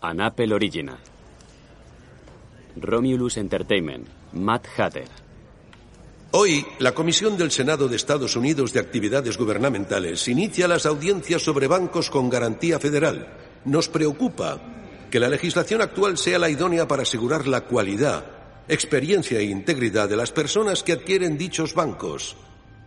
An Apple Original. Romulus Entertainment. Matt Hatter. Hoy, la Comisión del Senado de Estados Unidos de Actividades Gubernamentales inicia las audiencias sobre bancos con garantía federal. Nos preocupa que la legislación actual sea la idónea para asegurar la cualidad, experiencia e integridad de las personas que adquieren dichos bancos.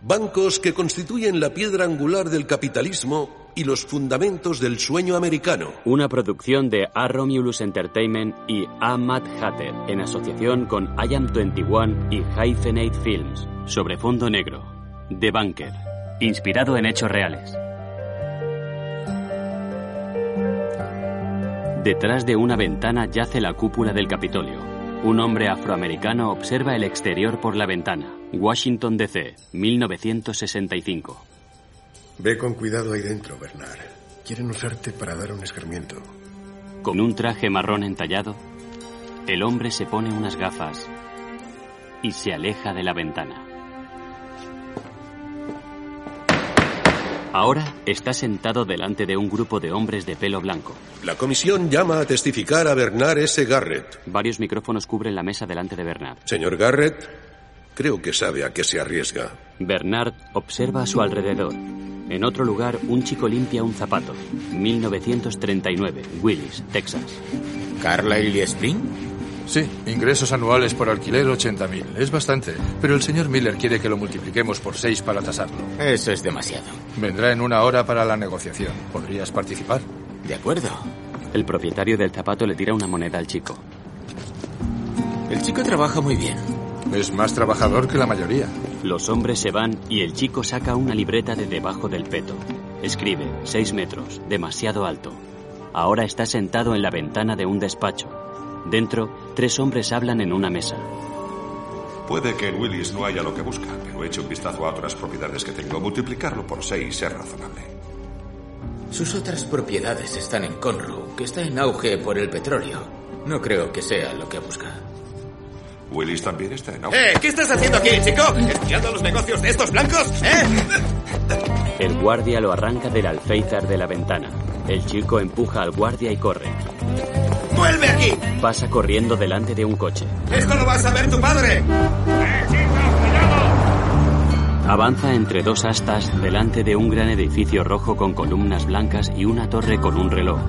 Bancos que constituyen la piedra angular del capitalismo y los fundamentos del sueño americano. Una producción de A Romulus Entertainment y A Matt Hatter en asociación con I Am 21 y Hyphenate Films. Sobre fondo negro. The Banker. Inspirado en hechos reales. Detrás de una ventana yace la cúpula del Capitolio. Un hombre afroamericano observa el exterior por la ventana. Washington, D.C., 1965. Ve con cuidado ahí dentro, Bernard. Quieren usarte para dar un escarmiento. Con un traje marrón entallado, el hombre se pone unas gafas y se aleja de la ventana. Ahora está sentado delante de un grupo de hombres de pelo blanco. La comisión llama a testificar a Bernard S. Garrett. Varios micrófonos cubren la mesa delante de Bernard. Señor Garrett, creo que sabe a qué se arriesga. Bernard observa a su alrededor. En otro lugar, un chico limpia un zapato. 1939, Willis, Texas. ¿Carlisle Spring? Sí, ingresos anuales por alquiler 80.000. Es bastante, pero el señor Miller quiere que lo multipliquemos por 6 para tasarlo. Eso es demasiado. Vendrá en una hora para la negociación. ¿Podrías participar? De acuerdo. El propietario del zapato le tira una moneda al chico. El chico trabaja muy bien. Es más trabajador que la mayoría. Los hombres se van y el chico saca una libreta de debajo del peto. Escribe, 6 metros, demasiado alto. Ahora está sentado en la ventana de un despacho. Dentro, tres hombres hablan en una mesa. Puede que en Willis no haya lo que busca, pero eche un vistazo a otras propiedades que tengo. Multiplicarlo por seis es razonable. Sus otras propiedades están en Conroe, que está en auge por el petróleo. No creo que sea lo que busca. Willis también está en auge. ¡Eh! ¿Qué estás haciendo aquí, chico? ¿Espiando los negocios de estos blancos? ¿Eh? El guardia lo arranca del alféizar de la ventana. El chico empuja al guardia y corre. ¡Vuelve aquí! Pasa corriendo delante de un coche. ¡Esto lo vas a ver tu padre! ¡Eh, chico, Avanza entre dos astas delante de un gran edificio rojo con columnas blancas y una torre con un reloj.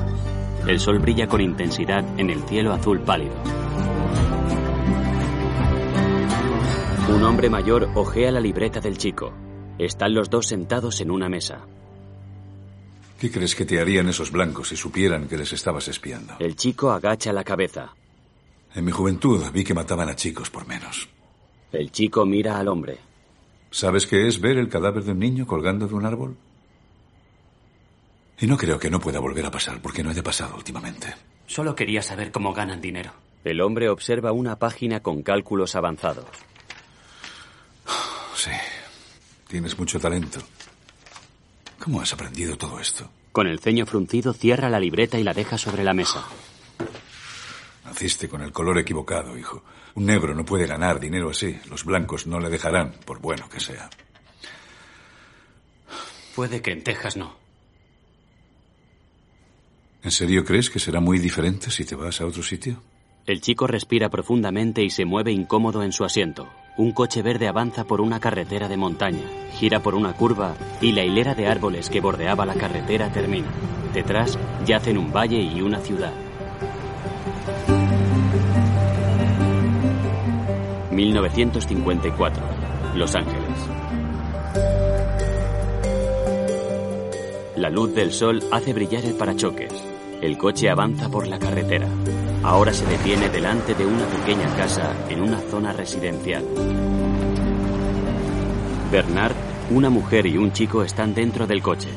El sol brilla con intensidad en el cielo azul pálido. Un hombre mayor ojea la libreta del chico. Están los dos sentados en una mesa. ¿Qué crees que te harían esos blancos si supieran que les estabas espiando? El chico agacha la cabeza. En mi juventud vi que mataban a chicos por menos. El chico mira al hombre. ¿Sabes qué es ver el cadáver de un niño colgando de un árbol? Y no creo que no pueda volver a pasar porque no haya pasado últimamente. Solo quería saber cómo ganan dinero. El hombre observa una página con cálculos avanzados. Oh, Sí, tienes mucho talento. ¿Cómo has aprendido todo esto? Con el ceño fruncido cierra la libreta y la deja sobre la mesa. Naciste Este con el color equivocado, hijo. Un negro no puede ganar dinero así. Los blancos no le dejarán, por bueno que sea. Puede que en Texas no. ¿En serio crees que será muy diferente si te vas a otro sitio? El chico respira profundamente y se mueve incómodo en su asiento. Un coche verde avanza por una carretera de montaña, gira por una curva y la hilera de árboles que bordeaba la carretera termina. Detrás yacen un valle y una ciudad. 1954. Los Ángeles. La luz del sol hace brillar el parachoques. El coche avanza por la carretera. Ahora se detiene delante de una pequeña casa en una zona residencial. Bernard, una mujer y un chico están dentro del coche.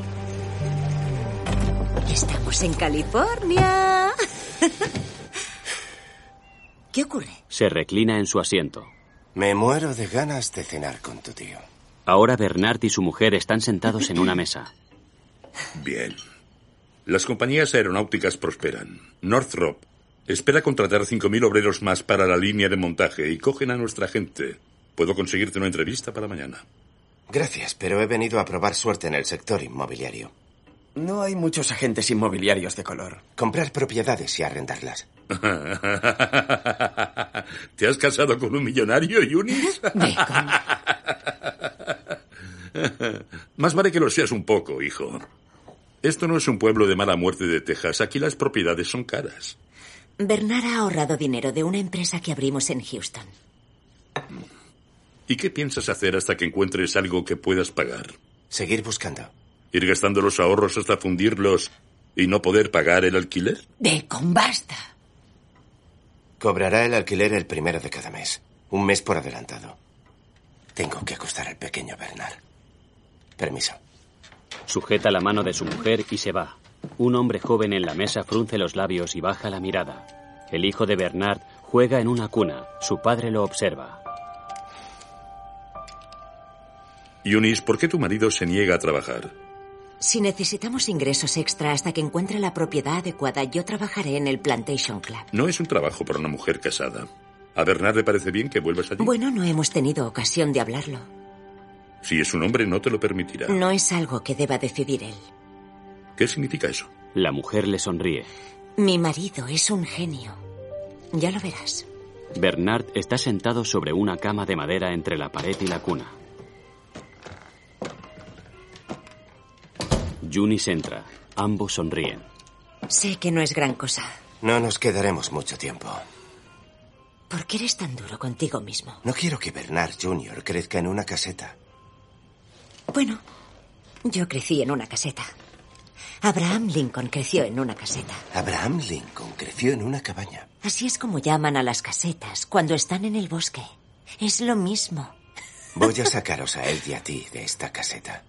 Estamos en California. ¿Qué ocurre? Se reclina en su asiento. Me muero de ganas de cenar con tu tío. Ahora Bernard y su mujer están sentados en una mesa. Bien. Las compañías aeronáuticas prosperan. Northrop Espera contratar 5.000 obreros más para la línea de montaje y cogen a nuestra gente. Puedo conseguirte una entrevista para mañana. Gracias, pero he venido a probar suerte en el sector inmobiliario. No hay muchos agentes inmobiliarios de color. Comprar propiedades y arrendarlas. ¿Te has casado con un millonario, Yunis? Más vale que lo seas un poco, hijo. Esto no es un pueblo de mala muerte de Texas. Aquí las propiedades son caras. Bernard ha ahorrado dinero de una empresa que abrimos en Houston. ¿Y qué piensas hacer hasta que encuentres algo que puedas pagar? Seguir buscando. ¿Ir gastando los ahorros hasta fundirlos y no poder pagar el alquiler? Decon, basta. Cobrará el alquiler el primero de cada mes. Un mes por adelantado. Tengo que acostar al pequeño Bernard. Permiso. Sujeta la mano de su mujer y se va. Un hombre joven en la mesa frunce los labios y baja la mirada. El hijo de Bernard juega en una cuna. Su padre lo observa. Yunis, ¿por qué tu marido se niega a trabajar? Si necesitamos ingresos extra hasta que encuentre la propiedad adecuada, yo trabajaré en el Plantation Club. No es un trabajo para una mujer casada. A Bernard le parece bien que vuelvas allí. Bueno, no hemos tenido ocasión de hablarlo. Si es un hombre, no te lo permitirá. No es algo que deba decidir él. ¿Qué significa eso? La mujer le sonríe. Mi marido es un genio. Ya lo verás. Bernard está sentado sobre una cama de madera entre la pared y la cuna. Junis entra. Ambos sonríen. Sé que no es gran cosa. No nos quedaremos mucho tiempo. ¿Por qué eres tan duro contigo mismo? No quiero que Bernard Jr. crezca en una caseta. Bueno, yo crecí en una caseta. Abraham Lincoln creció en una caseta. Abraham Lincoln creció en una cabaña. Así es como llaman a las casetas cuando están en el bosque. Es lo mismo. Voy a sacaros a él y a ti de esta caseta.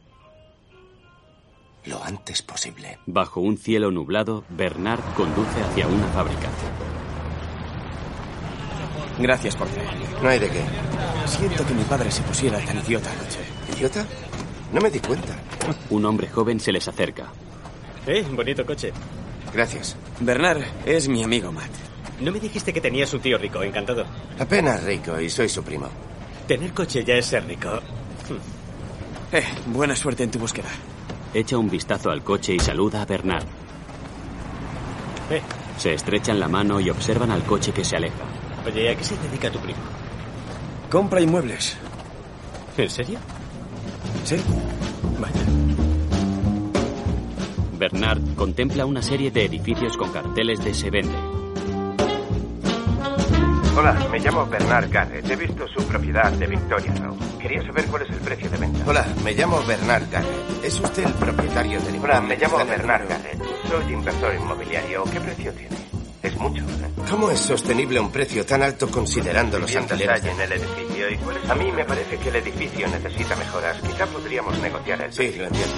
Lo antes posible. Bajo un cielo nublado, Bernard conduce hacia una fábrica. Gracias por traer. No hay de qué. Siento que mi padre se pusiera tan idiota anoche. ¿Idiota? No me di cuenta. Un hombre joven se les acerca. Eh, bonito coche. Gracias. Bernard es mi amigo Matt. No me dijiste que tenías un tío rico, encantado. Apenas rico y soy su primo. Tener coche ya es ser rico. Eh, buena suerte en tu búsqueda. Echa un vistazo al coche y saluda a Bernard. Eh, Se estrechan la mano y observan al coche que se aleja. oye, ¿a qué se dedica tu primo? Compra inmuebles. ¿En serio? ¿Sí? Vaya. Bernard contempla una serie de edificios con carteles de se vende. Hola, me llamo Bernard Garrett. He visto su propiedad de Victoria Road. Quería saber cuál es el precio de venta. Hola, me llamo Bernard Garrett. ¿Es usted el propietario del Hola, inmueble me que llamo está en el Bernard número? Garrett. Soy inversor inmobiliario. ¿Qué precio tiene? Es mucho, ¿eh? ¿verdad? ¿Cómo es sostenible un precio tan alto considerando los ¿Cuántas alquileres? hay en el edificio? ¿Y cuál es? A mí me parece que el edificio necesita mejoras. Quizá podríamos negociar el Sí, lo entiendo.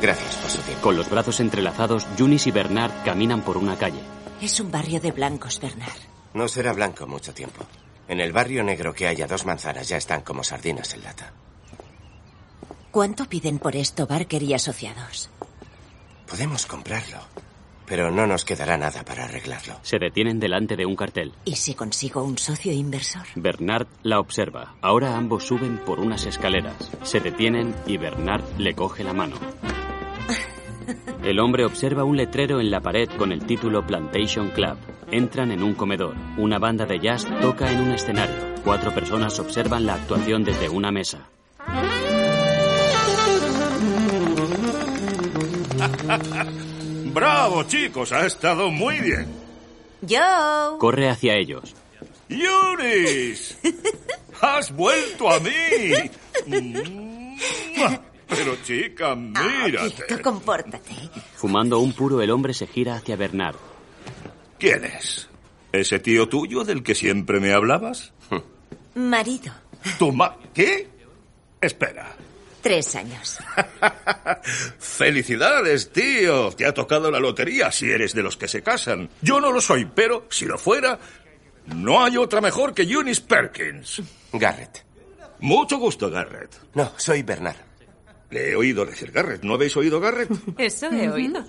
Gracias por su tiempo. Con los brazos entrelazados, Junis y Bernard caminan por una calle. Es un barrio de blancos, Bernard. No será blanco mucho tiempo. En el barrio negro que haya dos manzanas ya están como sardinas en lata. ¿Cuánto piden por esto Barker y asociados? Podemos comprarlo, pero no nos quedará nada para arreglarlo. Se detienen delante de un cartel. ¿Y si consigo un socio inversor? Bernard la observa. Ahora ambos suben por unas escaleras. Se detienen y Bernard le coge la mano. El hombre observa un letrero en la pared con el título Plantation Club. Entran en un comedor. Una banda de jazz toca en un escenario. Cuatro personas observan la actuación desde una mesa. ¡Bravo, chicos! Ha estado muy bien. Yo. Corre hacia ellos. ¡Yuris! ¡Has vuelto a mí! Mm, Pero chica, Ah, Quieto, compórtate. Fumando un puro, el hombre se gira hacia Bernard. ¿Quién es? ¿Ese tío tuyo del que siempre me hablabas? Marido, ¿Tu ma- ¿Qué? Espera. tres años. ¡Felicidades, tío! Te ha tocado la lotería si eres de los que se casan. Yo no lo soy, pero si lo fuera, no hay otra mejor que Eunice Perkins. Garrett. Mucho gusto, Garrett. No, soy Bernard. Le he oído decir Garrett. ¿No habéis oído Garrett? Eso he oído.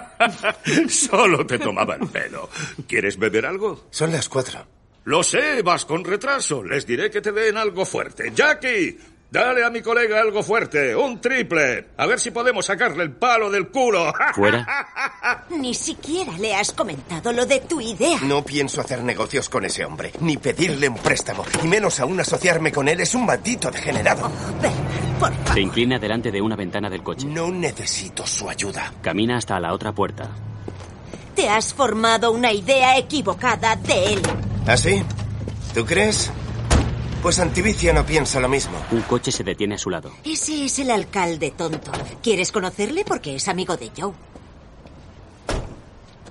Solo te tomaba el pelo. ¿Quieres beber algo? Son las cuatro. Lo sé, vas con retraso. Les diré que te den algo fuerte. Jackie, Dale a mi colega algo fuerte, un triple. A ver si podemos sacarle el palo del culo. Fuera. Ni siquiera le has comentado lo de tu idea. No pienso hacer negocios con ese hombre, ni pedirle un préstamo, y menos aún asociarme con él. Es un maldito degenerado. Se inclina delante de una ventana del coche. No necesito su ayuda. Camina hasta la otra puerta. Te has formado una idea equivocada de él. ¿Ah, sí? ¿Tú crees? Pues Antivicia no piensa lo mismo. Un coche se detiene a su lado. Ese es el alcalde tonto. ¿Quieres conocerle porque es amigo de Joe?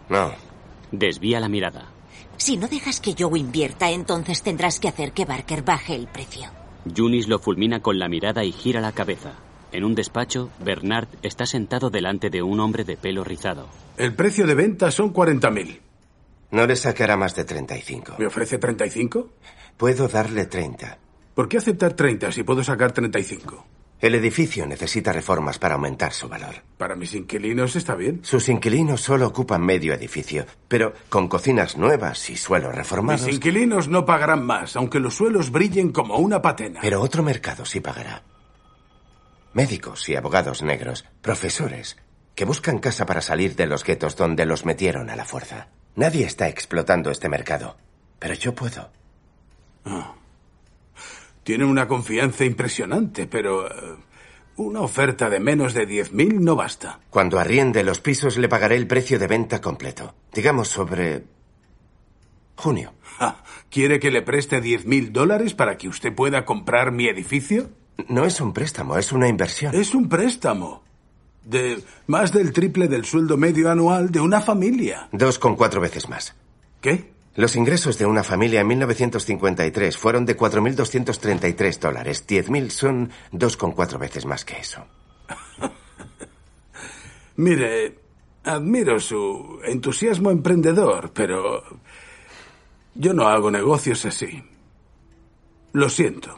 No. Desvía la mirada. Si no dejas que Joe invierta, entonces tendrás que hacer que Barker baje el precio. Yunis lo fulmina con la mirada y gira la cabeza. En un despacho, Bernard está sentado delante de un hombre de pelo rizado. El precio de venta son 40.000. No le sacará más de 35. ¿Me ofrece 35? Puedo darle 30. ¿Por qué aceptar 30 si puedo sacar 35? El edificio necesita reformas para aumentar su valor. Para mis inquilinos está bien. Sus inquilinos solo ocupan medio edificio, pero con cocinas nuevas y suelos reformados. Mis inquilinos no pagarán más, aunque los suelos brillen como una patena. Pero otro mercado sí pagará. Médicos y abogados negros, profesores, que buscan casa para salir de los guetos donde los metieron a la fuerza. Nadie está explotando este mercado, pero yo puedo. Ah. Tienen una confianza impresionante, pero eh, una oferta de menos de 10.000 no basta. Cuando arriende los pisos le pagaré el precio de venta completo. Digamos sobre... junio. Ja, ¿Quiere que le preste 10.000 dólares para que usted pueda comprar mi edificio? No es un préstamo, es una inversión. Es un préstamo. De más del triple del sueldo medio anual de una familia. Dos con cuatro veces más. ¿Qué? Los ingresos de una familia en 1953 fueron de 4.233 dólares. 10.000 son 2,4 veces más que eso. Mire, admiro su entusiasmo emprendedor, pero yo no hago negocios así. Lo siento.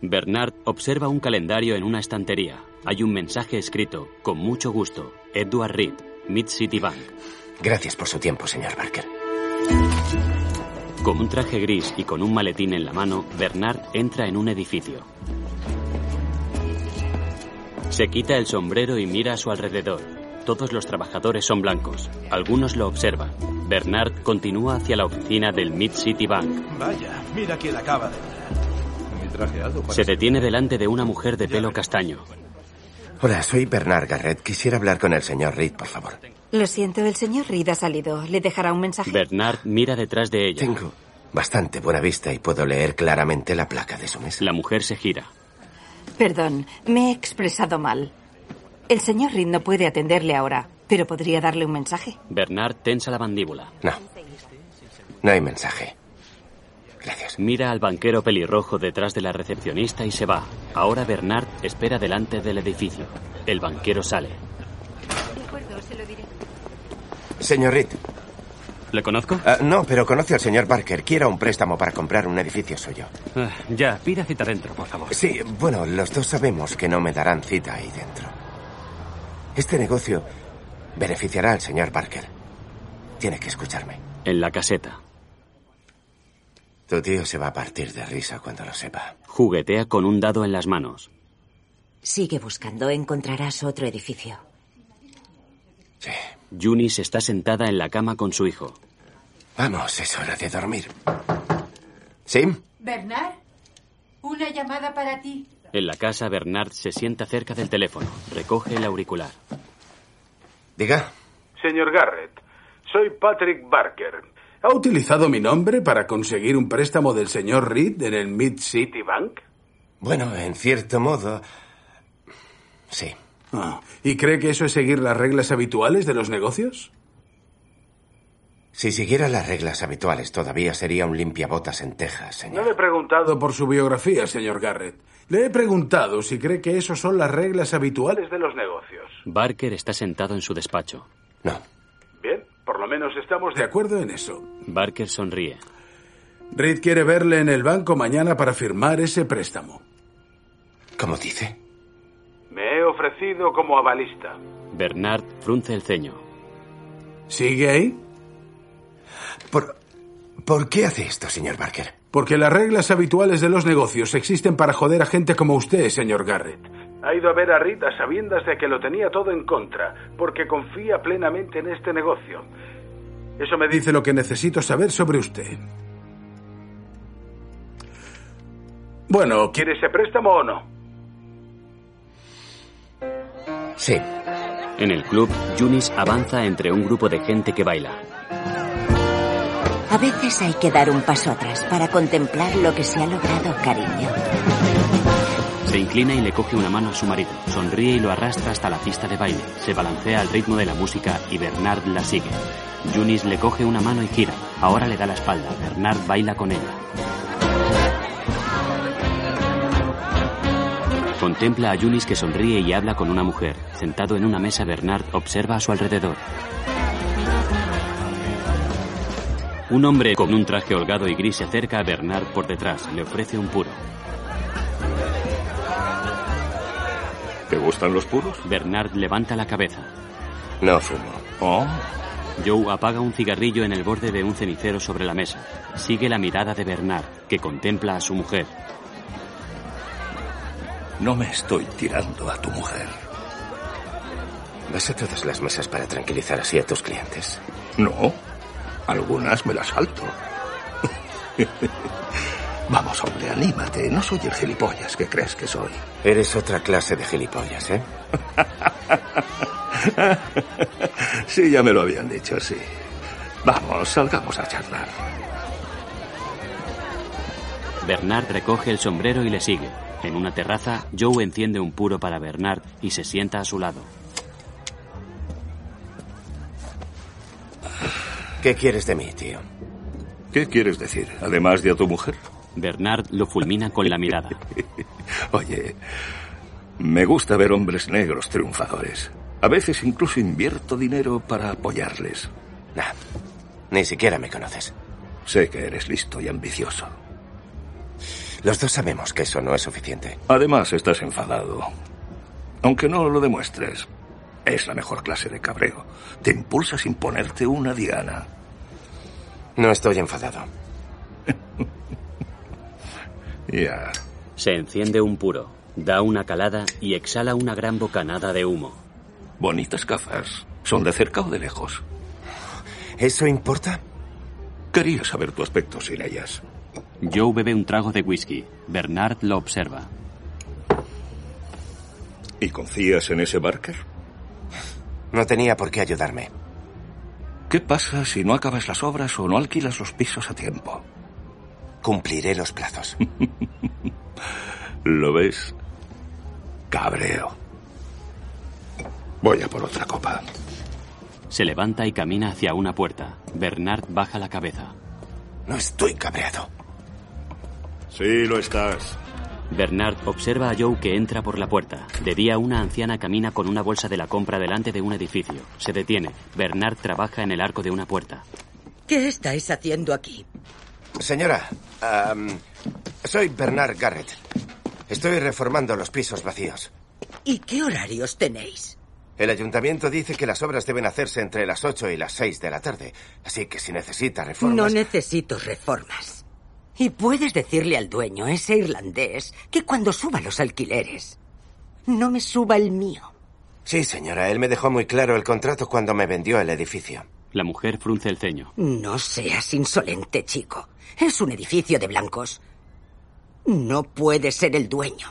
Bernard observa un calendario en una estantería. Hay un mensaje escrito, con mucho gusto, Edward Reed, Mid City Bank. Gracias por su tiempo, señor Barker. Con un traje gris y con un maletín en la mano, Bernard entra en un edificio. Se quita el sombrero y mira a su alrededor. Todos los trabajadores son blancos. Algunos lo observan. Bernard continúa hacia la oficina del Mid City Bank. Vaya, mira quién acaba de entrar. Mi trajeado Se detiene delante de una mujer de pelo castaño. Hola, soy Bernard Garrett. Quisiera hablar con el señor Reed, por favor. Lo siento, el señor Reed ha salido. ¿Le dejará un mensaje? Bernard mira detrás de ella. Tengo bastante buena vista y puedo leer claramente la placa de su mesa. La mujer se gira. Perdón, me he expresado mal. El señor Reed no puede atenderle ahora, pero podría darle un mensaje. Bernard tensa la mandíbula. No. No hay mensaje. Gracias. Mira al banquero pelirrojo detrás de la recepcionista y se va. Ahora Bernard espera delante del edificio. El banquero sale. Señor Reed. ¿Le conozco? Ah, no, pero conoce al señor Barker. Quiera un préstamo para comprar un edificio suyo. Ah, ya, pida cita dentro, por favor. Sí, bueno, los dos sabemos que no me darán cita ahí dentro. Este negocio beneficiará al señor Barker. Tiene que escucharme. En la caseta. Tu tío se va a partir de risa cuando lo sepa. Juguetea con un dado en las manos. Sigue buscando, encontrarás otro edificio. Sí. Yunis está sentada en la cama con su hijo. Vamos, es hora de dormir. ¿Sí? Bernard, una llamada para ti. En la casa, Bernard se sienta cerca del teléfono. Recoge el auricular. Diga. Señor Garrett, soy Patrick Barker. ¿Ha utilizado mi nombre para conseguir un préstamo del señor Reed en el Mid City Bank? Bueno, en cierto modo. Sí. Ah, ¿Y cree que eso es seguir las reglas habituales de los negocios? Si siguiera las reglas habituales, todavía sería un limpiabotas en Texas, señor. No le he preguntado por su biografía, señor Garrett. Le he preguntado si cree que eso son las reglas habituales de los negocios. Barker está sentado en su despacho. No. Bien, por lo menos estamos de acuerdo en eso. Barker sonríe. Reed quiere verle en el banco mañana para firmar ese préstamo. ¿Cómo dice? Me he ofrecido como avalista. Bernard frunce el ceño. ¿Sigue ahí? Por, ¿Por qué hace esto, señor Barker? Porque las reglas habituales de los negocios existen para joder a gente como usted, señor Garrett. Ha ido a ver a Rita sabiendas de que lo tenía todo en contra, porque confía plenamente en este negocio. Eso me dice lo que necesito saber sobre usted. Bueno, ¿quiere ese préstamo o no? Sí. En el club, Yunis avanza entre un grupo de gente que baila. A veces hay que dar un paso atrás para contemplar lo que se ha logrado, cariño. Se inclina y le coge una mano a su marido. Sonríe y lo arrastra hasta la pista de baile. Se balancea al ritmo de la música y Bernard la sigue. Yunis le coge una mano y gira. Ahora le da la espalda. Bernard baila con ella. Contempla a Yunis que sonríe y habla con una mujer. Sentado en una mesa, Bernard observa a su alrededor. Un hombre con un traje holgado y gris se acerca a Bernard por detrás. Le ofrece un puro. ¿Te gustan los puros? Bernard levanta la cabeza. No fumo. Oh. Joe apaga un cigarrillo en el borde de un cenicero sobre la mesa. Sigue la mirada de Bernard, que contempla a su mujer. No me estoy tirando a tu mujer. ¿Vas a todas las mesas para tranquilizar así a tus clientes? No. Algunas me las salto. Vamos, hombre, anímate. No soy el gilipollas que crees que soy. Eres otra clase de gilipollas, ¿eh? sí, ya me lo habían dicho, sí. Vamos, salgamos a charlar. Bernard recoge el sombrero y le sigue. En una terraza, Joe enciende un puro para Bernard y se sienta a su lado. ¿Qué quieres de mí, tío? ¿Qué quieres decir? Además de a tu mujer. Bernard lo fulmina con la mirada. Oye, me gusta ver hombres negros triunfadores. A veces incluso invierto dinero para apoyarles. Nah, ni siquiera me conoces. Sé que eres listo y ambicioso. Los dos sabemos que eso no es suficiente. Además, estás enfadado. Aunque no lo demuestres, es la mejor clase de cabreo. Te impulsa sin ponerte una diana. No estoy enfadado. ya. yeah. Se enciende un puro, da una calada y exhala una gran bocanada de humo. Bonitas gafas. ¿Son de cerca o de lejos? ¿Eso importa? Quería saber tu aspecto sin ellas. Joe bebe un trago de whisky. Bernard lo observa. ¿Y confías en ese Barker? No tenía por qué ayudarme. ¿Qué pasa si no acabas las obras o no alquilas los pisos a tiempo? Cumpliré los plazos. ¿Lo ves? Cabreo. Voy a por otra copa. Se levanta y camina hacia una puerta. Bernard baja la cabeza. No estoy cabreado. Sí, lo estás. Bernard observa a Joe que entra por la puerta. De día, una anciana camina con una bolsa de la compra delante de un edificio. Se detiene. Bernard trabaja en el arco de una puerta. ¿Qué estáis haciendo aquí? Señora, um, soy Bernard Garrett. Estoy reformando los pisos vacíos. ¿Y qué horarios tenéis? El ayuntamiento dice que las obras deben hacerse entre las 8 y las 6 de la tarde. Así que si necesita reformas. No necesito reformas. Y puedes decirle al dueño, ese irlandés, que cuando suba los alquileres, no me suba el mío. Sí, señora, él me dejó muy claro el contrato cuando me vendió el edificio. La mujer frunce el ceño. No seas insolente, chico. Es un edificio de blancos. No puede ser el dueño.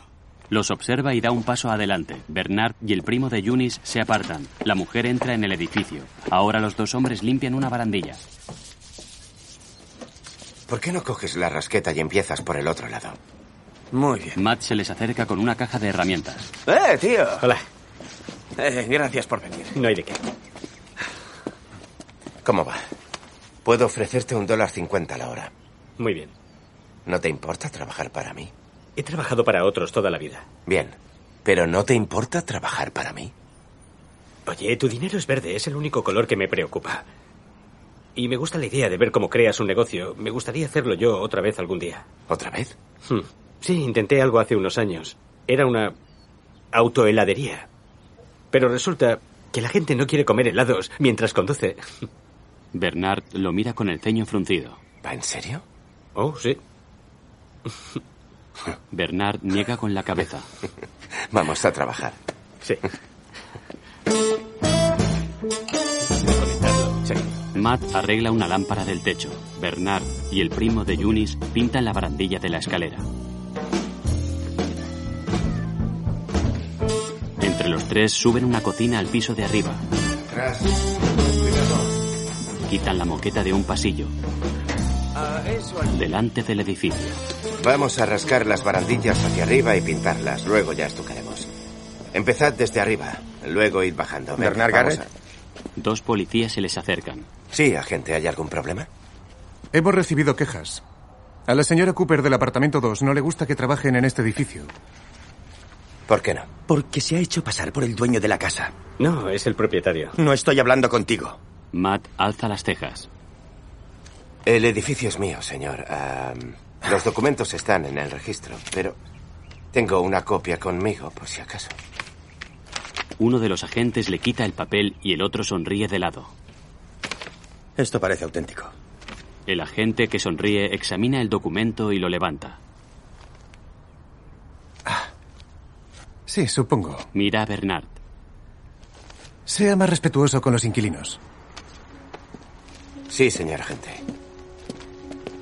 Los observa y da un paso adelante. Bernard y el primo de Yunis se apartan. La mujer entra en el edificio. Ahora los dos hombres limpian una barandilla. ¿Por qué no coges la rasqueta y empiezas por el otro lado? Muy bien. Matt se les acerca con una caja de herramientas. ¡Eh, tío! Hola. Eh, gracias por venir. No hay de qué. ¿Cómo va? Puedo ofrecerte un dólar cincuenta a la hora. Muy bien. ¿No te importa trabajar para mí? He trabajado para otros toda la vida. Bien. ¿Pero no te importa trabajar para mí? Oye, tu dinero es verde. Es el único color que me preocupa. Y me gusta la idea de ver cómo creas un negocio. Me gustaría hacerlo yo otra vez algún día. Hmm. ¿Otra vez? Sí, intenté algo hace unos años. Era una autoheladería. Pero resulta que la gente no quiere comer helados mientras conduce. Bernard lo mira con el ceño fruncido. ¿Va en serio? Oh, sí. Bernard niega con la cabeza. Vamos a trabajar. Sí. Matt arregla una lámpara del techo. Bernard y el primo de Yunis pintan la barandilla de la escalera. Entre los tres suben una cocina al piso de arriba. Quitan la moqueta de un pasillo. Delante del edificio. Vamos a rascar las barandillas hacia arriba y pintarlas. Luego ya estucaremos. Empezad desde arriba. Luego id bajando. Venga, Bernard vamos Garrett. Dos policías se les acercan. Sí, agente, ¿hay algún problema? Hemos recibido quejas. A la señora Cooper del apartamento 2 no le gusta que trabajen en este edificio. ¿Por qué no? Porque se ha hecho pasar por el dueño de la casa. No, es el propietario. No estoy hablando contigo. Matt alza las cejas. El edificio es mío, señor. Ah, los documentos están en el registro, pero tengo una copia conmigo, por si acaso. Uno de los agentes le quita el papel y el otro sonríe de lado. Esto parece auténtico. El agente que sonríe examina el documento y lo levanta. Sí, supongo. Mira a Bernard. Sea más respetuoso con los inquilinos. Sí, señor agente.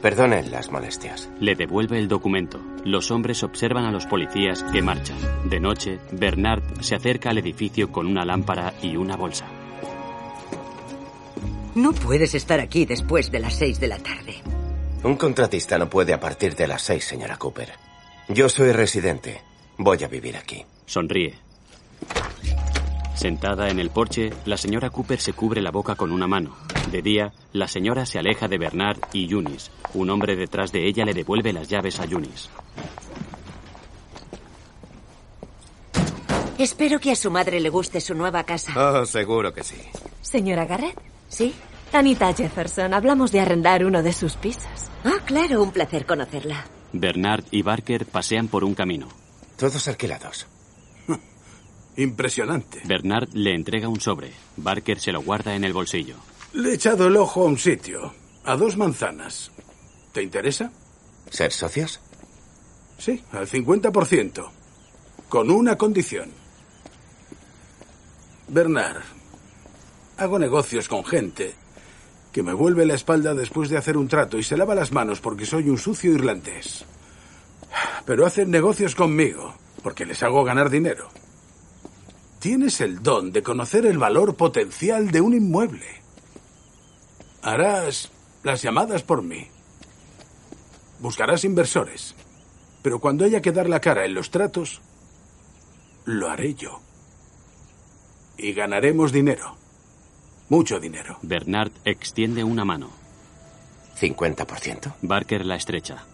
Perdonen las molestias. Le devuelve el documento. Los hombres observan a los policías que marchan. De noche, Bernard se acerca al edificio con una lámpara y una bolsa. No puedes estar aquí después de las seis de la tarde. Un contratista no puede a partir de las seis, señora Cooper. Yo soy residente. Voy a vivir aquí. Sonríe. Sentada en el porche, la señora Cooper se cubre la boca con una mano. De día, la señora se aleja de Bernard y Yunis. Un hombre detrás de ella le devuelve las llaves a Yunis. Espero que a su madre le guste su nueva casa. Oh, seguro que sí. Señora Garrett. ¿Sí? Anita Jefferson, hablamos de arrendar uno de sus pisos. Ah, claro, un placer conocerla. Bernard y Barker pasean por un camino. Todos alquilados. Impresionante. Bernard le entrega un sobre. Barker se lo guarda en el bolsillo. Le he echado el ojo a un sitio, a dos manzanas. ¿Te interesa? ¿Ser socios? Sí, al 50%. Con una condición. Bernard, hago negocios con gente que me vuelve la espalda después de hacer un trato y se lava las manos porque soy un sucio irlandés. Pero hacen negocios conmigo porque les hago ganar dinero tienes el don de conocer el valor potencial de un inmueble. Harás las llamadas por mí. Buscarás inversores. Pero cuando haya que dar la cara en los tratos, lo haré yo. Y ganaremos dinero. Mucho dinero. Bernard extiende una mano. ¿50%? Barker la estrecha.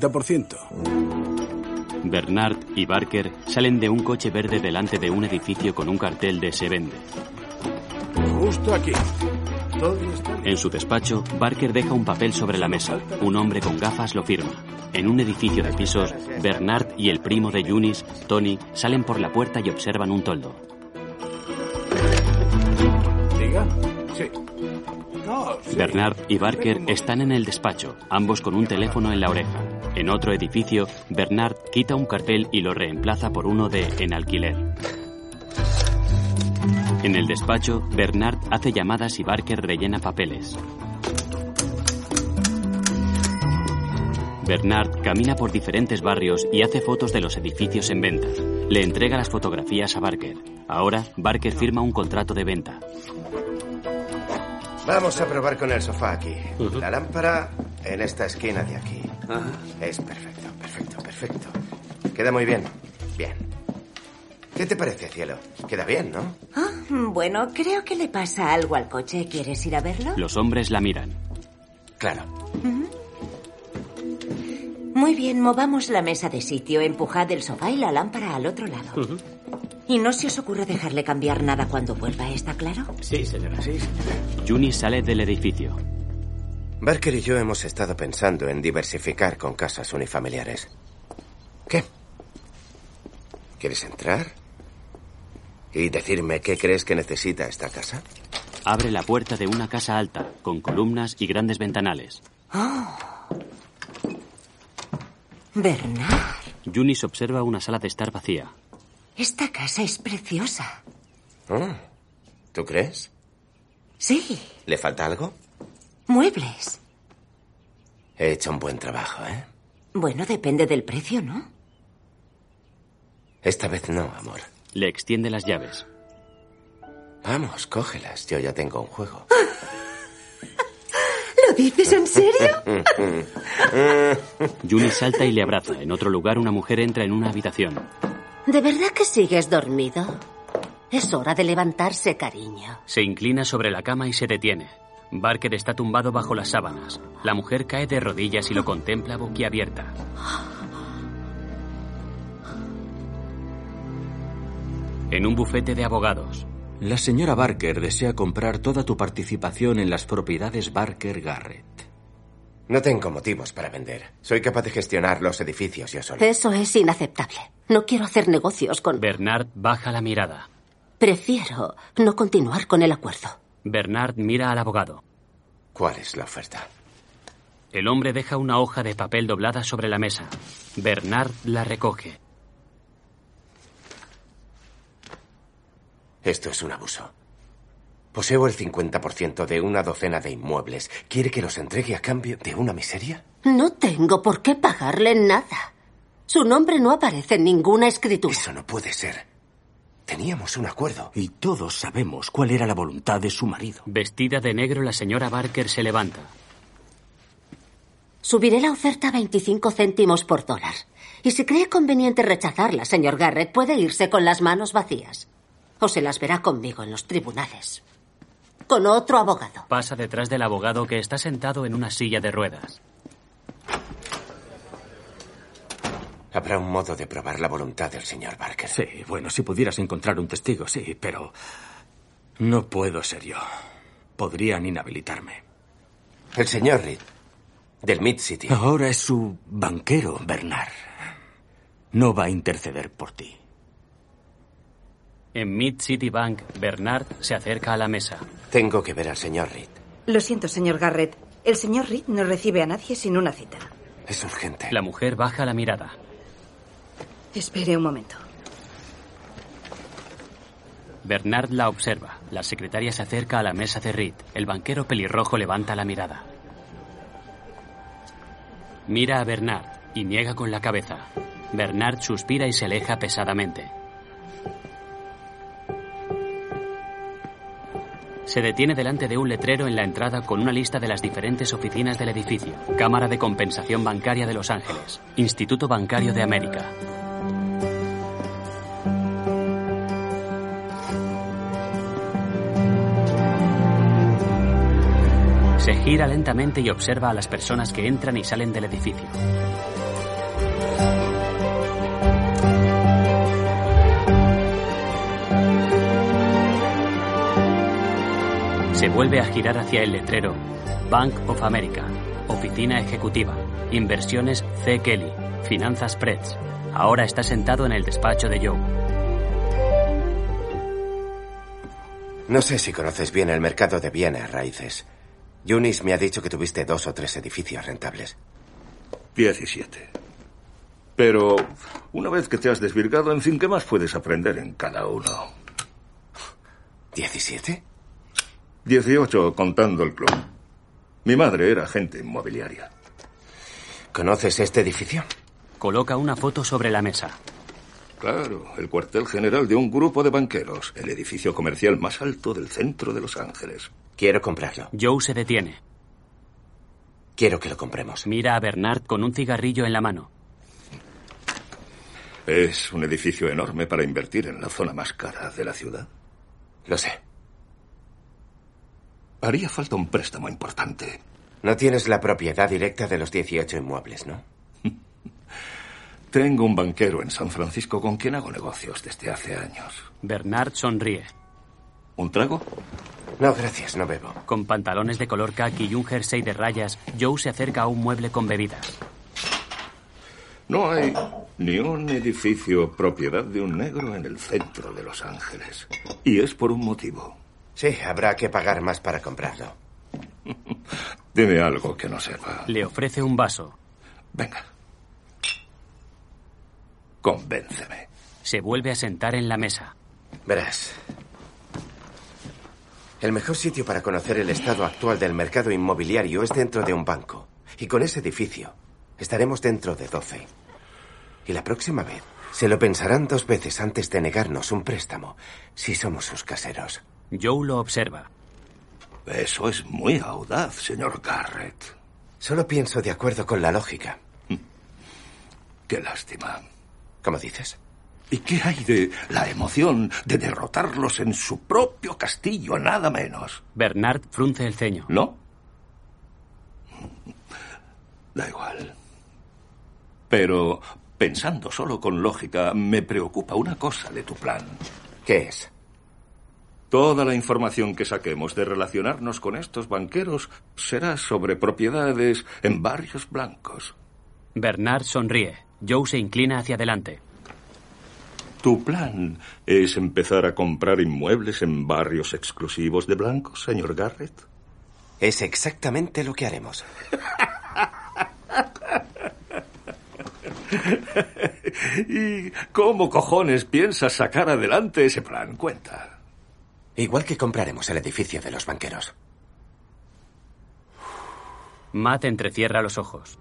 ¿50%? Bernard y Barker salen de un coche verde delante de un edificio con un cartel de Se vende. Justo aquí. En su despacho, Barker deja un papel sobre la mesa. Un hombre con gafas lo firma. En un edificio de pisos, Bernard y el primo de Yunis, Tony, salen por la puerta y observan un toldo. ¿Diga? Sí. No, sí. Bernard y Barker están en el despacho, ambos con un teléfono en la oreja. En otro edificio, Bernard quita un cartel y lo reemplaza por uno de en alquiler. En el despacho, Bernard hace llamadas y Barker rellena papeles. Bernard camina por diferentes barrios y hace fotos de los edificios en venta. Le entrega las fotografías a Barker. Ahora, Barker firma un contrato de venta. Vamos a probar con el sofá aquí. La lámpara en esta esquina de aquí. Ah. Es perfecto, perfecto, perfecto. Queda muy bien. Bien. ¿Qué te parece, cielo? Queda bien, ¿no? Ah, bueno, creo que le pasa algo al coche. ¿Quieres ir a verlo? Los hombres la miran. Claro. Uh -huh. Muy bien, movamos la mesa de sitio, empujad el sofá y la lámpara al otro lado. Uh -huh. Y no se os ocurre dejarle cambiar nada cuando vuelva, ¿está claro? Sí, señora. Sí, señora. Juni sale del edificio. Barker y yo hemos estado pensando en diversificar con casas unifamiliares. ¿Qué? ¿Quieres entrar? ¿Y decirme qué crees que necesita esta casa? Abre la puerta de una casa alta, con columnas y grandes ventanales. Oh. Bernard, Yunis observa una sala de estar vacía. esta casa es preciosa. Ah, ¿Tú crees? Sí, ¿Le falta algo? muebles. He hecho un buen trabajo, ¿eh? Bueno, depende del precio, ¿no? Esta vez no, amor. Le extiende las llaves. Vamos, cógelas. Yo ya tengo un juego. ¿Lo dices en serio? Julie salta y le abraza. En otro lugar, una mujer entra en una habitación. ¿De verdad que sigues dormido? Es hora de levantarse, cariño. Se inclina sobre la cama y se detiene. Barker está tumbado bajo las sábanas. La mujer cae de rodillas y lo contempla boquiabierta. En un bufete de abogados, La señora Barker desea comprar toda tu participación en las propiedades Barker Garrett. No tengo motivos para vender. Soy capaz de gestionar los edificios yo solo. Eso es inaceptable. No quiero hacer negocios con... Bernard baja la mirada. Prefiero no continuar con el acuerdo. Bernard mira al abogado. ¿Cuál es la oferta? El hombre deja una hoja de papel doblada sobre la mesa. Bernard la recoge. Esto es un abuso. Poseo el 50% de una docena de inmuebles. ¿Quiere que los entregue a cambio de una miseria? No tengo por qué pagarle nada. Su nombre no aparece en ninguna escritura. Eso no puede ser. Teníamos un acuerdo. Y todos sabemos cuál era la voluntad de su marido. Vestida de negro, la señora Barker se levanta. Subiré la oferta a 25 céntimos por dólar. Y si cree conveniente rechazarla, señor Garrett, puede irse con las manos vacías. O se las verá conmigo en los tribunales. Con otro abogado. Pasa detrás del abogado que está sentado en una silla de ruedas. Habrá un modo de probar la voluntad del señor Barker. Sí, bueno, si pudieras encontrar un testigo, sí, pero no puedo ser yo. Podrían inhabilitarme. El señor Reed, del Mid City. Ahora es su banquero, Bernard. No va a interceder por ti. En Mid City Bank, Bernard se acerca a la mesa. Tengo que ver al señor Reed. Lo siento, señor Garrett. El señor Reed no recibe a nadie sin una cita. Es urgente. La mujer baja la mirada. Espere un momento. Bernard la observa. La secretaria se acerca a la mesa de Reed. El banquero pelirrojo levanta la mirada. Mira a Bernard y niega con la cabeza. Bernard suspira y se aleja pesadamente. Se detiene delante de un letrero en la entrada con una lista de las diferentes oficinas del edificio. Cámara de Compensación Bancaria de Los Ángeles. Instituto Bancario de América. Se gira lentamente y observa a las personas que entran y salen del edificio. Se vuelve a girar hacia el letrero Bank of America, Oficina Ejecutiva, Inversiones C. Kelly, Finanzas Preds. Ahora está sentado en el despacho de Joe. No sé si conoces bien el mercado de bienes raíces. Yunis me ha dicho que tuviste dos o tres edificios rentables. 17. Pero una vez que te has desvirgado, en fin, ¿qué más puedes aprender en cada uno? ¿17? 18 contando el club. Mi madre era agente inmobiliaria. ¿Conoces este edificio? Coloca una foto sobre la mesa. Claro, el cuartel general de un grupo de banqueros, el edificio comercial más alto del centro de Los Ángeles. Quiero comprarlo. Joe se detiene. Quiero que lo compremos. Mira a Bernard con un cigarrillo en la mano. Es un edificio enorme para invertir en la zona más cara de la ciudad. Lo sé. Haría falta un préstamo importante. No tienes la propiedad directa de los 18 inmuebles, ¿no? Tengo un banquero en San Francisco con quien hago negocios desde hace años. Bernard sonríe. ¿Un trago? No, gracias, no bebo. Con pantalones de color khaki y un jersey de rayas, Joe se acerca a un mueble con bebidas. No hay ni un edificio propiedad de un negro en el centro de Los Ángeles. Y es por un motivo. Sí, habrá que pagar más para comprarlo. Debe algo que no sepa. Le ofrece un vaso. Venga. Convénceme. Se vuelve a sentar en la mesa. Verás. El mejor sitio para conocer el estado actual del mercado inmobiliario es dentro de un banco. Y con ese edificio estaremos dentro de 12. Y la próxima vez se lo pensarán dos veces antes de negarnos un préstamo, si somos sus caseros. Joe lo observa. Eso es muy audaz, señor Garrett. Mm. Solo pienso de acuerdo con la lógica. Qué lástima. ¿Cómo dices? ¿Y qué hay de la emoción de derrotarlos en su propio castillo, nada menos? Bernard frunce el ceño. ¿No? Da igual. Pero pensando solo con lógica, me preocupa una cosa de tu plan. ¿Qué es? Toda la información que saquemos de relacionarnos con estos banqueros será sobre propiedades en barrios blancos. Bernard sonríe. Joe se inclina hacia adelante. ¿Tu plan es empezar a comprar inmuebles en barrios exclusivos de blancos, señor Garrett? Es exactamente lo que haremos. ¿Y cómo cojones piensas sacar adelante ese plan? Cuenta. Igual que compraremos el edificio de los banqueros. Matt entrecierra los ojos.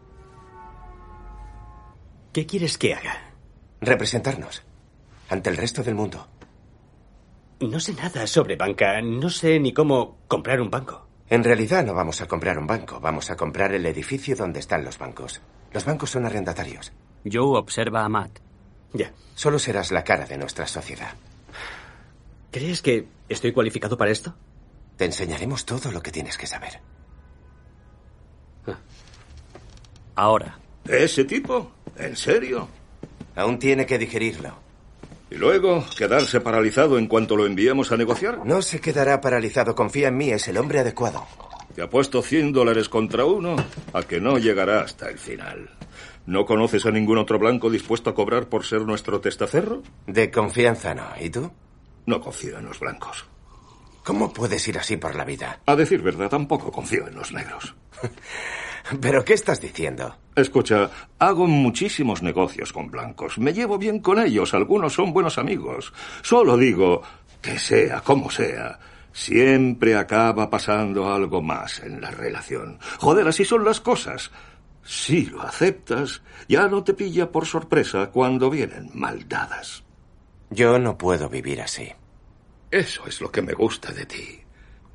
¿Qué quieres que haga? Representarnos ante el resto del mundo. No sé nada sobre banca, no sé ni cómo comprar un banco. En realidad no vamos a comprar un banco, vamos a comprar el edificio donde están los bancos. Los bancos son arrendatarios. Joe observa a Matt. Ya. Solo serás la cara de nuestra sociedad. ¿Crees que estoy cualificado para esto? Te enseñaremos todo lo que tienes que saber. Ah. Ahora. ¿Ese tipo? ¿En serio? Aún tiene que digerirlo. ¿Y luego quedarse paralizado en cuanto lo enviemos a negociar? No se quedará paralizado, confía en mí, es el hombre adecuado. Te apuesto 100 dólares contra uno a que no llegará hasta el final. ¿No conoces a ningún otro blanco dispuesto a cobrar por ser nuestro testaferro? De confianza no. ¿Y tú? No confío en los blancos. ¿Cómo puedes ir así por la vida? A decir verdad, tampoco confío en los negros. ¿Pero qué estás diciendo? Escucha, hago muchísimos negocios con blancos. Me llevo bien con ellos. Algunos son buenos amigos. Solo digo, que sea como sea, siempre acaba pasando algo más en la relación. Joder, así son las cosas. Si lo aceptas, ya no te pilla por sorpresa cuando vienen maldadas. Yo no puedo vivir así. Eso es lo que me gusta de ti.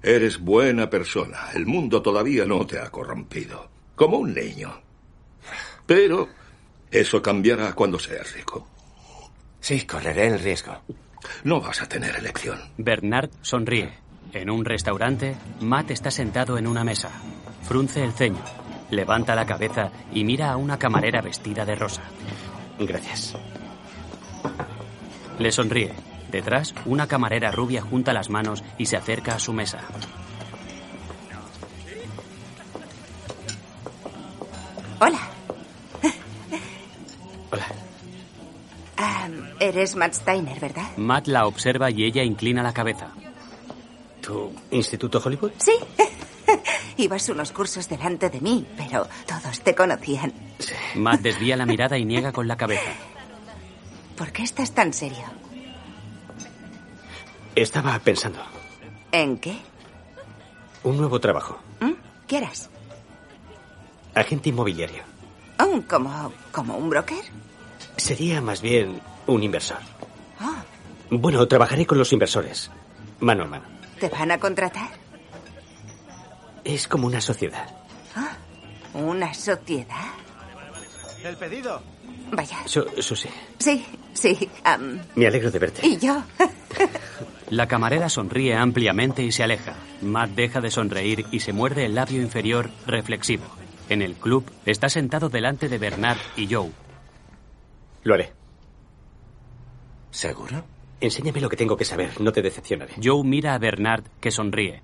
Eres buena persona. El mundo todavía no te ha corrompido. Como un niño. Pero eso cambiará cuando seas rico. Sí, correré el riesgo. No vas a tener elección. Bernard sonríe. En un restaurante, Matt está sentado en una mesa. Frunce el ceño, levanta la cabeza y mira a una camarera vestida de rosa. Gracias. Le sonríe. Detrás, una camarera rubia junta las manos y se acerca a su mesa. Hola. Hola. Um, eres Matt Steiner, ¿verdad? Matt la observa y ella inclina la cabeza. ¿Tu instituto Hollywood? Sí. Ibas unos cursos delante de mí, pero todos te conocían. Sí. Matt desvía la mirada y niega con la cabeza. ¿Por qué estás tan serio? Estaba pensando. ¿En qué? Un nuevo trabajo. ¿Qué harás? Agente inmobiliario. Oh, ¿como, ¿Como un broker? Sería más bien un inversor. Oh. Bueno, trabajaré con los inversores. Mano a mano. ¿Te van a contratar? Es como una sociedad. Oh, ¿Una sociedad? ¿El pedido? Vaya. Su Susi. Sí, sí. Um... Me alegro de verte. Y yo. La camarera sonríe ampliamente y se aleja. Matt deja de sonreír y se muerde el labio inferior reflexivo. En el club está sentado delante de Bernard y Joe. Lo haré. ¿Seguro? Enséñame lo que tengo que saber, no te decepcionaré. Joe mira a Bernard, que sonríe.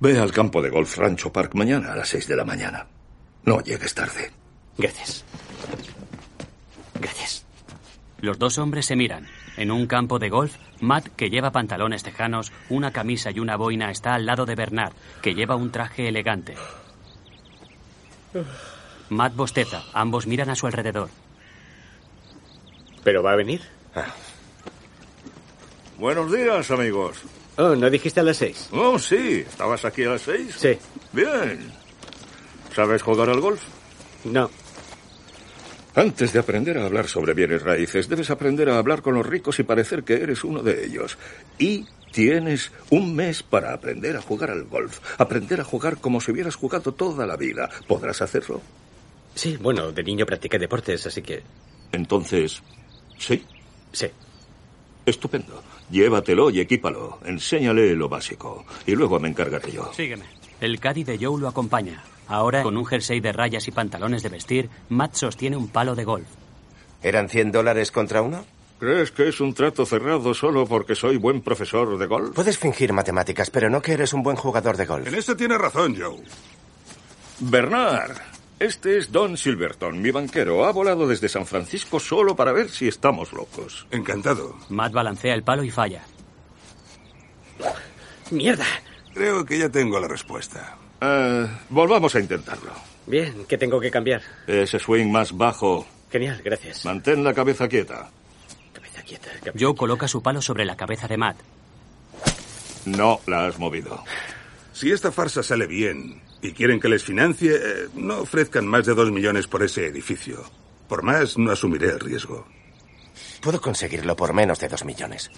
Ve al campo de golf Rancho Park mañana a las 6 de la mañana. No llegues tarde. Gracias. Gracias. Los dos hombres se miran. En un campo de golf, Matt, que lleva pantalones tejanos, una camisa y una boina, está al lado de Bernard, que lleva un traje elegante. Matt bosteza. Ambos miran a su alrededor. ¿Pero va a venir? Ah. Buenos días, amigos. Oh, ¿no dijiste a las seis? Oh, sí. ¿Estabas aquí a las seis? Sí. Bien. ¿Sabes jugar al golf? No. Antes de aprender a hablar sobre bienes raíces, debes aprender a hablar con los ricos y parecer que eres uno de ellos. Y tienes un mes para aprender a jugar al golf. Aprender a jugar como si hubieras jugado toda la vida. ¿Podrás hacerlo? Sí, bueno, de niño practiqué deportes, así que... Entonces, ¿sí? Sí. Estupendo. Llévatelo y equípalo. Enséñale lo básico. Y luego me encargaré yo. Sígueme. El caddy de Joe lo acompaña. Ahora, con un jersey de rayas y pantalones de vestir, Matt sostiene un palo de golf. ¿Eran 100 dólares contra uno? ¿Crees que es un trato cerrado solo porque soy buen profesor de golf? Puedes fingir matemáticas, pero no que eres un buen jugador de golf. En eso tiene razón, Joe. Bernard, este es Don Silverton, mi banquero. Ha volado desde San Francisco solo para ver si estamos locos. Encantado. Matt balancea el palo y falla. ¡Mierda! Creo que ya tengo la respuesta. Eh, volvamos a intentarlo. Bien, ¿qué tengo que cambiar? Ese swing más bajo. Genial, gracias. Mantén la cabeza quieta. Joe coloca su palo sobre la cabeza de Matt. No la has movido. Si esta farsa sale bien y quieren que les financie, eh, no ofrezcan más de dos millones por ese edificio. Por más, no asumiré el riesgo. Puedo conseguirlo por menos de dos millones.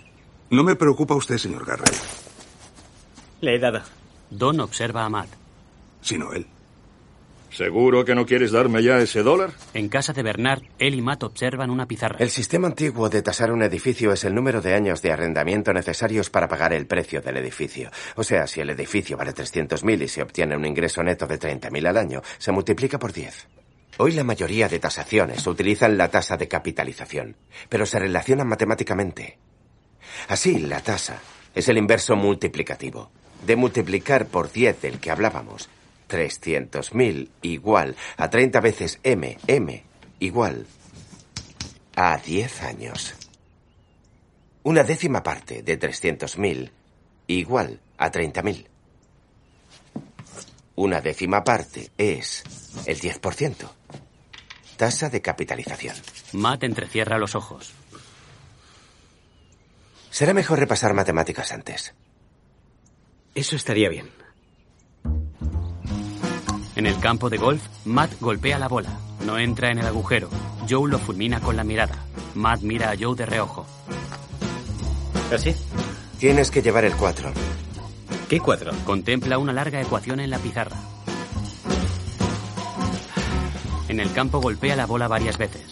No me preocupa usted, señor Garrett. Le he dado. Don observa a Matt. Sino él. ¿Seguro que no quieres darme ya ese dólar? En casa de Bernard, él y Matt observan una pizarra. El sistema antiguo de tasar un edificio es el número de años de arrendamiento necesarios para pagar el precio del edificio. O sea, si el edificio vale 300.000 y se obtiene un ingreso neto de 30.000 al año, se multiplica por 10. Hoy la mayoría de tasaciones utilizan la tasa de capitalización, pero se relacionan matemáticamente. Así, la tasa es el inverso multiplicativo. De multiplicar por 10 del que hablábamos, 300.000 igual a 30 veces M, M igual a 10 años. Una décima parte de 300.000 igual a 30.000. Una décima parte es el 10%. Tasa de capitalización. Matt entrecierra los ojos. Será mejor repasar matemáticas antes. Eso estaría bien. En el campo de golf, Matt golpea la bola. No entra en el agujero. Joe lo fulmina con la mirada. Matt mira a Joe de reojo. ¿Así? Tienes que llevar el 4. ¿Qué cuadro? Contempla una larga ecuación en la pizarra. En el campo golpea la bola varias veces.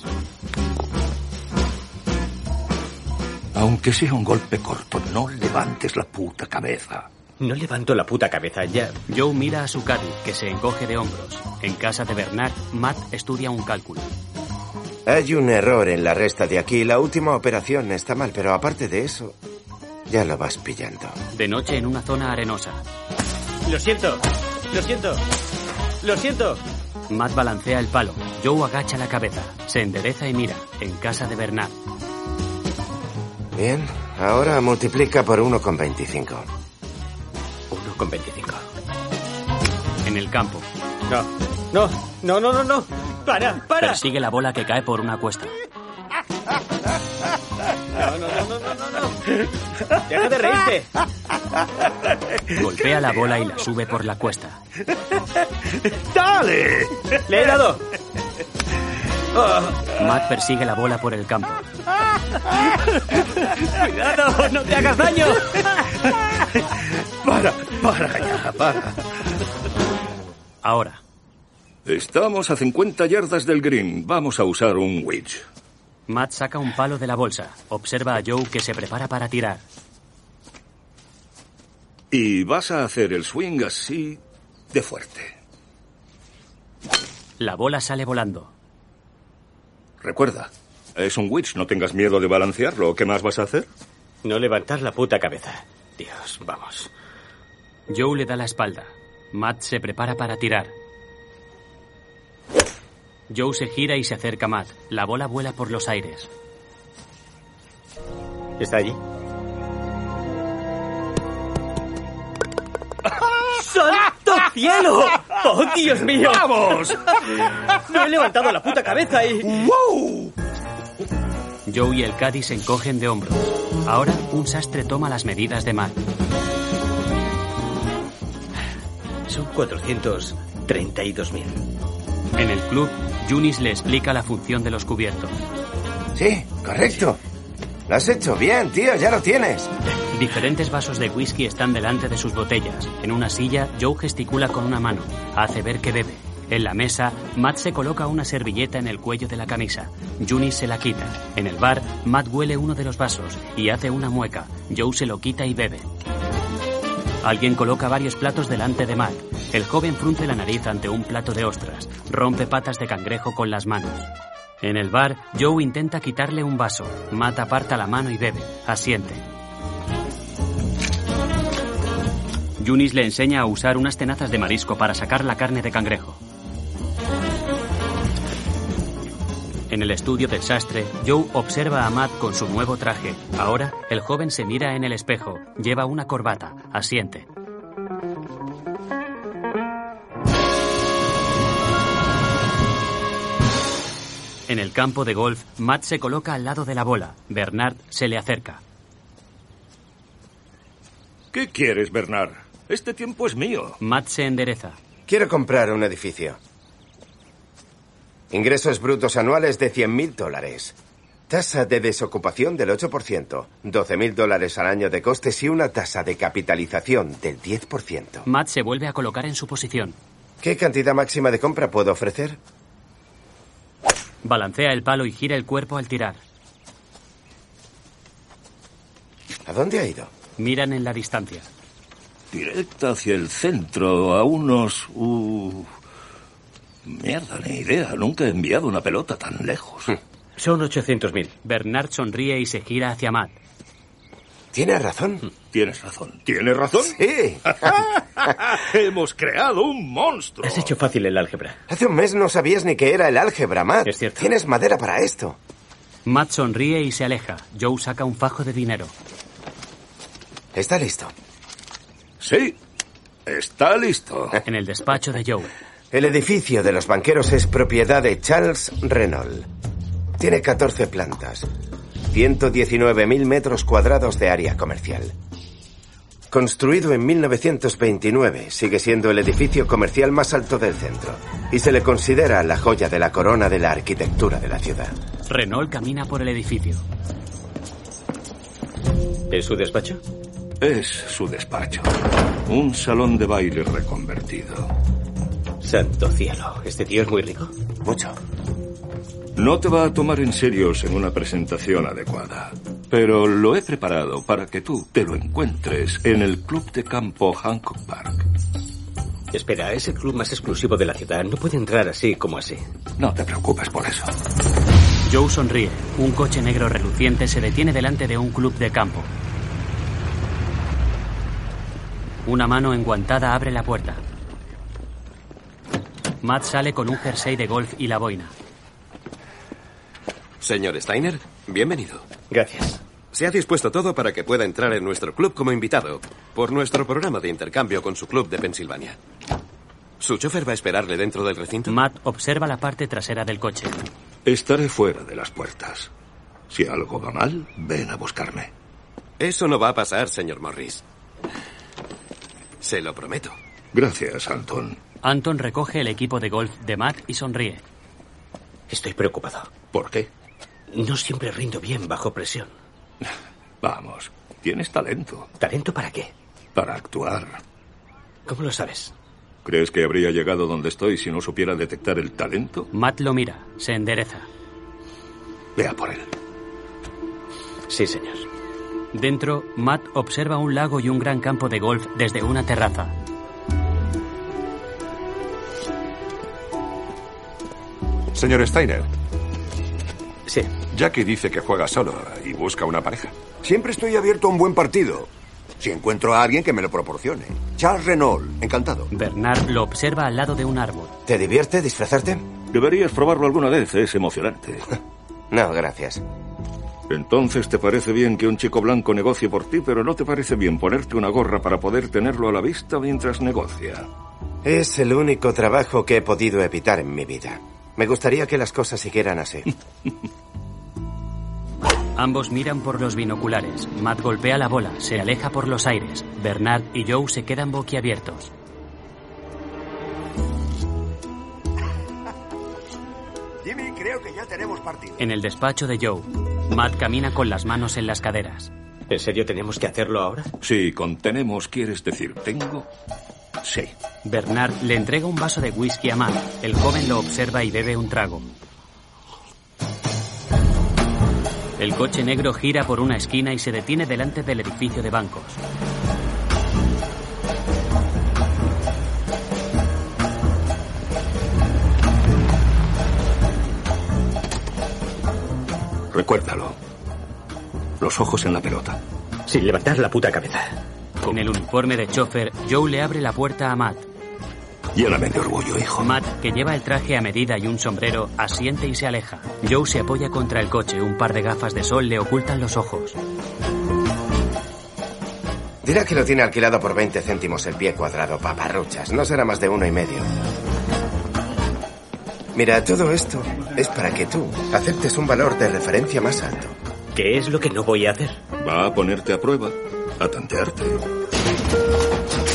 Aunque sea un golpe corto, no levantes la puta cabeza. No levanto la puta cabeza ya. Joe mira a su caddy, que se encoge de hombros. En casa de Bernard, Matt estudia un cálculo. Hay un error en la resta de aquí. La última operación está mal, pero aparte de eso, ya lo vas pillando. De noche en una zona arenosa. Lo siento, lo siento, lo siento. Matt balancea el palo. Joe agacha la cabeza. Se endereza y mira. En casa de Bernard. Bien, ahora multiplica por 1,25. 1,25. En el campo. No, no, no, no, no, no. Para, para. Persigue la bola que cae por una cuesta. No, no, no, no, no, no, no. Deja de reírte. Golpea la bola y la sube por la cuesta. ¡Dale! Le he dado. Oh. Matt persigue la bola por el campo. ¡Cuidado! ¡No te hagas daño! Para, para ya, para. Ahora. Estamos a 50 yardas del green. Vamos a usar un witch. Matt saca un palo de la bolsa. Observa a Joe que se prepara para tirar. Y vas a hacer el swing así de fuerte. La bola sale volando. Recuerda, es un witch, no tengas miedo de balancearlo. ¿Qué más vas a hacer? No levantar la puta cabeza. Dios, vamos. Joe le da la espalda. Matt se prepara para tirar. Joe se gira y se acerca a Matt. La bola vuela por los aires. ¿Está allí? ¡Santo ¡Ah! cielo! ¡Oh, Dios mío! ¡Vamos! No he levantado la puta cabeza y... ¡Wow! Joe y el Caddy se encogen de hombros. Ahora, un sastre toma las medidas de Matt. Son 432.000. En el club, Junis le explica la función de los cubiertos. Sí, correcto. Lo has hecho bien, tío, ya lo tienes. Diferentes vasos de whisky están delante de sus botellas. En una silla, Joe gesticula con una mano. Hace ver que bebe. En la mesa, Matt se coloca una servilleta en el cuello de la camisa. Junis se la quita. En el bar, Matt huele uno de los vasos y hace una mueca. Joe se lo quita y bebe. Alguien coloca varios platos delante de Matt. El joven frunce la nariz ante un plato de ostras. Rompe patas de cangrejo con las manos. En el bar, Joe intenta quitarle un vaso. Matt aparta la mano y bebe. Asiente. Yunis le enseña a usar unas tenazas de marisco para sacar la carne de cangrejo. En el estudio del sastre, Joe observa a Matt con su nuevo traje. Ahora, el joven se mira en el espejo, lleva una corbata, asiente. En el campo de golf, Matt se coloca al lado de la bola. Bernard se le acerca. ¿Qué quieres, Bernard? Este tiempo es mío. Matt se endereza. Quiero comprar un edificio. Ingresos brutos anuales de 100.000 dólares. Tasa de desocupación del 8%, 12.000 dólares al año de costes y una tasa de capitalización del 10%. Matt se vuelve a colocar en su posición. ¿Qué cantidad máxima de compra puedo ofrecer? Balancea el palo y gira el cuerpo al tirar. ¿A dónde ha ido? Miran en la distancia. Directa hacia el centro, a unos... uh, Mierda, ni idea. Nunca he enviado una pelota tan lejos. Hmm. Son Pues 800.000. Bernard sonríe y se gira hacia Matt. Tienes razón. Tienes razón. ¿Tienes razón? Sí. Hemos creado un monstruo. Has hecho fácil el álgebra. Hace un mes no sabías ni qué era el álgebra, Matt. Es cierto. Tienes madera para esto. Matt sonríe y se aleja. Joe saca un fajo de dinero. Está listo. Sí, está listo. En el despacho de Joe. El edificio de los banqueros es propiedad de Charles Renault. Tiene 14 plantas, 119.000 metros cuadrados de área comercial. Construido en 1929, sigue siendo el edificio comercial más alto del centro y se le considera la joya de la corona de la arquitectura de la ciudad. Renault camina por el edificio. ¿Es su despacho? Es su despacho. Un salón de baile reconvertido. Santo cielo, este tío es muy rico. Mucho. No te va a tomar en serio en una presentación adecuada. Pero lo he preparado para que tú te lo encuentres en el club de campo Hancock Park. Espera, es el club más exclusivo de la ciudad. No puede entrar así como así. No te preocupes por eso. Joe sonríe. Un coche negro reluciente se detiene delante de un club de campo. Una mano enguantada abre la puerta. Matt sale con un jersey de golf y la boina. Señor Steiner, bienvenido. Gracias. Se ha dispuesto todo para que pueda entrar en nuestro club como invitado por nuestro programa de intercambio con su club de Pensilvania. ¿Su chofer va a esperarle dentro del recinto? Matt observa la parte trasera del coche. Estaré fuera de las puertas. Si algo va mal, ven a buscarme. Eso no va a pasar, señor Morris. Se lo prometo. Gracias, Anton. Anton recoge el equipo de golf de Matt y sonríe. Estoy preocupado. ¿Por qué? No siempre rindo bien bajo presión. Vamos, tienes talento ¿Talento para qué? para actuar. ¿Cómo lo sabes? ¿Crees que habría llegado donde estoy si no supiera detectar el talento? Matt lo mira, se endereza. Vea por él. Sí, señor. Dentro, Matt observa un lago y un gran campo de golf desde una terraza. Señor Steiner, Sí. Jackie dice que juega solo y busca una pareja. Siempre estoy abierto a un buen partido. Si encuentro a alguien que me lo proporcione. Charles Renault, encantado. Bernard lo observa al lado de un árbol. ¿Te divierte disfrazarte? Deberías probarlo alguna vez, es emocionante. No, gracias. Entonces te parece bien que un chico blanco negocie por ti, pero no te parece bien ponerte una gorra para poder tenerlo a la vista mientras negocia. Es el único trabajo que he podido evitar en mi vida. Me gustaría que las cosas siguieran así. Ambos miran por los binoculares. Matt golpea la bola, se aleja por los aires. Bernard y Joe se quedan boquiabiertos. Jimmy, creo que ya tenemos partido. En el despacho de Joe, Matt camina con las manos en las caderas. ¿En serio tenemos que hacerlo ahora? Sí, con tenemos quieres decir tengo. Sí. Bernard le entrega un vaso de whisky a Matt. El joven lo observa y bebe un trago. El coche negro gira por una esquina y se detiene delante del edificio de bancos. Recuérdalo. Los ojos en la pelota. Sin levantar la puta cabeza. En el uniforme de chofer, Joe le abre la puerta a Matt. Lléname de orgullo, hijo. Matt, que lleva el traje a medida y un sombrero, asiente y se aleja. Joe se apoya contra el coche. Un par de gafas de sol le ocultan los ojos. Dirá que lo tiene alquilado por 20 céntimos el pie cuadrado, paparruchas. No será más de uno y medio. Mira, todo esto es para que tú aceptes un valor de referencia más alto. ¿Qué es lo que no voy a hacer? Va a ponerte a prueba, a tantearte.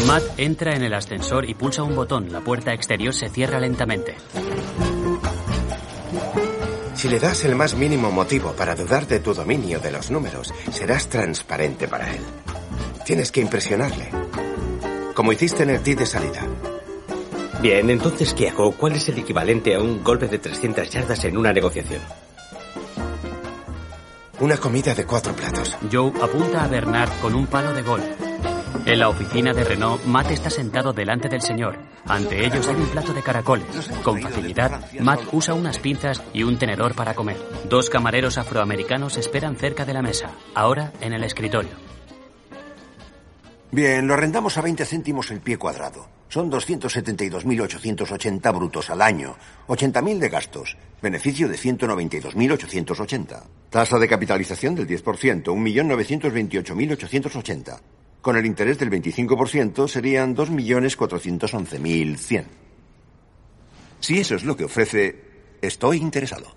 Matt entra en el ascensor y pulsa un botón. La puerta exterior se cierra lentamente. Si le das el más mínimo motivo para dudar de tu dominio de los números, serás transparente para él. Tienes que impresionarle. Como hiciste en el tee de salida. Bien, entonces, ¿qué hago? ¿Cuál es el equivalente a un golpe de 300 yardas en una negociación? Una comida de cuatro platos. Joe apunta a Bernard con un palo de golf. En la oficina de Renault, Matt está sentado delante del señor. Ante ellos hay un plato de caracoles. Con facilidad, Matt usa unas pinzas y un tenedor para comer. Dos camareros afroamericanos esperan cerca de la mesa, ahora en el escritorio. Bien, lo arrendamos a 20 céntimos el pie cuadrado. Son 272.880 brutos al año, 80.000 de gastos, beneficio de 192.880. Tasa de capitalización del 10%, 1.928.880. Con el interés del 25% serían 2.411.100. Si eso es lo que ofrece, estoy interesado.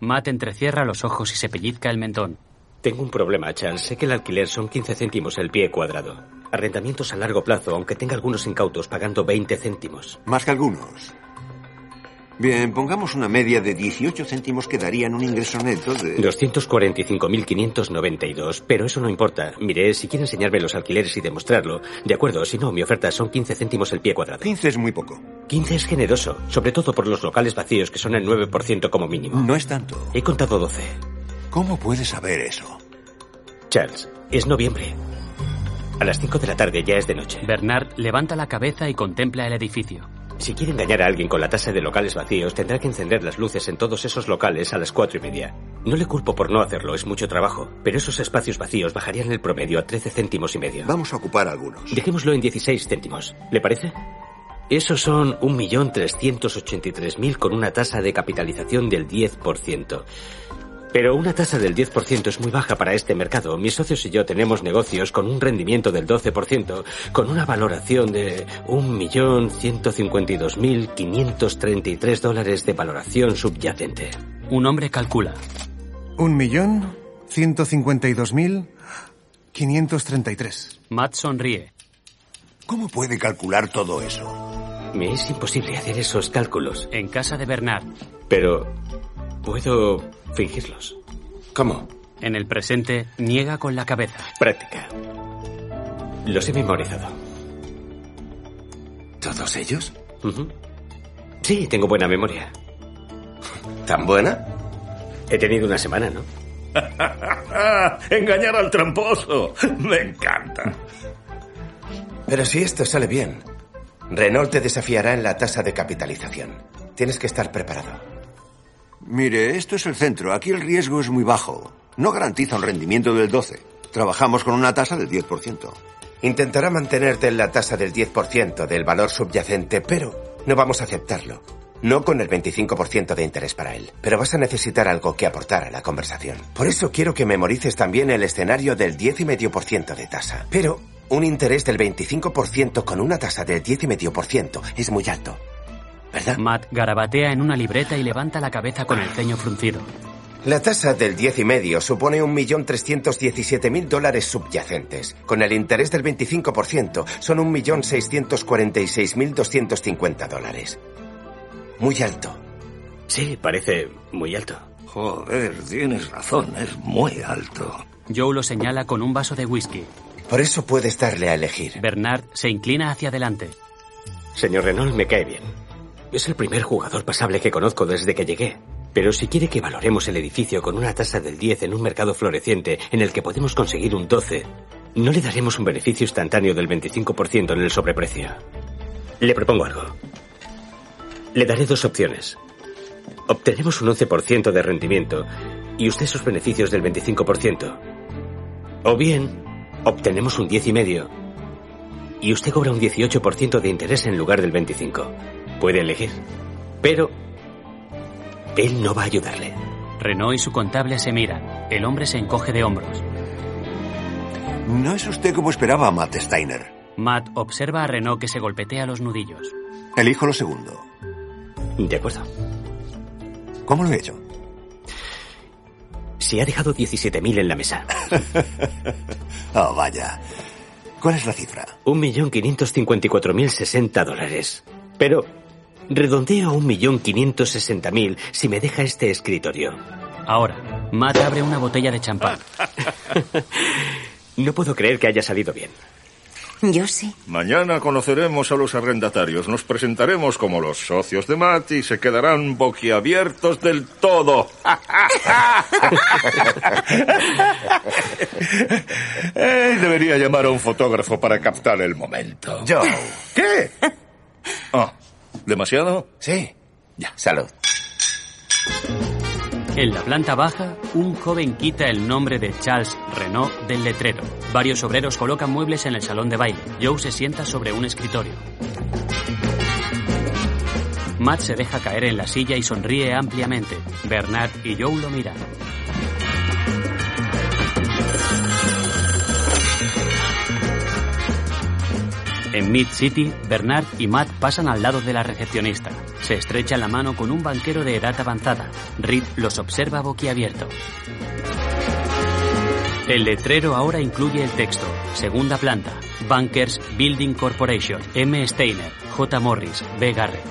Matt entrecierra los ojos y se pellizca el mentón. Tengo un problema, Charles. Sé que el alquiler son 15 céntimos el pie cuadrado. Arrendamientos a largo plazo, aunque tenga algunos incautos pagando 20 céntimos. Más que algunos. Bien, pongamos una media de 18 céntimos que darían un ingreso neto de... 245.592, pero eso no importa. Mire, si quiere enseñarme los alquileres y demostrarlo, de acuerdo, si no, mi oferta son 15 céntimos el pie cuadrado. 15 es muy poco. 15 es generoso, sobre todo por los locales vacíos que son el 9% como mínimo. No es tanto. He contado 12. ¿Cómo puedes saber eso? Charles, es noviembre. A las 5 de la tarde ya es de noche. Bernard levanta la cabeza y contempla el edificio. Si quiere engañar a alguien con la tasa de locales vacíos, tendrá que encender las luces en todos esos locales a las cuatro y media. No le culpo por no hacerlo, es mucho trabajo, pero esos espacios vacíos bajarían el promedio a 13 céntimos y medio. Vamos a ocupar algunos. Dejémoslo en 16 céntimos, ¿le parece? Esos son 1.383.000 con una tasa de capitalización del 10%. Pero una tasa del 10% es muy baja para este mercado. Mis socios y yo tenemos negocios con un rendimiento del 12%, con una valoración de 1.152.533 dólares de valoración subyacente. Un hombre calcula. Un millón, ciento cincuenta y dos mil, quinientos treinta y tres. Matt sonríe. ¿Cómo puede calcular todo eso? Me es imposible hacer esos cálculos. En casa de Bernard. Pero puedo fingirlos. ¿Cómo? En el presente, niega con la cabeza. Práctica. Los he memorizado. ¿Todos ellos? Ujú. Sí, tengo buena memoria. ¿Tan buena? He tenido una semana, ¿no? Engañar al tramposo. Me encanta. Pero si esto sale bien, Renault te desafiará en la tasa de capitalización. Tienes que estar preparado. Mire, esto es el centro. Aquí el riesgo es muy bajo. No garantiza un rendimiento del 12. Trabajamos con una tasa del 10%. Intentará mantenerte en la tasa del 10% del valor subyacente, pero no vamos a aceptarlo. No con el 25% de interés para él, pero vas a necesitar algo que aportar a la conversación. Por eso quiero que memorices también el escenario del 10,5% de tasa. Pero un interés del 25% con una tasa del 10,5% es muy alto. Matt garabatea en una libreta y levanta la cabeza con el ceño fruncido. La tasa del 10,5 supone 1.317.000 dólares subyacentes. Con el interés del 25% son 1.646.250 dólares. Muy alto. Sí, parece muy alto. Joder, tienes razón, es muy alto. Joe lo señala con un vaso de whisky. Por eso puedes darle a elegir. Bernard se inclina hacia adelante. Señor Renault, me cae bien. Es el primer jugador pasable que conozco desde que llegué. Pero si quiere que valoremos el edificio con una tasa del 10 en un mercado floreciente en el que podemos conseguir un 12, no le daremos un beneficio instantáneo del 25% en el sobreprecio. Le propongo algo. Le daré dos opciones. Obtenemos un 11% de rendimiento y usted sus beneficios del 25%. O bien, obtenemos un 10,5% y usted cobra un 18% de interés en lugar del 25%. Puede elegir. Pero él no va a ayudarle. Renault y su contable se miran. El hombre se encoge de hombros. No es usted como esperaba, Matt Steiner. Matt observa a Renault que se golpetea los nudillos. Elijo lo segundo. De acuerdo. ¿Cómo lo he hecho? Si ha dejado 17.000 en la mesa. Oh, vaya. ¿Cuál es la cifra? 1.554.060 dólares. Pero redondeo a 1.560.000 si me deja este escritorio. Ahora, Matt abre una botella de champán. No puedo creer que haya salido bien. Yo sí. Mañana conoceremos a los arrendatarios. Nos presentaremos como los socios de Matt y se quedarán boquiabiertos del todo. Eh, debería llamar a un fotógrafo para captar el momento. Yo. ¿Qué? Ah, ¿Demasiado? Sí. Ya. Salud. En la planta baja, un joven quita el nombre de Charles Renault del letrero. Varios obreros colocan muebles en el salón de baile. Joe se sienta sobre un escritorio. Matt se deja caer en la silla y sonríe ampliamente. Bernard y Joe lo miran. En Mid City, Bernard y Matt pasan al lado de la recepcionista. Se estrechan la mano con un banquero de edad avanzada. Reed los observa boquiabierto. El letrero ahora incluye el texto. Segunda planta. Bankers Building Corporation. M. Steiner. J. Morris. B. Garrett.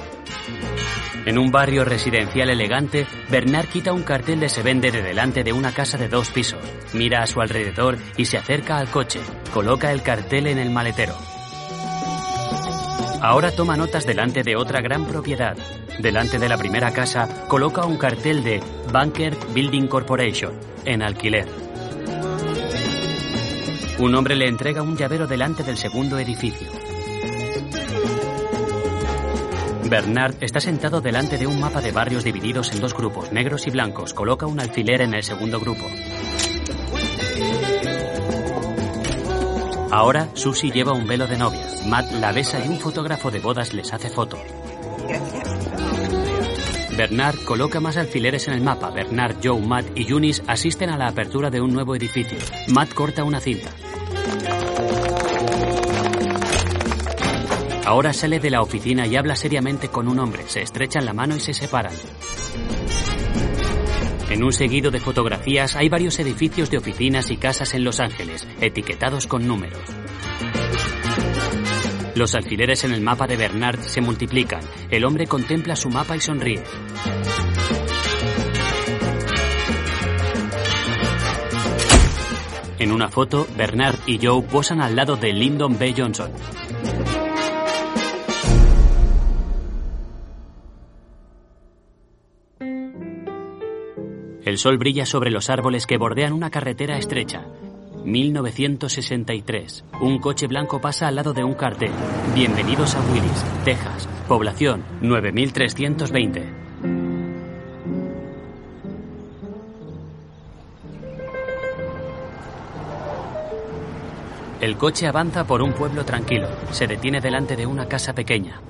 En un barrio residencial elegante, Bernard quita un cartel de se vende de delante de una casa de dos pisos. Mira a su alrededor y se acerca al coche. Coloca el cartel en el maletero. Ahora toma notas delante de otra gran propiedad. Delante de la primera casa, coloca un cartel de Banker Building Corporation en alquiler. Un hombre le entrega un llavero delante del segundo edificio. Bernard está sentado delante de un mapa de barrios divididos en dos grupos, negros y blancos. Coloca un alfiler en el segundo grupo. Ahora, Susie lleva un velo de novia. Matt la besa y un fotógrafo de bodas les hace foto. Bernard coloca más alfileres en el mapa. Bernard, Joe, Matt y Yunis asisten a la apertura de un nuevo edificio. Matt corta una cinta. Ahora sale de la oficina y habla seriamente con un hombre. Se estrechan la mano y se separan. En un seguido de fotografías hay varios edificios de oficinas y casas en Los Ángeles, etiquetados con números. Los alfileres en el mapa de Bernard se multiplican. El hombre contempla su mapa y sonríe. En una foto, Bernard y Joe posan al lado de Lyndon B. Johnson. El sol brilla sobre los árboles que bordean una carretera estrecha. 1963. Un coche blanco pasa al lado de un cartel. Bienvenidos a Willis, Texas. Población 9320. El coche avanza por un pueblo tranquilo. Se detiene delante de una casa pequeña.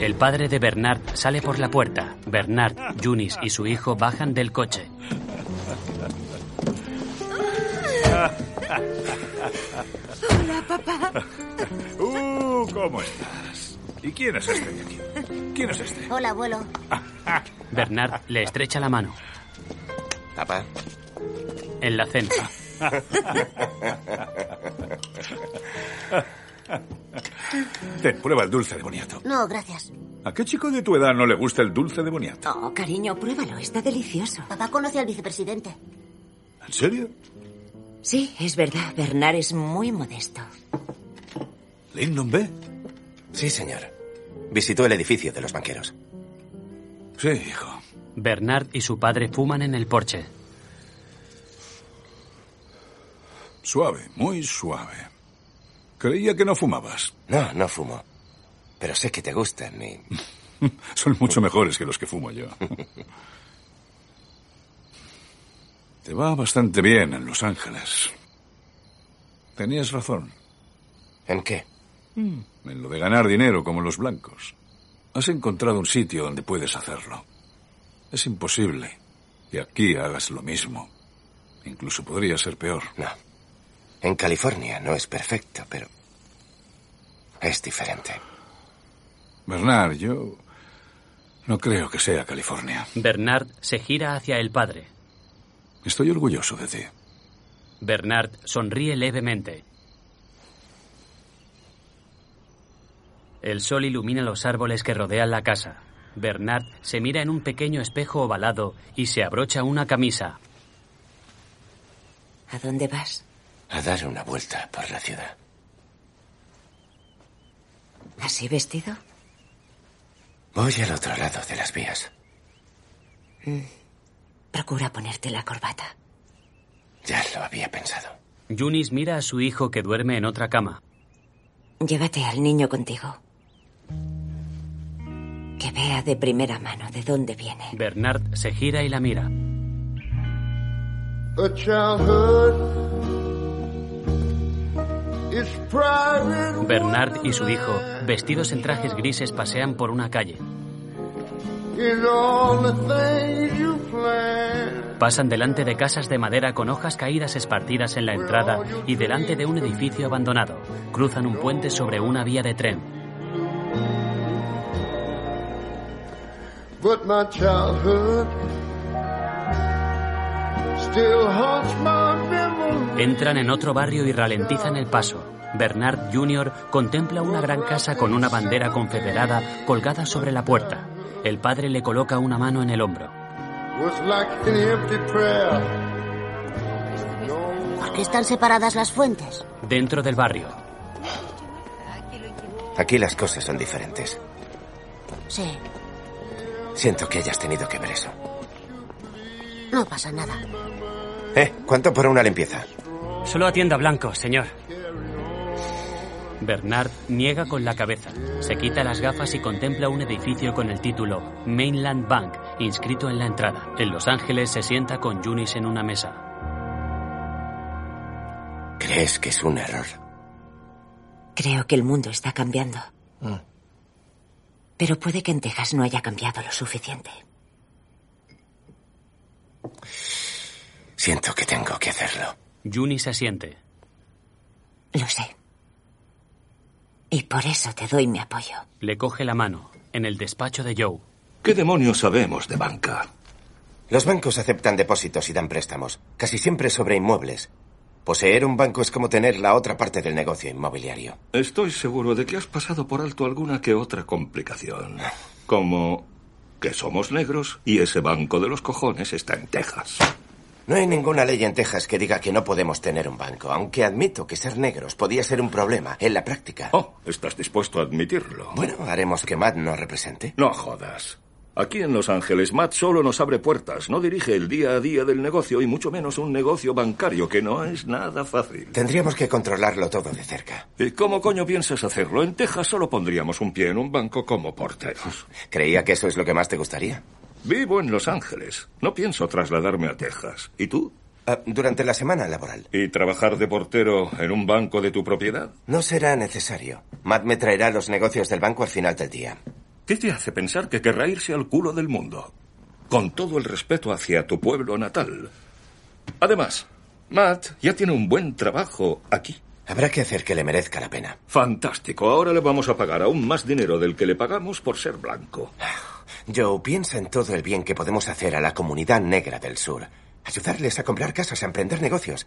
El padre de Bernard sale por la puerta. Bernard, Yunis y su hijo bajan del coche. Hola, papá. Uh, ¿cómo estás? ¿Y quién es este de aquí? ¿Quién es este? Hola, abuelo. Bernard le estrecha la mano. Papá. En la cena. Ten, prueba el dulce de boniato. No, gracias. ¿A qué chico de tu edad no le gusta el dulce de boniato? Oh, cariño, pruébalo, está delicioso. Papá conoce al vicepresidente. ¿En serio? Sí, es verdad. Bernard es muy modesto. ¿Lindon B? Sí, señor. Visitó el edificio de los banqueros. Sí, hijo. Bernard y su padre fuman en el porche. Suave, muy suave. Creía que no fumabas. No, no fumo. Pero sé que te gustan y... Son mucho mejores que los que fumo yo. Te va bastante bien en Los Ángeles. Tenías razón. ¿En qué? En lo de ganar dinero como los blancos. Has encontrado un sitio donde puedes hacerlo. Es imposible que aquí hagas lo mismo. Incluso podría ser peor. No. En California no es perfecto, pero... Es diferente. Bernard, yo no creo que sea California. Bernard se gira hacia el padre. Estoy orgulloso de ti. Bernard sonríe levemente. El sol ilumina los árboles que rodean la casa. Bernard se mira en un pequeño espejo ovalado y se abrocha una camisa. ¿A dónde vas? A dar una vuelta por la ciudad. ¿Así vestido? Voy al otro lado de las vías. Mm. Procura ponerte la corbata. Ya lo había pensado. Yunis mira a su hijo que duerme en otra cama. Llévate al niño contigo. Que vea de primera mano de dónde viene. Bernard se gira y la mira. A childhood is private. Bernard y su hijo, vestidos en trajes grises, pasean por una calle. is all the things you plan. Pasan delante de casas de madera con hojas caídas esparcidas en la entrada y delante de un edificio abandonado. Cruzan un puente sobre una vía de tren. But my childhood still haunts my memory. Entran en otro barrio y ralentizan el paso. Bernard Jr. contempla una gran casa con una bandera confederada colgada sobre la puerta. El padre le coloca una mano en el hombro. Was like an empty prayer. ¿Por qué están separadas las fuentes? Dentro del barrio, Aquí las cosas son diferentes. Sí, Siento que hayas tenido que ver eso. no pasa nada. ¿Eh? ¿Cuánto por una limpieza? Solo atienda a blanco, señor. Bernard niega con la cabeza. Se quita las gafas y contempla un edificio con el título Mainland Bank, inscrito en la entrada. En Los Ángeles se sienta con Yunis en una mesa. ¿Crees que es un error? Creo que el mundo está cambiando. Pero puede que en Texas no haya cambiado lo suficiente. Siento que tengo que hacerlo. Yunis se siente. Lo sé. Y por eso te doy mi apoyo. Le coge la mano. En el despacho de Joe. ¿Qué demonios sabemos de banca? Los bancos aceptan depósitos y dan préstamos, casi siempre sobre inmuebles. Poseer un banco es como tener la otra parte del negocio inmobiliario. Estoy seguro de que has pasado por alto alguna que otra complicación. Como que somos negros y ese banco de los cojones está en Texas. No hay ninguna ley en Texas que diga que no podemos tener un banco, aunque admito que ser negros podía ser un problema en la práctica. Oh, ¿estás dispuesto a admitirlo? Bueno, haremos que Matt nos represente. No jodas. Aquí en Los Ángeles, Matt solo nos abre puertas, no dirige el día a día del negocio y mucho menos un negocio bancario, que no es nada fácil. Tendríamos que controlarlo todo de cerca. ¿Y cómo coño piensas hacerlo? En Texas solo pondríamos un pie en un banco como porteros. Creía que eso es lo que más te gustaría. Vivo en Los Ángeles. No pienso trasladarme a Texas. ¿Y tú? Ah, durante la semana laboral. ¿Y trabajar de portero en un banco de tu propiedad? No será necesario. Matt me traerá los negocios del banco al final del día. ¿Qué te hace pensar que querrá irse al culo del mundo? Con todo el respeto hacia tu pueblo natal. Además, Matt ya tiene un buen trabajo aquí. Habrá que hacer que le merezca la pena. Fantástico. Ahora le vamos a pagar aún más dinero del que le pagamos por ser blanco. Joe, piensa en todo el bien que podemos hacer a la comunidad negra del sur. Ayudarles a comprar casas, a emprender negocios.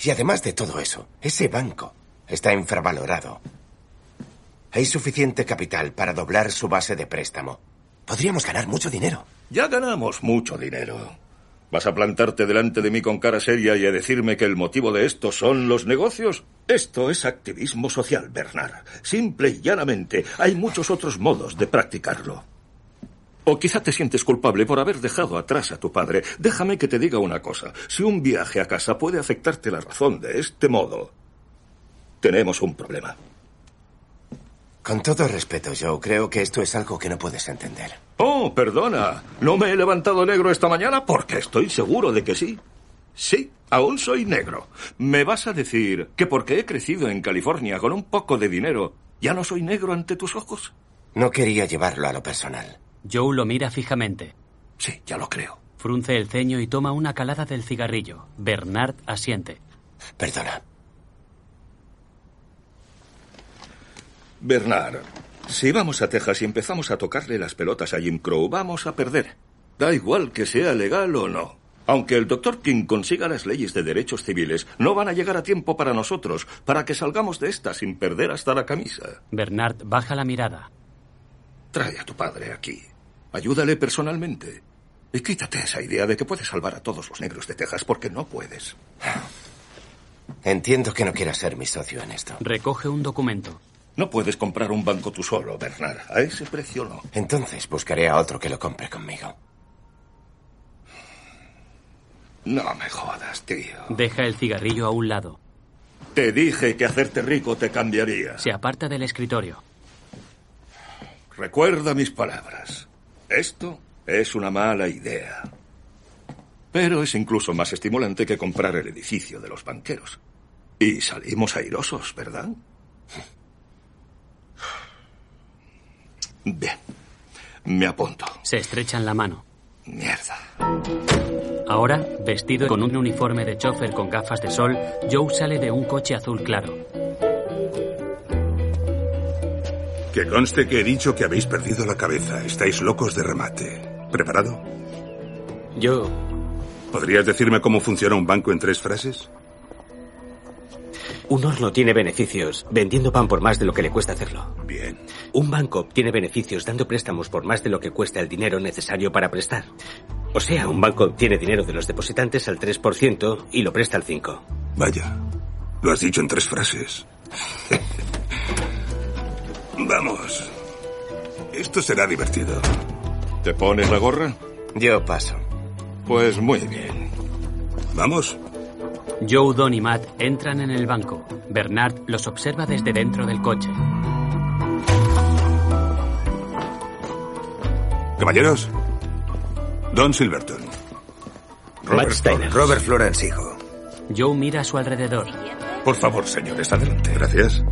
Y además de todo eso, ese banco está infravalorado. Hay suficiente capital para doblar su base de préstamo. Podríamos ganar mucho dinero. Ya ganamos mucho dinero. ¿Vas a plantarte delante de mí con cara seria y a decirme que el motivo de esto son los negocios? Esto es activismo social, Bernard. Simple y llanamente. Hay muchos otros modos de practicarlo. O quizá te sientes culpable por haber dejado atrás a tu padre. Déjame que te diga una cosa. Si un viaje a casa puede afectarte la razón de este modo, tenemos un problema. Con todo respeto, Joe, creo que esto es algo que no puedes entender. Oh, perdona. No me he levantado negro esta mañana porque estoy seguro de que sí. Sí, aún soy negro. ¿Me vas a decir que porque he crecido en California con un poco de dinero, ya no soy negro ante tus ojos? No quería llevarlo a lo personal. Joe lo mira fijamente. Sí, ya lo creo. Frunce el ceño y toma una calada del cigarrillo. Bernard asiente. Perdona. Bernard, si vamos a Texas y empezamos a tocarle las pelotas a Jim Crow, vamos a perder. Da igual que sea legal o no. Aunque el doctor King consiga las leyes de derechos civiles, no van a llegar a tiempo para nosotros, para que salgamos de esta sin perder hasta la camisa. Bernard baja la mirada. Trae a tu padre aquí. Ayúdale personalmente. Y quítate esa idea de que puedes salvar a todos los negros de Texas, porque no puedes. Entiendo que no quieras ser mi socio en esto. Recoge un documento. No puedes comprar un banco tú solo, Bernard. A ese precio no. Entonces buscaré a otro que lo compre conmigo. No me jodas, tío. Deja el cigarrillo a un lado. Te dije que hacerte rico te cambiaría. Se aparta del escritorio. Recuerda mis palabras. Esto es una mala idea. Pero es incluso más estimulante que comprar el edificio de los banqueros. Y salimos airosos, ¿verdad? Bien. Me apunto. Se estrechan la mano. Mierda. Ahora, vestido con un uniforme de chofer con gafas de sol, Joe sale de un coche azul claro. Que conste que he dicho que habéis perdido la cabeza. Estáis locos de remate. ¿Preparado? Yo. ¿Podrías decirme cómo funciona un banco en tres frases? Un horno tiene beneficios vendiendo pan por más de lo que le cuesta hacerlo. Bien. Un banco obtiene beneficios dando préstamos por más de lo que cuesta el dinero necesario para prestar. O sea, un banco obtiene dinero de los depositantes al 3% y lo presta al 5%. Vaya, lo has dicho en tres frases. Vamos. Esto será divertido. ¿Te pones la gorra? Yo paso. Pues muy bien. ¿Vamos? Joe, Don y Matt entran en el banco. Bernard los observa desde dentro del coche. Caballeros, Don Silverton. Matt Steiner. Robert Florence, hijo. Joe mira a su alrededor. Por favor, señores, adelante. Gracias.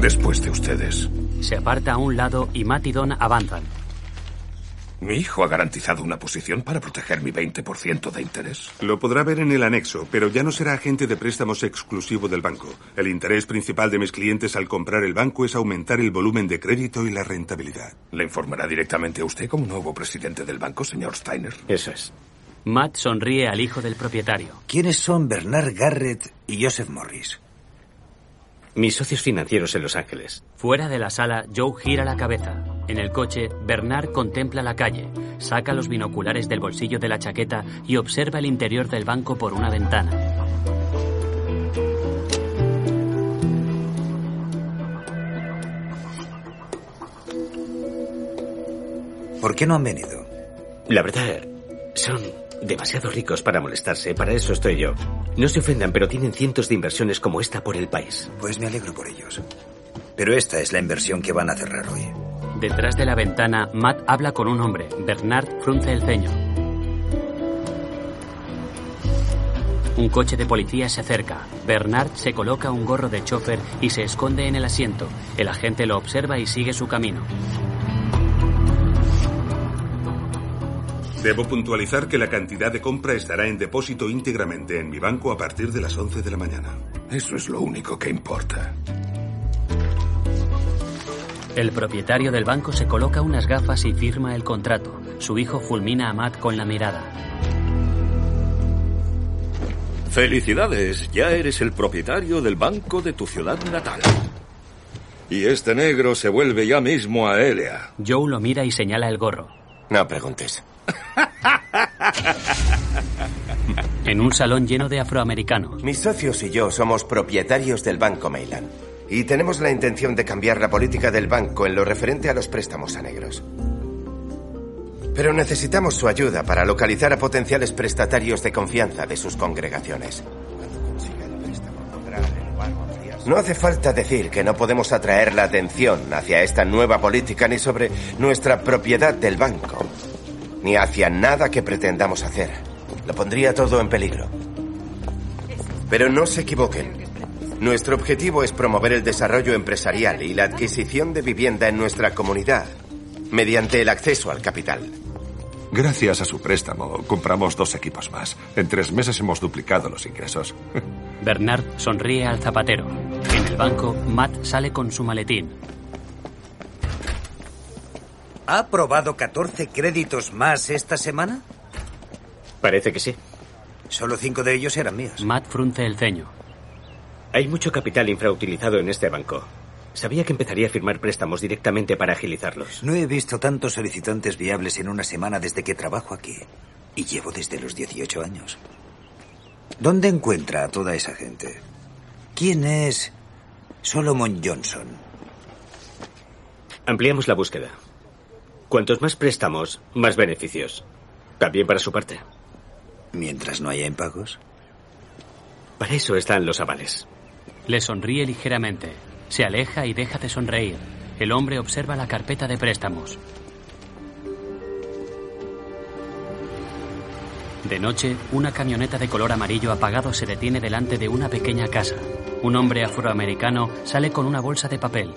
Después de ustedes. Se aparta a un lado y Matt y Don avanzan. Mi hijo ha garantizado una posición para proteger mi 20% de interés. Lo podrá ver en el anexo, pero ya no será agente de préstamos exclusivo del banco. El interés principal de mis clientes al comprar el banco es aumentar el volumen de crédito y la rentabilidad. ¿Le informará directamente a usted como nuevo presidente del banco, señor Steiner? Eso es. Matt sonríe al hijo del propietario. ¿Quiénes son Bernard Garrett y Joseph Morris? Mis socios financieros en Los Ángeles. Fuera de la sala, Joe gira la cabeza. En el coche, Bernard contempla la calle, saca los binoculares del bolsillo de la chaqueta y observa el interior del banco por una ventana. ¿Por qué no han venido? La verdad, son demasiado ricos para molestarse, para eso estoy yo. No se ofendan, pero tienen cientos de inversiones como esta por el país. Pues me alegro por ellos. Pero esta es la inversión que van a cerrar hoy. Detrás de la ventana, Matt habla con un hombre. Bernard frunce el ceño. Un coche de policía se acerca. Bernard se coloca un gorro de chofer y se esconde en el asiento. El agente lo observa y sigue su camino. Debo puntualizar que la cantidad de compra estará en depósito íntegramente en mi banco a partir de las 11 de la mañana. Eso es lo único que importa. El propietario del banco se coloca unas gafas y firma el contrato. Su hijo fulmina a Matt con la mirada. Felicidades, ya eres el propietario del banco de tu ciudad natal. Y este negro se vuelve ya mismo a Elea. Joe lo mira y señala el gorro. No preguntes. En un salón lleno de afroamericanos. Mis socios y yo somos propietarios del Banco Mailand. Y tenemos la intención de cambiar la política del banco en lo referente a los préstamos a negros. Pero necesitamos su ayuda para localizar a potenciales prestatarios de confianza de sus congregaciones. No hace falta decir que no podemos atraer la atención hacia esta nueva política ni sobre nuestra propiedad del banco, ni hacia nada que pretendamos hacer. Lo pondría todo en peligro. Pero no se equivoquen. Nuestro objetivo es promover el desarrollo empresarial y la adquisición de vivienda en nuestra comunidad mediante el acceso al capital. Gracias a su préstamo, compramos dos equipos más. En tres meses hemos duplicado los ingresos. Bernard sonríe al zapatero. En el banco, Matt sale con su maletín. ¿Ha aprobado 14 créditos más esta semana? Parece que sí. Solo cinco de ellos eran míos. Matt frunce el ceño. Hay mucho capital infrautilizado en este banco. Sabía que empezaría a firmar préstamos directamente para agilizarlos. No he visto tantos solicitantes viables en una semana desde que trabajo aquí. Y llevo desde los 18 años. ¿Dónde encuentra a toda esa gente? ¿Quién es Solomon Johnson? Ampliamos la búsqueda. Cuantos más préstamos, más beneficios. También para su parte. Mientras no haya impagos. Para eso están los avales. Le sonríe ligeramente. Se aleja y deja de sonreír. El hombre observa la carpeta de préstamos. De noche, una camioneta de color amarillo apagado se detiene delante de una pequeña casa. Un hombre afroamericano sale con una bolsa de papel.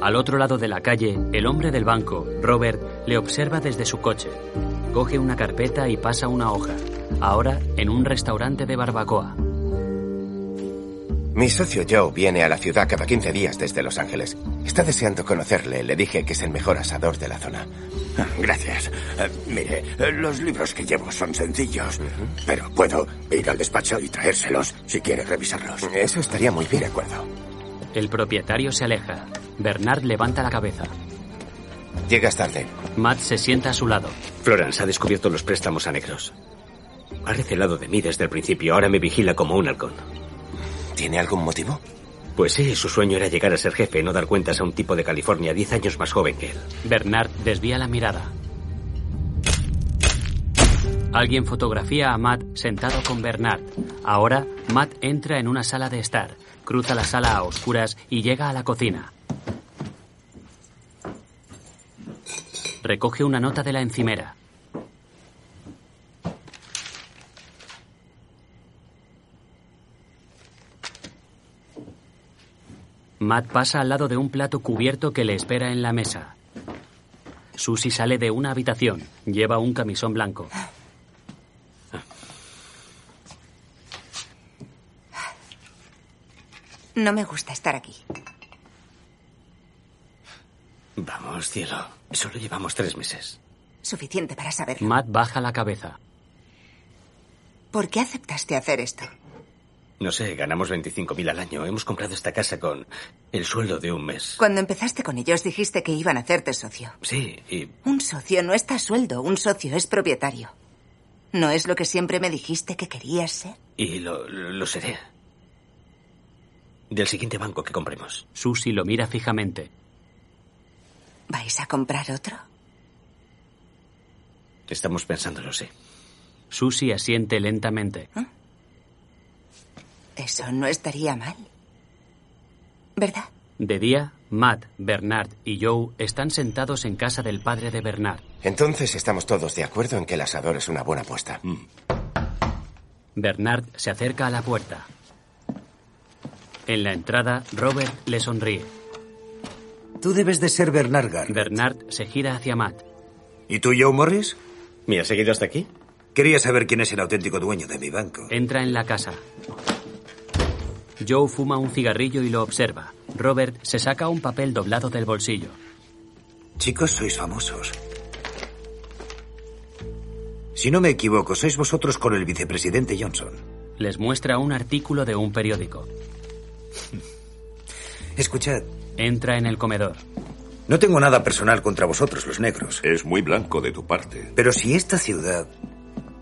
Al otro lado de la calle, el hombre del banco, Robert, le observa desde su coche coge una carpeta y pasa una hoja. Ahora en un restaurante de barbacoa. Mi socio Joe viene a la ciudad cada 15 días desde Los Ángeles. Está deseando conocerle. Le dije que es el mejor asador de la zona. Ah, Gracias. Eh, mire, eh, los libros que llevo son sencillos, pero puedo ir al despacho y traérselos si quiere revisarlos. Eso estaría muy bien, de acuerdo. El propietario se aleja. Bernard levanta la cabeza. Llegas tarde. Matt se sienta a su lado. Florence ha descubierto los préstamos a negros. Ha recelado de mí desde el principio. Ahora me vigila como un halcón. ¿Tiene algún motivo? Pues sí, su sueño era llegar a ser jefe, no dar cuentas a un tipo de California 10 años más joven que él. Bernard desvía la mirada. Alguien fotografía a Matt sentado con Bernard. Ahora, Matt entra en una sala de estar, cruza la sala a oscuras y llega a la cocina. Recoge una nota de la encimera. Matt pasa al lado de un plato cubierto que le espera en la mesa. Susie sale de una habitación. Lleva un camisón blanco. No me gusta estar aquí. Vamos, cielo. Solo llevamos tres meses. Suficiente para saberlo. Matt baja la cabeza. ¿Por qué aceptaste hacer esto? No sé, ganamos 25.000 al año. Hemos comprado esta casa con el sueldo de un mes. Cuando empezaste con ellos dijiste que iban a hacerte socio. Sí, y... Un socio no está a sueldo, un socio es propietario. ¿No es lo que siempre me dijiste que querías ser? Y lo, lo seré. Del siguiente banco que compremos. Susie lo mira fijamente. ¿Vais a comprar otro? Estamos pensándolo, sí. Susie asiente lentamente. ¿Eh? Eso no estaría mal. ¿Verdad? De día, Matt, Bernard y Joe están sentados en casa del padre de Bernard. Entonces estamos todos de acuerdo en que el asador es una buena apuesta. Mm. Bernard se acerca a la puerta. En la entrada, Robert le sonríe. Tú debes de ser Bernard Garrett. Bernard se gira hacia Matt. ¿Y tú, Joe Morris? ¿Me has seguido hasta aquí? Quería saber quién es el auténtico dueño de mi banco. Entra en la casa. Joe fuma un cigarrillo y lo observa. Robert se saca un papel doblado del bolsillo. Chicos, sois famosos. Si no me equivoco, sois vosotros con el vicepresidente Johnson. Les muestra un artículo de un periódico. Escuchad. Entra en el comedor. No tengo nada personal contra vosotros, los negros. Es muy blanco de tu parte. Pero si esta ciudad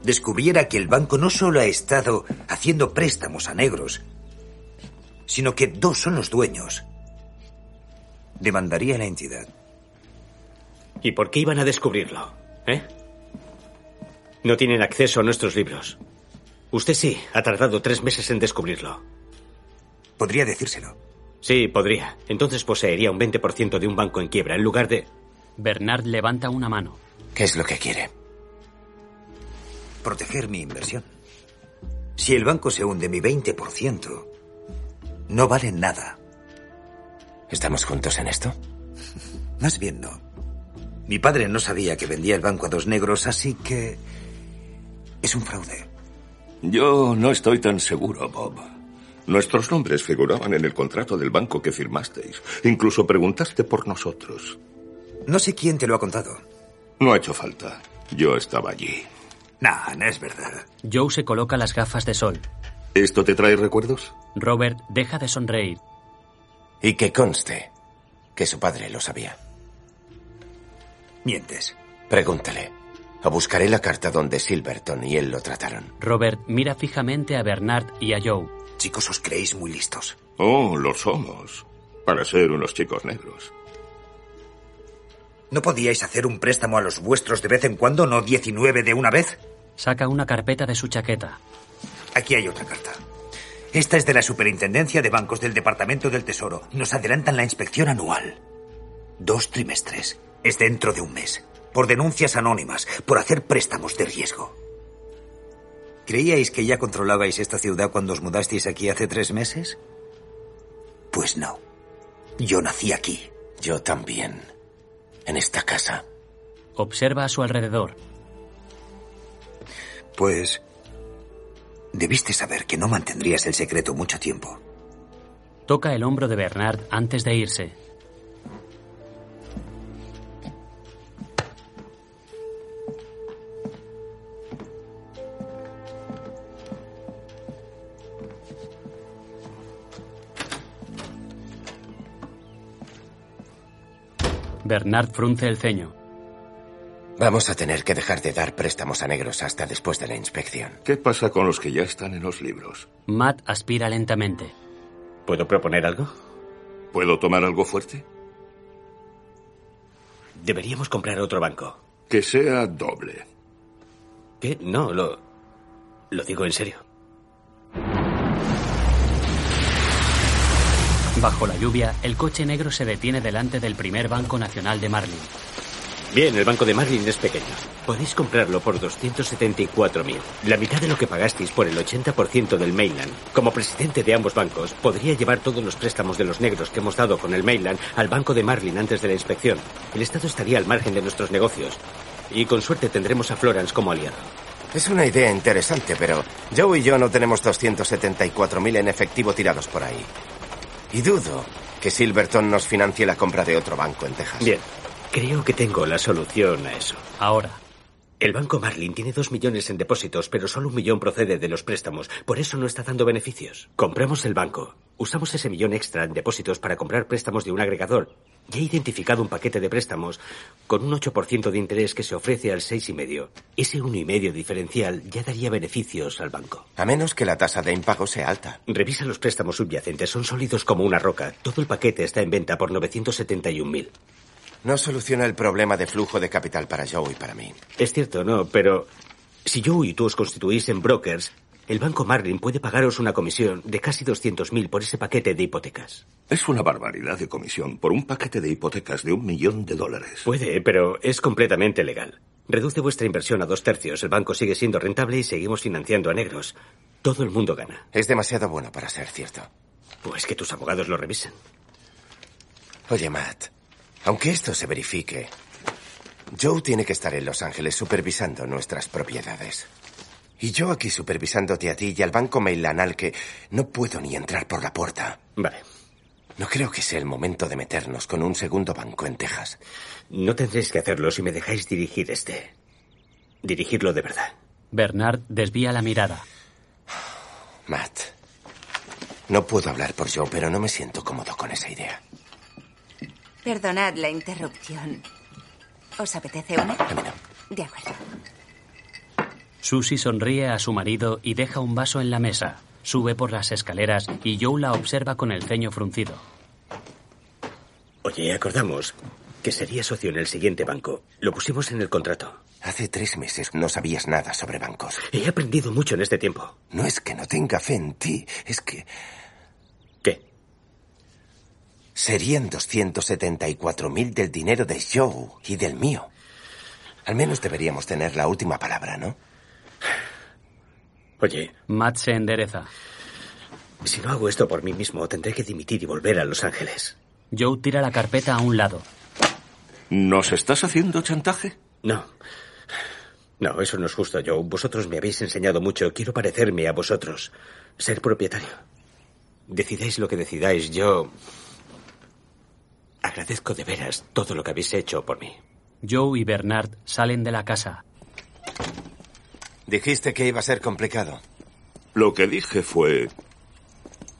descubriera que el banco no solo ha estado haciendo préstamos a negros, sino que dos son los dueños, demandaría a la entidad. ¿Y por qué iban a descubrirlo? ¿Eh? No tienen acceso a nuestros libros. Usted sí, ha tardado tres meses en descubrirlo. Podría decírselo. Sí, podría. Entonces poseería un 20% de un banco en quiebra en lugar de... Bernard levanta una mano. ¿Qué es lo que quiere? Proteger mi inversión. Si el banco se hunde mi 20%, no vale nada. ¿Estamos juntos en esto? Más bien no. Mi padre no sabía que vendía el banco a dos negros, así que... Es un fraude. Yo no estoy tan seguro, Bob. Nuestros nombres figuraban en el contrato del banco que firmasteis. Incluso preguntaste por nosotros. No sé quién te lo ha contado. No ha hecho falta. Yo estaba allí. No, no es verdad. Joe se coloca las gafas de sol. ¿Esto te trae recuerdos? Robert deja de sonreír. Y que conste que su padre lo sabía. Mientes. Pregúntale. O buscaré la carta donde Silverton y él lo trataron. Robert mira fijamente a Bernard y a Joe. Chicos, os creéis muy listos. Oh, lo somos. Para ser unos chicos negros. ¿No podíais hacer un préstamo a los vuestros de vez en cuando, no 19 de una vez? Saca una carpeta de su chaqueta. Aquí hay otra carta. Esta es de la Superintendencia de Bancos del Departamento del Tesoro. Nos adelantan la inspección anual. Dos trimestres. Es dentro de un mes. Por denuncias anónimas, por hacer préstamos de riesgo. ¿Creíais que ya controlabais esta ciudad cuando os mudasteis aquí hace tres meses? Pues no. Yo nací aquí. Yo también. En esta casa. Observa a su alrededor. Pues Debiste saber que no mantendrías el secreto mucho tiempo. Toca el hombro de Bernard antes de irse. Bernard frunce el ceño. Vamos a tener que dejar de dar préstamos a negros hasta después de la inspección. ¿Qué pasa con los que ya están en los libros? Matt aspira lentamente. ¿Puedo proponer algo? ¿Puedo tomar algo fuerte? Deberíamos comprar otro banco. Que sea doble. ¿Qué? No, lo... Lo digo en serio. Bajo la lluvia, el coche negro se detiene delante del primer Banco Nacional de Marlin. Bien, el banco de Marlin es pequeño. Podéis comprarlo por 274.000, la mitad de lo que pagasteis por el 80% del mainland. Como presidente de ambos bancos, podría llevar todos los préstamos de los negros que hemos dado con el mainland al banco de Marlin antes de la inspección. El Estado estaría al margen de nuestros negocios. Y con suerte tendremos a Florence como aliado. Es una idea interesante, pero Joe y yo no tenemos 274.000 en efectivo tirados por ahí. Y dudo que Silverton nos financie la compra de otro banco en Texas. Bien, Creo que tengo la solución a eso. Ahora. El Banco Marlin tiene dos millones en depósitos, pero solo un millón procede de los préstamos. Por eso no está dando beneficios. Compramos el banco. Usamos ese millón extra en depósitos para comprar préstamos de un agregador. Ya he identificado un paquete de préstamos con un 8% de interés que se ofrece al 6,5. Ese 1,5 diferencial ya daría beneficios al banco. A menos que la tasa de impago sea alta. Revisa los préstamos subyacentes. Son sólidos como una roca. Todo el paquete está en venta por 971.000. No soluciona el problema de flujo de capital para Joe y para mí. Es cierto, no, pero si Joe y tú os constituís en brokers, El Banco Marlin puede pagaros una comisión de casi 200.000 por ese paquete de hipotecas. Es una barbaridad de comisión por un paquete de hipotecas de un millón de dólares. Puede, pero es completamente legal. Reduce vuestra inversión a dos tercios, el banco sigue siendo rentable y seguimos financiando a negros. Todo el mundo gana. Es demasiado bueno para ser cierto. Pues que tus abogados lo revisen. Oye, Matt, aunque esto se verifique, Joe tiene que estar en Los Ángeles supervisando nuestras propiedades. Y yo aquí supervisándote a ti y al banco Mailanal que no puedo ni entrar por la puerta. Vale. No creo que sea el momento de meternos con un segundo banco en Texas. No tendréis que hacerlo si me dejáis dirigir este. Dirigirlo de verdad. Bernard desvía la mirada. Matt, no puedo hablar por Joe, pero no me siento cómodo con esa idea. Perdonad la interrupción. ¿Os apetece una? De acuerdo. Susie sonríe a su marido y deja un vaso en la mesa. Sube por las escaleras y Joe la observa con el ceño fruncido. Oye, acordamos que sería socio en el siguiente banco. Lo pusimos en el contrato. Hace tres meses no sabías nada sobre bancos. He aprendido mucho en este tiempo. No es que no tenga fe en ti, es que... ¿Qué? Serían 274.000 del dinero de Joe y del mío. Al menos deberíamos tener la última palabra, ¿no? Oye. Matt se endereza. Si no hago esto por mí mismo, tendré que dimitir y volver a Los Ángeles. Joe tira la carpeta a un lado. ¿Nos estás haciendo chantaje? No. No, eso no es justo, Joe. Vosotros me habéis enseñado mucho. Quiero parecerme a vosotros. Ser propietario. Decidáis lo que decidáis. Yo agradezco de veras todo lo que habéis hecho por mí. Joe y Bernard salen de la casa. Dijiste que iba a ser complicado. Lo que dije fue,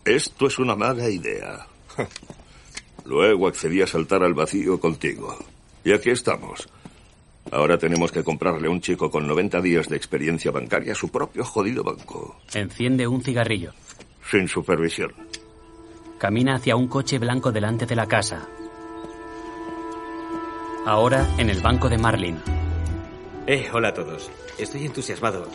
esto es una mala idea. Luego accedí a saltar al vacío contigo. Y aquí estamos. Ahora tenemos que comprarle a un chico con 90 días de experiencia bancaria su propio jodido banco. Enciende un cigarrillo. Sin supervisión. Camina hacia un coche blanco delante de la casa. Ahora en el banco de Marlin. Eh, hola a todos. Estoy entusiasmado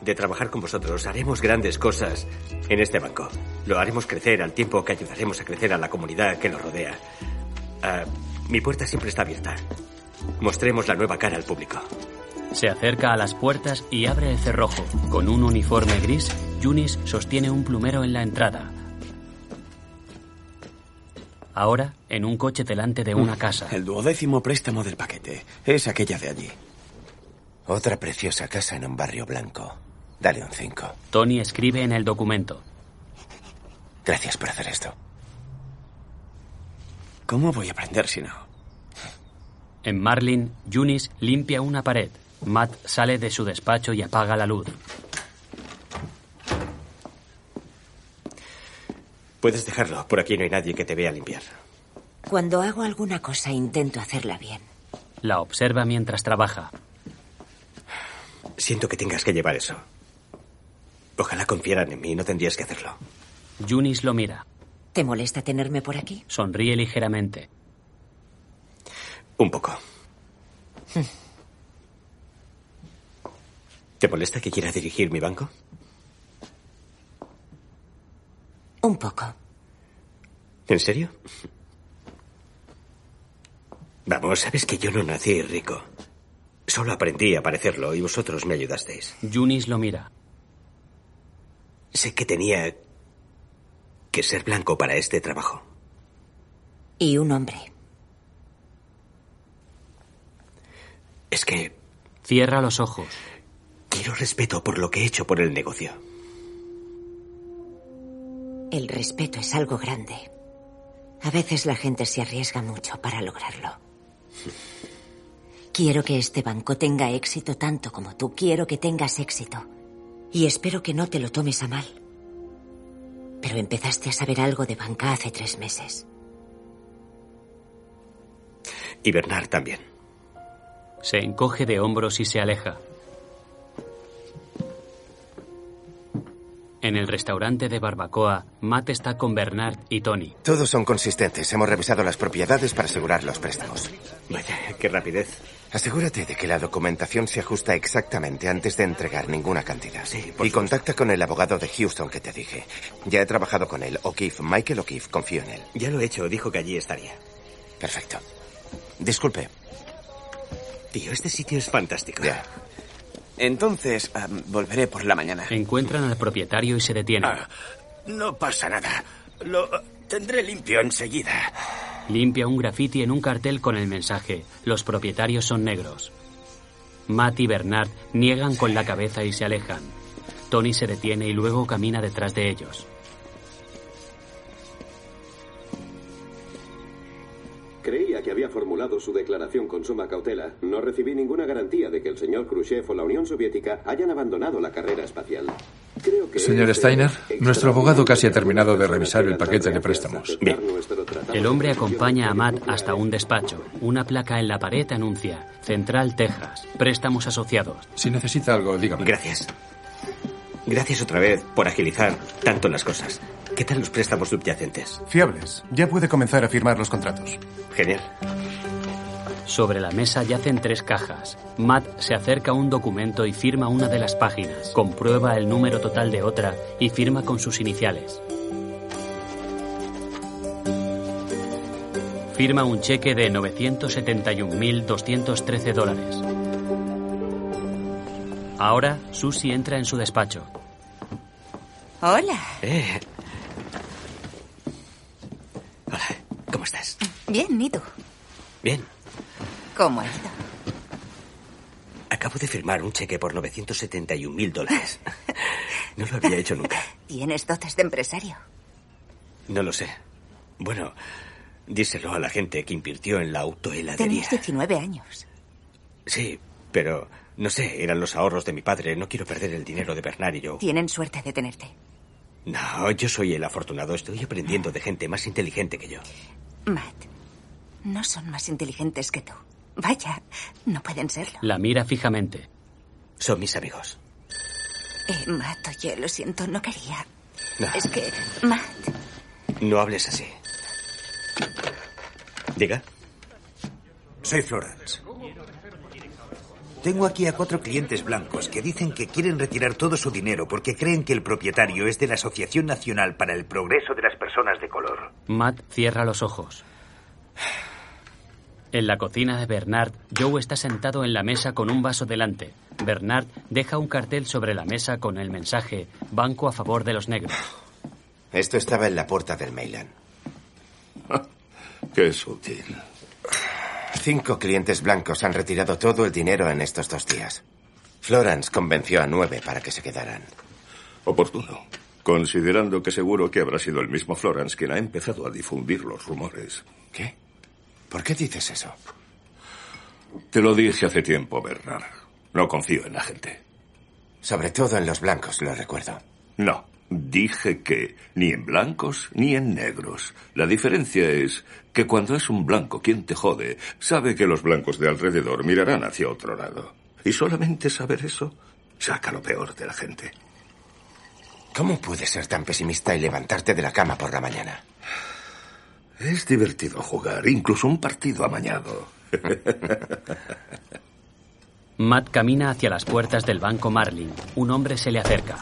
de trabajar con vosotros. Haremos grandes cosas en este banco. Lo haremos crecer al tiempo que ayudaremos a crecer a la comunidad que nos rodea. Ah, mi puerta siempre está abierta. Mostremos la nueva cara al público. Se acerca a las puertas y abre el cerrojo. Con un uniforme gris, Yunis sostiene un plumero en la entrada. Ahora, en un coche delante de una casa. Mm, El duodécimo préstamo del paquete. Es aquella de allí. Otra preciosa casa en un barrio blanco. Dale un 5. Tony escribe en el documento. Gracias por hacer esto. ¿Cómo voy a aprender si no? En Marlin, Yunis limpia una pared. Matt sale de su despacho y apaga la luz. Puedes dejarlo. Por aquí no hay nadie que te vea limpiar. Cuando hago alguna cosa intento hacerla bien. La observa mientras trabaja. Siento que tengas que llevar eso. Ojalá confiaran en mí, no tendrías que hacerlo. Yunis lo mira. ¿Te molesta tenerme por aquí? Sonríe ligeramente. Un poco. ¿Te molesta que quiera dirigir mi banco? Un poco. ¿En serio? Vamos, sabes que yo no nací rico. Solo aprendí a parecerlo y vosotros me ayudasteis. Yunis lo mira. Sé que tenía que ser blanco para este trabajo. Y un hombre. Es que... Cierra los ojos. Quiero respeto por lo que he hecho por el negocio. El respeto es algo grande. A veces la gente se arriesga mucho para lograrlo. Quiero que este banco tenga éxito tanto como tú. Quiero que tengas éxito. Y espero que no te lo tomes a mal. Pero empezaste a saber algo de banca hace tres meses. Y Bernard también. Se encoge de hombros y se aleja. En el restaurante de Barbacoa, Matt está con Bernard y Tony. Todos son consistentes. Hemos revisado las propiedades para asegurar los préstamos. Vaya, qué rapidez. Asegúrate de que la documentación se ajusta exactamente antes de entregar ninguna cantidad. Sí, y contacta con el abogado de Houston que te dije. Ya he trabajado con él, O'Keefe. Michael O'Keefe, confío en él. Ya lo he hecho, dijo que allí estaría. Perfecto. Disculpe. Tío, este sitio es fantástico. Ya. Entonces, ah, volveré por la mañana. Encuentran al propietario y se detienen. Ah. No pasa nada. Lo eh, tendré limpio enseguida. Limpia un graffiti en un cartel con el mensaje: Los propietarios son negros. Matt y Bernard niegan con la cabeza y se alejan. Tony se detiene y luego camina detrás de ellos. Creía que había formulado su declaración con suma cautela. No recibí ninguna garantía de que el señor Khrushchev o la Unión Soviética hayan abandonado la carrera espacial. Creo que Señor Steiner, nuestro abogado casi ha terminado de revisar el paquete de préstamos. Bien. El hombre acompaña a Matt hasta un despacho. Una placa en la pared anuncia: Central Texas, préstamos asociados. Si necesita algo, dígame. Gracias. Gracias otra vez por agilizar tanto las cosas. ¿Qué tal los préstamos subyacentes? Fiables. Ya puede comenzar a firmar los contratos. Genial. Sobre la mesa yacen tres cajas. Matt se acerca a un documento y firma una de las páginas, comprueba el número total de otra y firma con sus iniciales. Firma un cheque de 971.213 dólares. Ahora, Susie entra en su despacho. Hola. Eh. Hola, ¿cómo estás? Bien, ¿y tú? Bien. ¿Cómo ha ido? Acabo de firmar un cheque por 971 mil dólares. No lo había hecho nunca. Tienes dotes de empresario. No lo sé. Bueno, díselo a la gente que invirtió en la autoheladería. Tenías 19 años. Sí, pero no sé, eran los ahorros de mi padre. No quiero perder el dinero de Bernard y yo. Tienen suerte de tenerte. No, yo soy el afortunado. Estoy aprendiendo de gente más inteligente que yo. Matt, no son más inteligentes que tú. Vaya, no pueden serlo. La mira fijamente. Son mis amigos. Eh, Matt, oye, lo siento, no quería. No. Es que, Matt, No hables así. Diga. Soy Florence. Tengo aquí a cuatro clientes blancos que dicen que quieren retirar todo su dinero porque creen que el propietario es de la Asociación Nacional para el Progreso de las Personas de Color. Matt cierra los ojos. En la cocina de Bernard, Joe está sentado en la mesa con un vaso delante. Bernard deja un cartel sobre la mesa con el mensaje Banco a favor de los negros. Esto estaba en la puerta del Mailand. Qué sutil. Cinco clientes blancos han retirado todo el dinero en estos dos días. Florence convenció a nueve para que se quedaran. Oportuno. Considerando que seguro que habrá sido el mismo Florence quien ha empezado a difundir los rumores. ¿Qué? ¿Por qué dices eso? Te lo dije hace tiempo, Bernard. No confío en la gente. Sobre todo en los blancos, lo recuerdo. No, dije que ni en blancos ni en negros. La diferencia es que cuando es un blanco quien te jode, sabe que los blancos de alrededor mirarán hacia otro lado. Y solamente saber eso saca lo peor de la gente. ¿Cómo puedes ser tan pesimista y levantarte de la cama por la mañana? Es divertido jugar, incluso un partido amañado. Matt camina hacia las puertas del banco Marlin. Un hombre se le acerca.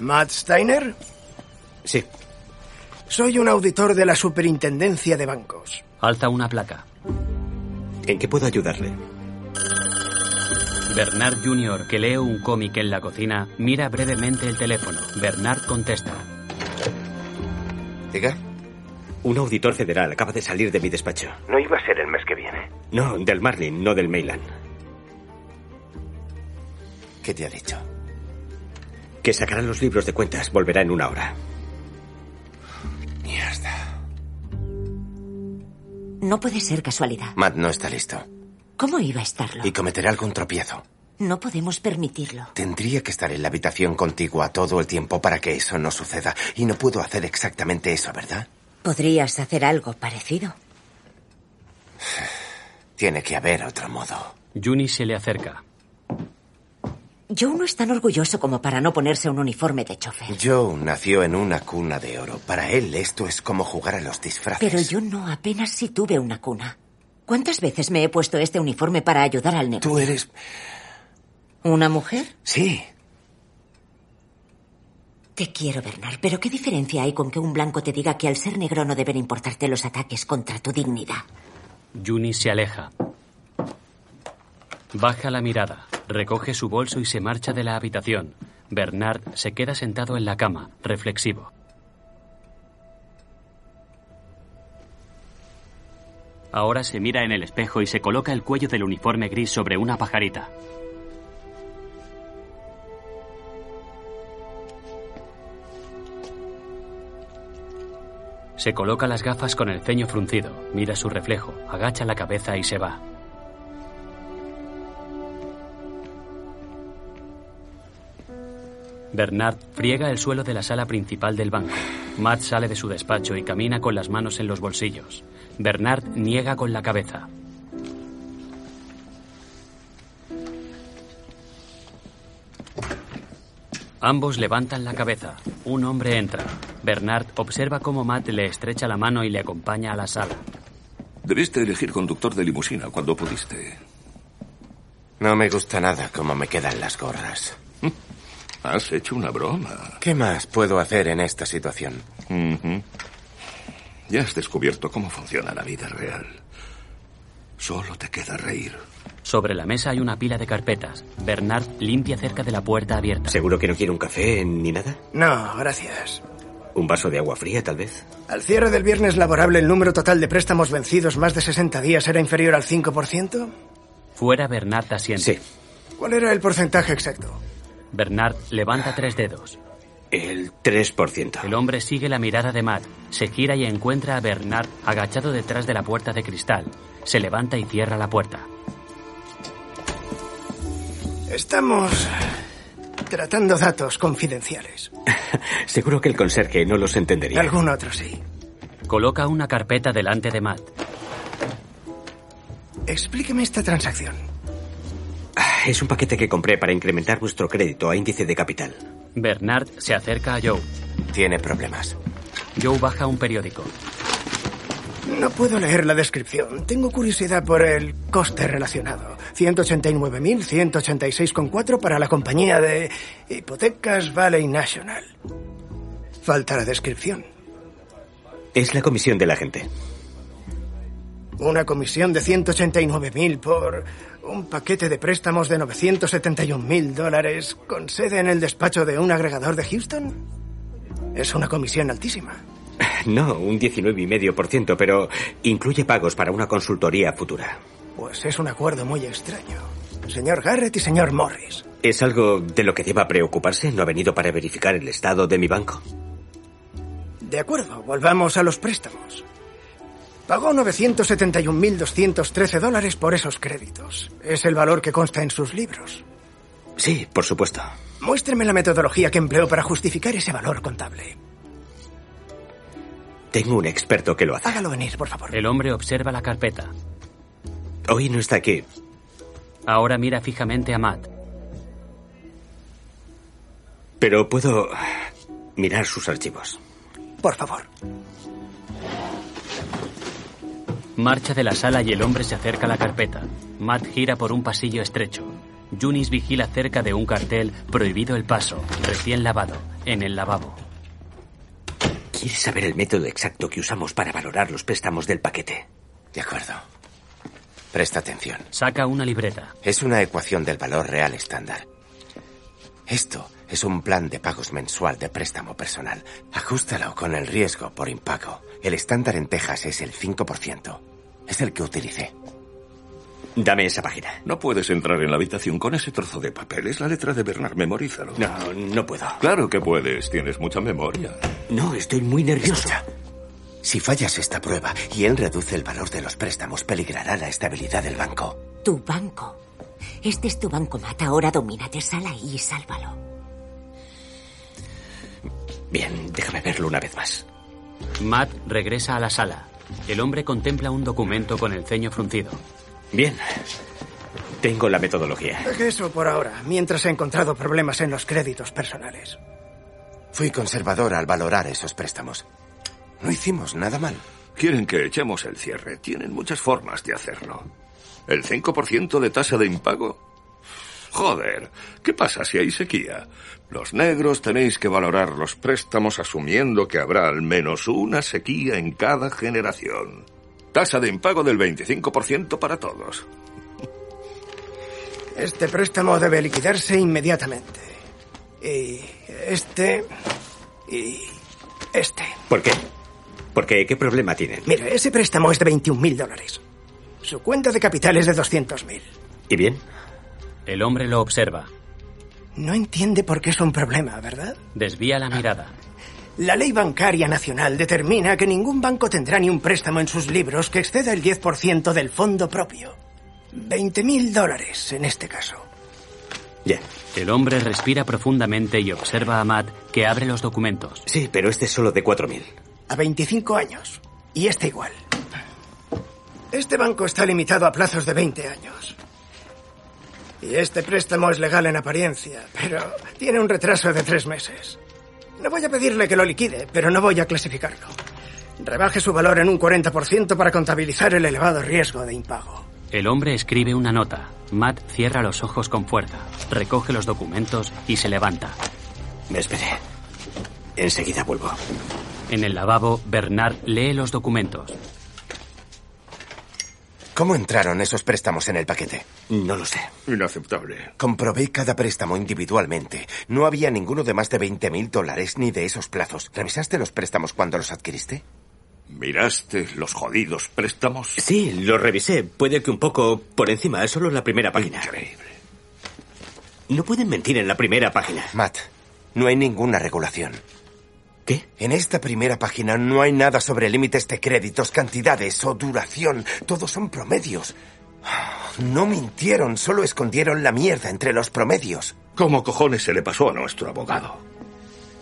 ¿Matt Steiner? Sí. Soy un auditor de la Superintendencia de Bancos. Alza una placa. ¿En qué puedo ayudarle? Bernard Jr., que lee un cómic en la cocina, mira brevemente el teléfono. Bernard contesta. Diga. Un auditor federal acaba de salir de mi despacho. No iba a ser el mes que viene. No, del Marlin, no del Mailand. ¿Qué te ha dicho? Que sacará los libros de cuentas. Volverá en una hora. Mierda. No puede ser casualidad. Matt no está listo. ¿Cómo iba a estarlo? Y cometerá algún tropiezo. No podemos permitirlo. Tendría que estar en la habitación contigua todo el tiempo para que eso no suceda. Y no puedo hacer exactamente eso, ¿verdad? Podrías hacer algo parecido. Tiene que haber otro modo. Juni se le acerca. Joe no es tan orgulloso como para no ponerse un uniforme de chofer. Joe nació en una cuna de oro. Para él esto es como jugar a los disfraces. Pero yo no apenas sí tuve una cuna. ¿Cuántas veces me he puesto este uniforme para ayudar al negocio? Tú eres... ¿Una mujer? Sí. Te quiero, Bernard, pero ¿qué diferencia hay con que un blanco te diga que al ser negro no deben importarte los ataques contra tu dignidad? Juni se aleja. Baja la mirada, recoge su bolso y se marcha de la habitación. Bernard se queda sentado en la cama, reflexivo. Ahora se mira en el espejo y se coloca el cuello del uniforme gris sobre una pajarita. Se coloca las gafas con el ceño fruncido, mira su reflejo, agacha la cabeza y se va. Bernard friega el suelo de la sala principal del banco. Matt sale de su despacho y camina con las manos en los bolsillos. Bernard niega con la cabeza. Ambos levantan la cabeza. Un hombre entra. Bernard observa cómo Matt le estrecha la mano y le acompaña a la sala. Debiste elegir conductor de limusina cuando pudiste. No me gusta nada cómo me quedan las gorras. Has hecho una broma. ¿Qué más puedo hacer en esta situación? Ujú. Ya has descubierto cómo funciona la vida real. Solo te queda reír. Sobre la mesa hay una pila de carpetas. Bernard limpia cerca de la puerta abierta. ¿Seguro que no quiere un café ni nada? No, gracias. ¿Un vaso de agua fría, tal vez? Al cierre del viernes laborable, el número total de préstamos vencidos más de 60 días era inferior al 5%. Fuera Bernard asiente. Sí. ¿Cuál era el porcentaje exacto? Bernard levanta tres dedos. El 3%. El hombre sigue la mirada de Matt. Se gira y encuentra a Bernard agachado detrás de la puerta de cristal. Se levanta y cierra la puerta. Estamos tratando datos confidenciales. Seguro que el conserje no los entendería. Algún otro sí. Coloca una carpeta delante de Matt. Explíqueme esta transacción. Ah, Es un paquete que compré para incrementar vuestro crédito a índice de capital. Bernard se acerca a Joe. Tiene problemas. Joe baja un periódico. No puedo leer la descripción. Tengo curiosidad por el coste relacionado. 189.186,4 para la compañía de Hipotecas Valley National. Falta la descripción. Es la comisión de la gente. Una comisión de 189.000 por un paquete de préstamos de 971.000 dólares con sede en el despacho de un agregador de Houston. Es una comisión altísima. No, un 19,5%, pero incluye pagos para una consultoría futura. Pues es un acuerdo muy extraño. Señor Garrett y señor Morris. ¿Es algo de lo que deba preocuparse? ¿No ha venido para verificar el estado de mi banco? De acuerdo, volvamos a los préstamos. Pagó 971.213 dólares por esos créditos. Es el valor que consta en sus libros. Sí, por supuesto. Muéstreme la metodología que empleó para justificar ese valor contable. Tengo un experto que lo hace. Hágalo venir, por favor. El hombre observa la carpeta. Hoy no está aquí. Ahora mira fijamente a Matt. Pero puedo mirar sus archivos. Por favor. Marcha de la sala y el hombre se acerca a la carpeta. Matt gira por un pasillo estrecho. Junis vigila cerca de un cartel prohibido el paso, recién lavado, en el lavabo. ¿Quieres saber el método exacto que usamos para valorar los préstamos del paquete? De acuerdo. Presta atención. Saca una libreta. Es una ecuación del valor real estándar. Esto es un plan de pagos mensual de préstamo personal. Ajustalo con el riesgo por impago. El estándar en Texas es el 5%. Es el que utilicé. Dame esa página. No puedes entrar en la habitación con ese trozo de papel. Es la letra de Bernard. Memorízalo. No, no puedo. Claro que puedes. Tienes mucha memoria. No, estoy muy nervioso. Escucha. Si fallas esta prueba y él reduce el valor de los préstamos, peligrará la estabilidad del banco. Tu banco. Este es tu banco, Mata. Ahora domínate, sal ahí y sálvalo. Bien, déjame verlo una vez más. Matt regresa a la sala. El hombre contempla un documento con el ceño fruncido. Bien. Tengo la metodología. Deje eso por ahora, mientras he encontrado problemas en los créditos personales. Fui conservador al valorar esos préstamos. No hicimos nada mal. Quieren que echemos el cierre. Tienen muchas formas de hacerlo. ¿El 5% de tasa de impago? Joder, ¿qué pasa si hay sequía? Los negros tenéis que valorar los préstamos asumiendo que habrá al menos una sequía en cada generación. Tasa de impago del 25% para todos. Este préstamo debe liquidarse inmediatamente. Y este... Y este. ¿Por qué? ¿Por qué? ¿Qué problema tienen? Mira, ese préstamo es de 21.000 dólares. Su cuenta de capital es de 200.000. ¿Y bien? El hombre lo observa. No entiende por qué es un problema, ¿verdad? Desvía la mirada. La ley bancaria nacional determina que ningún banco tendrá ni un préstamo en sus libros que exceda el 10% del fondo propio. 20.000 dólares en este caso. Ya. El hombre respira profundamente y observa a Matt que abre los documentos. Sí, pero este es solo de 4.000. A 25 años. Y este igual. Este banco está limitado a plazos de 20 años. Y este préstamo es legal en apariencia, pero tiene un retraso de tres meses. No voy a pedirle que lo liquide, pero no voy a clasificarlo. Rebaje su valor en un 40% para contabilizar el elevado riesgo de impago. El hombre escribe una nota. Matt cierra los ojos con fuerza, recoge los documentos y se levanta. Me esperé. Enseguida vuelvo. En el lavabo, Bernard lee los documentos. ¿Cómo entraron esos préstamos en el paquete? No lo sé. Inaceptable. Comprobé cada préstamo individualmente. No había ninguno de más de 20 mil dólares ni de esos plazos. ¿Revisaste los préstamos cuando los adquiriste? ¿Miraste los jodidos préstamos? Sí, los revisé. Puede que un poco por encima, solo la primera página. Increíble. No pueden mentir en la primera página. Matt, no hay ninguna regulación. ¿Qué? En esta primera página no hay nada sobre límites de créditos, cantidades o duración. Todos son promedios. No mintieron, solo escondieron la mierda entre los promedios. ¿Cómo cojones se le pasó a nuestro abogado?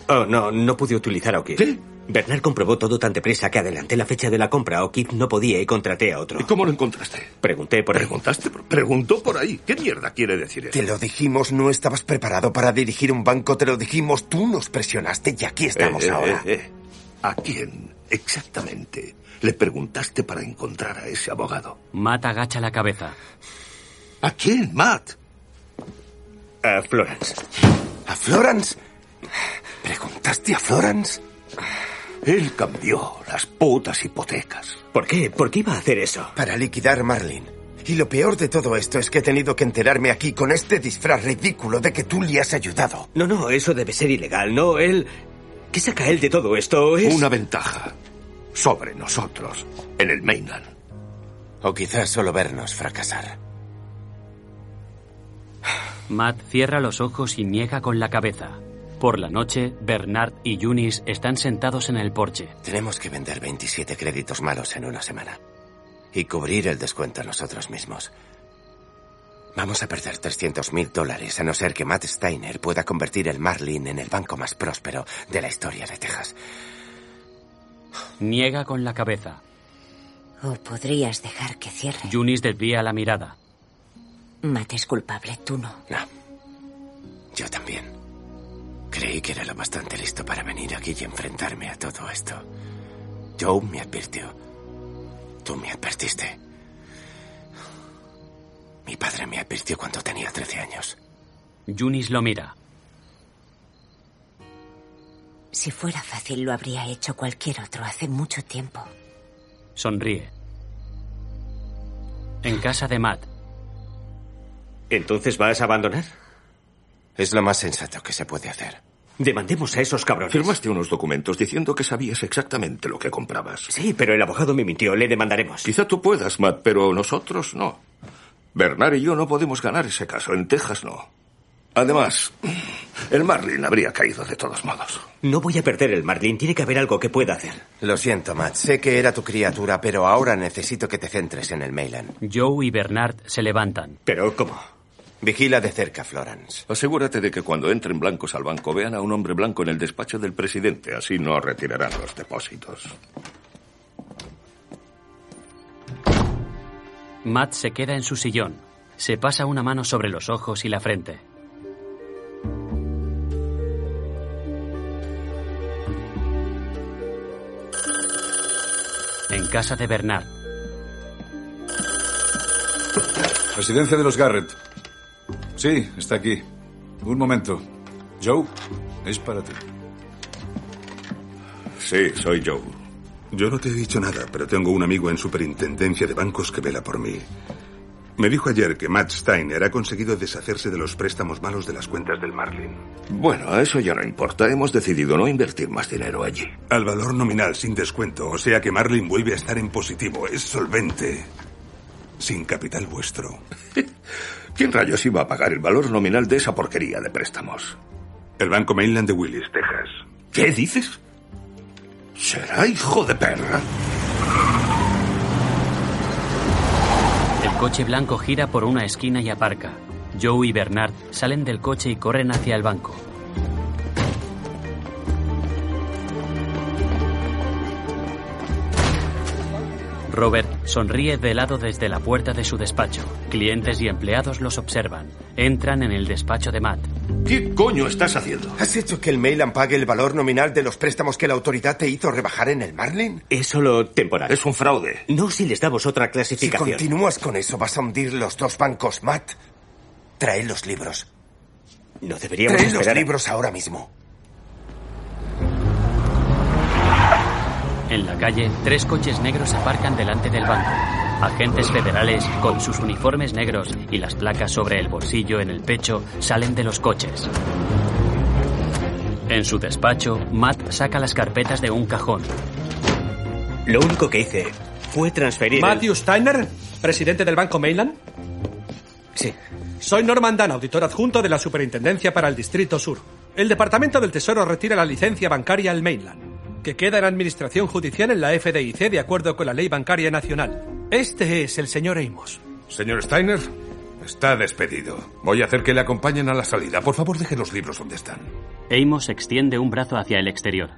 Oh, no, no pude utilizar a O'Keefe. ¿Qué? Bernard comprobó todo tan deprisa que adelanté la fecha de la compra. O'Keefe no podía y contraté a otro. ¿Y cómo lo encontraste? Pregunté por ahí. ¿Preguntaste? por- Preguntó por ahí. ¿Qué mierda quiere decir eso? Te lo dijimos, no estabas preparado para dirigir un banco, te lo dijimos, tú nos presionaste y aquí estamos Eh, eh, ahora. eh, eh. ¿A quién exactamente le preguntaste para encontrar a ese abogado? Matt agacha la cabeza. ¿A quién, Matt? A Florence. ¿A Florence? ¿Preguntaste a Florence? Él cambió las putas hipotecas. ¿Por qué? ¿Por qué iba a hacer eso? Para liquidar Marlin. Y lo peor de todo esto es que he tenido que enterarme aquí con este disfraz ridículo de que tú le has ayudado. No, no, eso debe ser ilegal. No, él... ¿Qué saca él de todo esto? Es... Una ventaja sobre nosotros en el mainland. O quizás solo vernos fracasar. Matt cierra los ojos y niega con la cabeza. Por la noche, Bernard y Yunis están sentados en el porche. Tenemos que vender 27 créditos malos en una semana. Y cubrir el descuento nosotros mismos. Vamos a perder 300.000 dólares a no ser que Matt Steiner pueda convertir el Marlin en el banco más próspero de la historia de Texas. Niega con la cabeza. O podrías dejar que cierre. Yunis desvía la mirada. Matt es culpable, tú no. No. Yo también. Creí que era lo bastante listo para venir aquí y enfrentarme a todo esto. Joe me advirtió. Tú me advertiste. Mi padre me advirtió cuando tenía 13 años. Yunis lo mira. Si fuera fácil, lo habría hecho cualquier otro hace mucho tiempo. Sonríe. En casa de Matt, ¿Entonces vas a abandonar? Es lo más sensato que se puede hacer. Demandemos a esos cabrones. Firmaste unos documentos diciendo que sabías exactamente lo que comprabas. Sí, pero el abogado me mintió. Le demandaremos. Quizá tú puedas, Matt, pero nosotros no. Bernard y yo no podemos ganar ese caso. En Texas no. Además, el Marlin habría caído de todos modos. No voy a perder el Marlin. Tiene que haber algo que pueda hacer. Lo siento, Matt. Sé que era tu criatura, pero ahora necesito que te centres en el Mailand. Joe y Bernard se levantan. ¿Pero cómo? Vigila de cerca, Florence. Asegúrate de que cuando entren blancos al banco vean a un hombre blanco en el despacho del presidente. Así no retirarán los depósitos. Matt se queda en su sillón. Se pasa una mano sobre los ojos y la frente. En casa de Bernard. Residencia de los Garrett. Sí, está aquí. Un momento. Joe, es para ti. Sí, soy Joe. Yo no te he dicho nada, pero tengo un amigo en superintendencia de bancos que vela por mí. Me dijo ayer que Matt Steiner ha conseguido deshacerse de los préstamos malos de las cuentas del Marlin. Bueno, eso ya no importa. Hemos decidido no invertir más dinero allí. Al valor nominal sin descuento, o sea que Marlin vuelve a estar en positivo. Es solvente. Sin capital vuestro. ¿Quién rayos iba a pagar el valor nominal de esa porquería de préstamos? El Banco Mainland de Willis, Texas. ¿Qué dices? Será hijo de perra. El coche blanco gira por una esquina y aparca. Joe y Bernard salen del coche y corren hacia el banco. Robert sonríe de lado desde la puerta de su despacho. Clientes y empleados los observan. Entran en el despacho de Matt. ¿Qué coño estás haciendo? ¿Has hecho que el Mailand pague el valor nominal de los préstamos que la autoridad te hizo rebajar en el Marlin? Es solo temporal. Es un fraude. No si les damos otra Si clasificación. continúas con eso, vas a hundir los dos bancos, Matt. Trae los libros. No deberíamos Trae los esperar. libros ahora mismo. En la calle, tres coches negros aparcan delante del banco. Agentes federales, con sus uniformes negros y las placas sobre el bolsillo en el pecho, salen de los coches. En su despacho, Matt saca las carpetas de un cajón. Lo único que hice fue transferir. el- Matthew Steiner, presidente del Banco Mainland. Sí. Soy Norman Dan, auditor adjunto de la Superintendencia para el Distrito Sur. El Departamento del Tesoro retira la licencia bancaria al Mainland, que queda en administración judicial en la FDIC de acuerdo con la ley bancaria nacional. Este es el señor Amos. Señor Steiner, está despedido. Voy a hacer que le acompañen a la salida. Por favor, deje los libros donde están. Amos extiende un brazo hacia el exterior.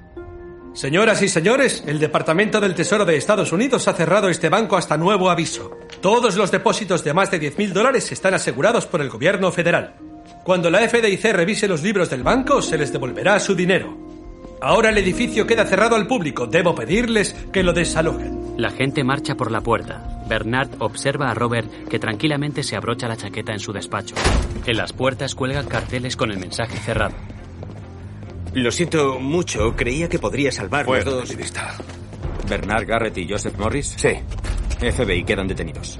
Señoras y señores, el Departamento del Tesoro de Estados Unidos ha cerrado este banco hasta nuevo aviso. Todos los depósitos de más de 10.000 dólares están asegurados por el gobierno federal. Cuando la FDIC revise los libros del banco, se les devolverá su dinero. Ahora el edificio queda cerrado al público. Debo pedirles que lo desalojen. La gente marcha por la puerta. Bernard observa a Robert que tranquilamente se abrocha la chaqueta en su despacho. En las puertas cuelgan carteles con el mensaje cerrado. Lo siento mucho. Creía que podría salvar Bueno, los dos. Bernard Garrett y Joseph Morris. Sí. FBI quedan detenidos.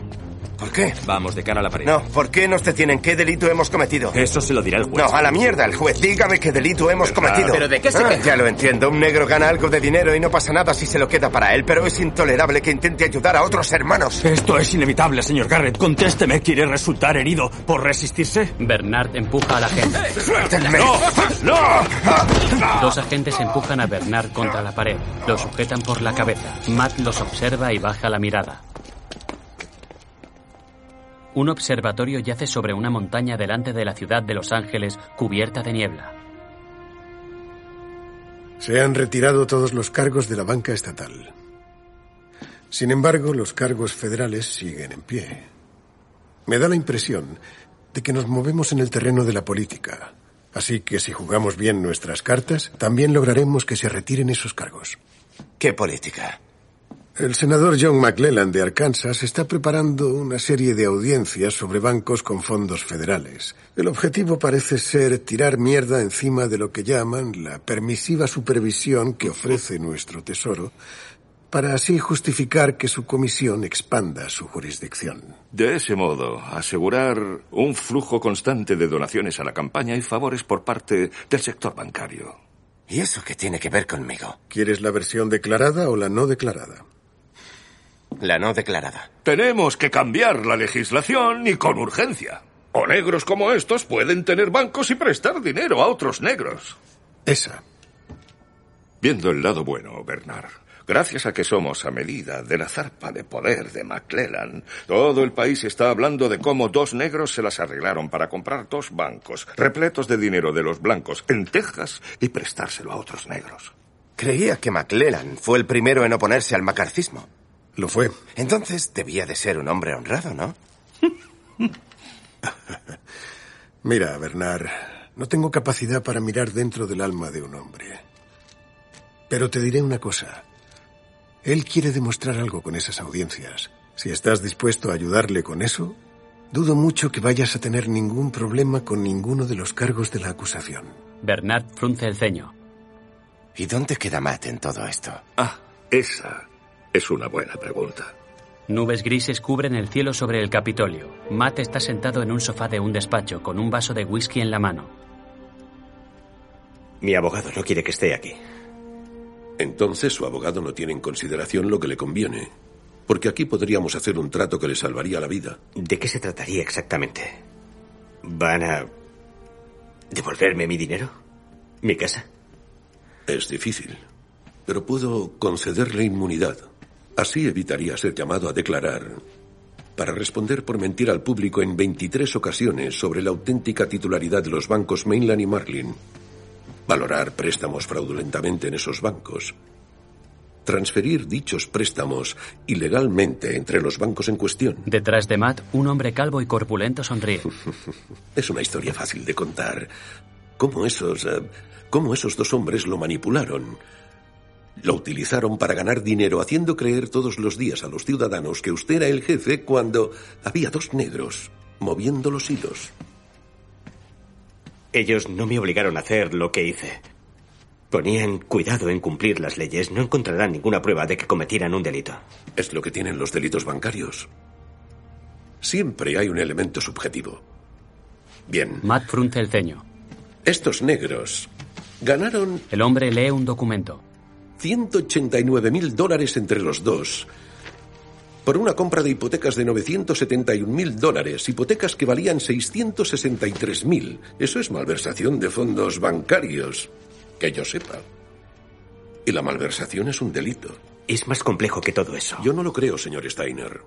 ¿Por qué? Vamos de cara a la pared. No, ¿por qué nos detienen? ¿Qué delito hemos cometido? Eso se lo dirá el juez. No, a la mierda, el juez. Dígame qué delito hemos Pero, cometido. ¿pero de qué se Ah, queja? Ya lo entiendo. Un negro gana algo de dinero y no pasa nada si se lo queda para él, pero es intolerable que intente ayudar a otros hermanos. Esto es inevitable, señor Garrett. Contésteme, ¿quiere resultar herido por resistirse? Bernard empuja a la gente. ¡Suéltenme! ¡No! Dos agentes empujan a Bernard contra la pared. Lo sujetan por la cabeza. Matt los observa y baja la mirada. Un observatorio yace sobre una montaña delante de la ciudad de Los Ángeles cubierta de niebla. Se han retirado todos los cargos de la banca estatal. Sin embargo, los cargos federales siguen en pie. Me da la impresión de que nos movemos en el terreno de la política. Así que si jugamos bien nuestras cartas, también lograremos que se retiren esos cargos. ¿Qué política? El senador John McClellan de Arkansas está preparando una serie de audiencias sobre bancos con fondos federales. El objetivo parece ser tirar mierda encima de lo que llaman la permisiva supervisión que ofrece nuestro Tesoro, para así justificar que su comisión expanda su jurisdicción. De ese modo, asegurar un flujo constante de donaciones a la campaña y favores por parte del sector bancario. ¿Y eso qué tiene que ver conmigo? ¿Quieres la versión declarada o la no declarada? La no declarada. Tenemos que cambiar la legislación y con urgencia. O negros como estos pueden tener bancos y prestar dinero a otros negros. Esa. Viendo el lado bueno, Bernard. Gracias a que somos a medida de la zarpa de poder de McClellan, todo el país está hablando de cómo dos negros se las arreglaron para comprar dos bancos repletos de dinero de los blancos en Texas y prestárselo a otros negros. Creía que McClellan fue el primero en oponerse al macarcismo. Lo fue. Entonces debía de ser un hombre honrado, ¿no? Mira, Bernard, no tengo capacidad para mirar dentro del alma de un hombre. Pero te diré una cosa. Él quiere demostrar algo con esas audiencias. Si estás dispuesto a ayudarle con eso, dudo mucho que vayas a tener ningún problema con ninguno de los cargos de la acusación. Bernard frunce el ceño. ¿Y dónde queda Matt en todo esto? Ah, esa es una buena pregunta. Nubes grises cubren el cielo sobre el Capitolio. Matt está sentado en un sofá de un despacho con un vaso de whisky en la mano. Mi abogado no quiere que esté aquí. Entonces su abogado no tiene en consideración lo que le conviene. Porque aquí podríamos hacer un trato que le salvaría la vida. ¿De qué se trataría exactamente? ¿Van a devolverme mi dinero? ¿Mi casa? Es difícil. Pero puedo concederle inmunidad. Así evitaría ser llamado a declarar para responder por mentir al público en 23 ocasiones sobre la auténtica titularidad de los bancos Mainland y Marlin, valorar préstamos fraudulentamente en esos bancos, transferir dichos préstamos ilegalmente entre los bancos en cuestión. Detrás de Matt, un hombre calvo y corpulento sonríe. es una historia fácil de contar. ¿Cómo esos, eh, cómo esos dos hombres lo manipularon? Lo utilizaron para ganar dinero, haciendo creer todos los días a los ciudadanos que usted era el jefe cuando había dos negros moviendo los hilos. Ellos no me obligaron a hacer lo que hice. Ponían cuidado en cumplir las leyes. No encontrarán ninguna prueba de que cometieran un delito. Es lo que tienen los delitos bancarios. Siempre hay un elemento subjetivo. Bien. Matt frunce el ceño. Estos negros ganaron... El hombre lee un documento. 189 mil dólares entre los dos. Por una compra de hipotecas de 971 mil dólares, hipotecas que valían 663 mil. Eso es malversación de fondos bancarios, que yo sepa. Y la malversación es un delito. Es más complejo que todo eso. Yo no lo creo, señor Steiner.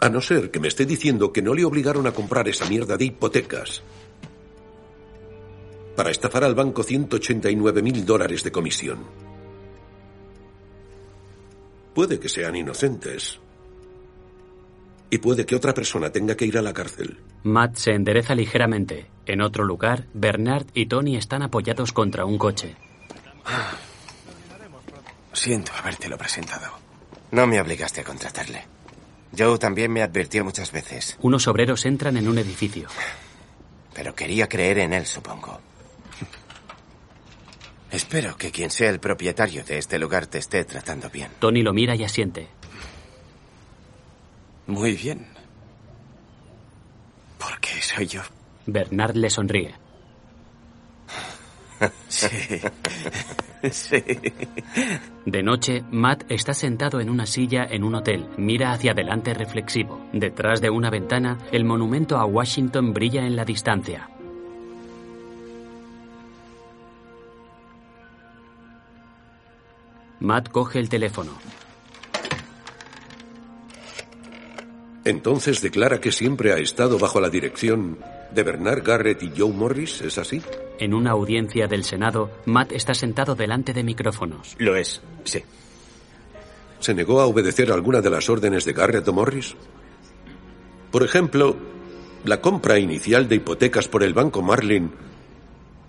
A no ser que me esté diciendo que no le obligaron a comprar esa mierda de hipotecas para estafar al banco 189 mil dólares de comisión. Puede que sean inocentes. Y puede que otra persona tenga que ir a la cárcel. Matt se endereza ligeramente. En otro lugar, Bernard y Tony están apoyados contra un coche. Siento habértelo presentado. No me obligaste a contratarle. Joe también me advirtió muchas veces. Unos obreros entran en un edificio. Pero quería creer en él, supongo. Espero que quien sea el propietario de este lugar te esté tratando bien. Tony lo mira y asiente. Muy bien. Porque Eh, soy yo. Bernard le sonríe. Sí. sí. De noche, Matt está sentado en una silla en un hotel. Mira hacia adelante reflexivo. Detrás de una ventana, el monumento a Washington brilla en la distancia. Matt coge el teléfono. Entonces declara que siempre ha estado bajo la dirección de Bernard Garrett y Joe Morris, ¿es así? En una audiencia del Senado, Matt está sentado delante de micrófonos. Lo es, sí. ¿Se negó a obedecer alguna de las órdenes de Garrett o Morris? Por ejemplo, la compra inicial de hipotecas por el Banco Marlin,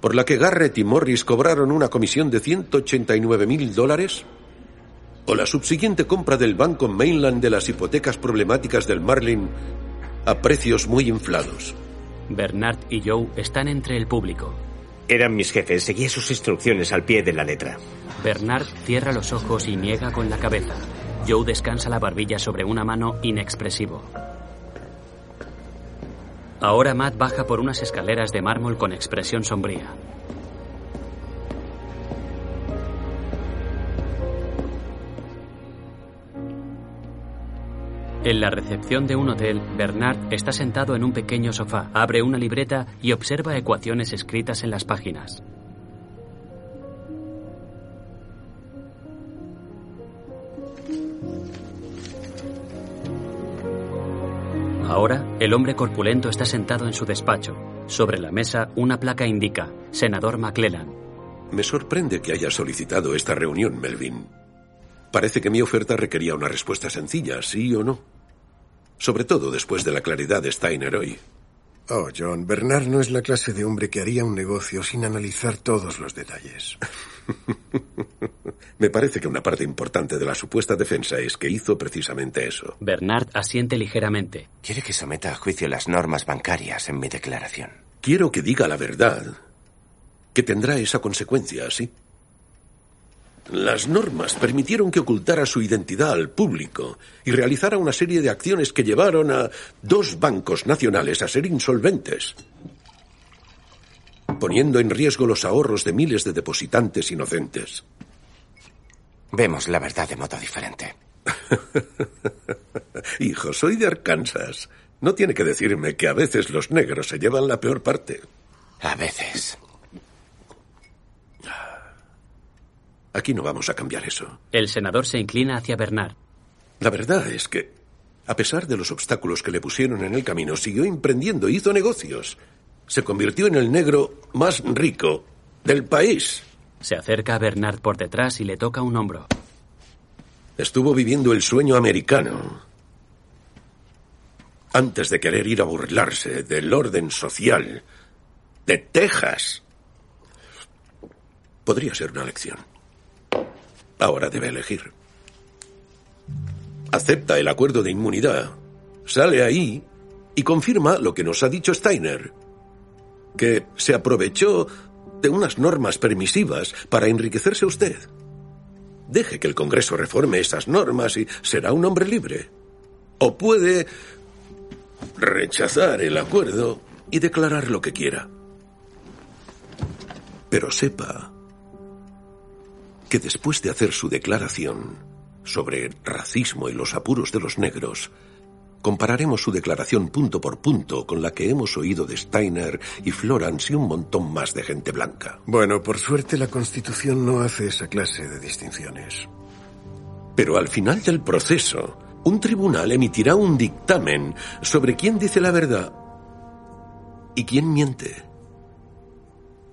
por la que Garrett y Morris cobraron una comisión de 189 mil dólares, o la subsiguiente compra del Banco Mainland de las hipotecas problemáticas del Marlin a precios muy inflados. Bernard y Joe están entre el público. Eran mis jefes, seguía sus instrucciones al pie de la letra. Bernard cierra los ojos y niega con la cabeza. Joe descansa la barbilla sobre una mano inexpresivo. Ahora Matt baja por unas escaleras de mármol con expresión sombría. En la recepción de un hotel, Bernard está sentado en un pequeño sofá, abre una libreta y observa ecuaciones escritas en las páginas. Ahora, el hombre corpulento está sentado en su despacho. Sobre la mesa, una placa indica, Senador McClellan. Me sorprende que haya solicitado esta reunión, Melvin. Parece que mi oferta requería una respuesta sencilla, sí o no. Sobre todo después de la claridad de Steiner hoy. Oh, John, Bernard no es la clase de hombre que haría un negocio sin analizar todos los detalles. Me parece que una parte importante de la supuesta defensa es que hizo precisamente eso. Bernard asiente ligeramente. Quiere que someta a juicio las normas bancarias en mi declaración. Quiero que diga la verdad, que tendrá esa consecuencia, ¿sí? Las normas permitieron que ocultara su identidad al público y realizara una serie de acciones que llevaron a dos bancos nacionales a ser insolventes, poniendo en riesgo los ahorros de miles de depositantes inocentes. Vemos la verdad de modo diferente. Hijo, soy de Arkansas. No tiene que decirme que a veces los negros se llevan la peor parte. A veces. Aquí no vamos a cambiar eso. El senador se inclina hacia Bernard. La verdad es que, a pesar de los obstáculos que le pusieron en el camino, siguió emprendiendo, hizo negocios. Se convirtió en el negro más rico del país. Se acerca a Bernard por detrás y le toca un hombro. Estuvo viviendo el sueño americano. Antes de querer ir a burlarse del orden social de Texas. Podría ser una lección. Ahora debe elegir. Acepta el acuerdo de inmunidad, sale ahí y confirma lo que nos ha dicho Steiner, que se aprovechó de unas normas permisivas para enriquecerse usted. Deje que el Congreso reforme esas normas y será un hombre libre. O puede rechazar el acuerdo y declarar lo que quiera. Pero sepa que después de hacer su declaración sobre el racismo y los apuros de los negros, compararemos su declaración punto por punto con la que hemos oído de Steiner y Florence y un montón más de gente blanca. Bueno, por suerte la Constitución no hace esa clase de distinciones. Pero al final del proceso, un tribunal emitirá un dictamen sobre quién dice la verdad y quién miente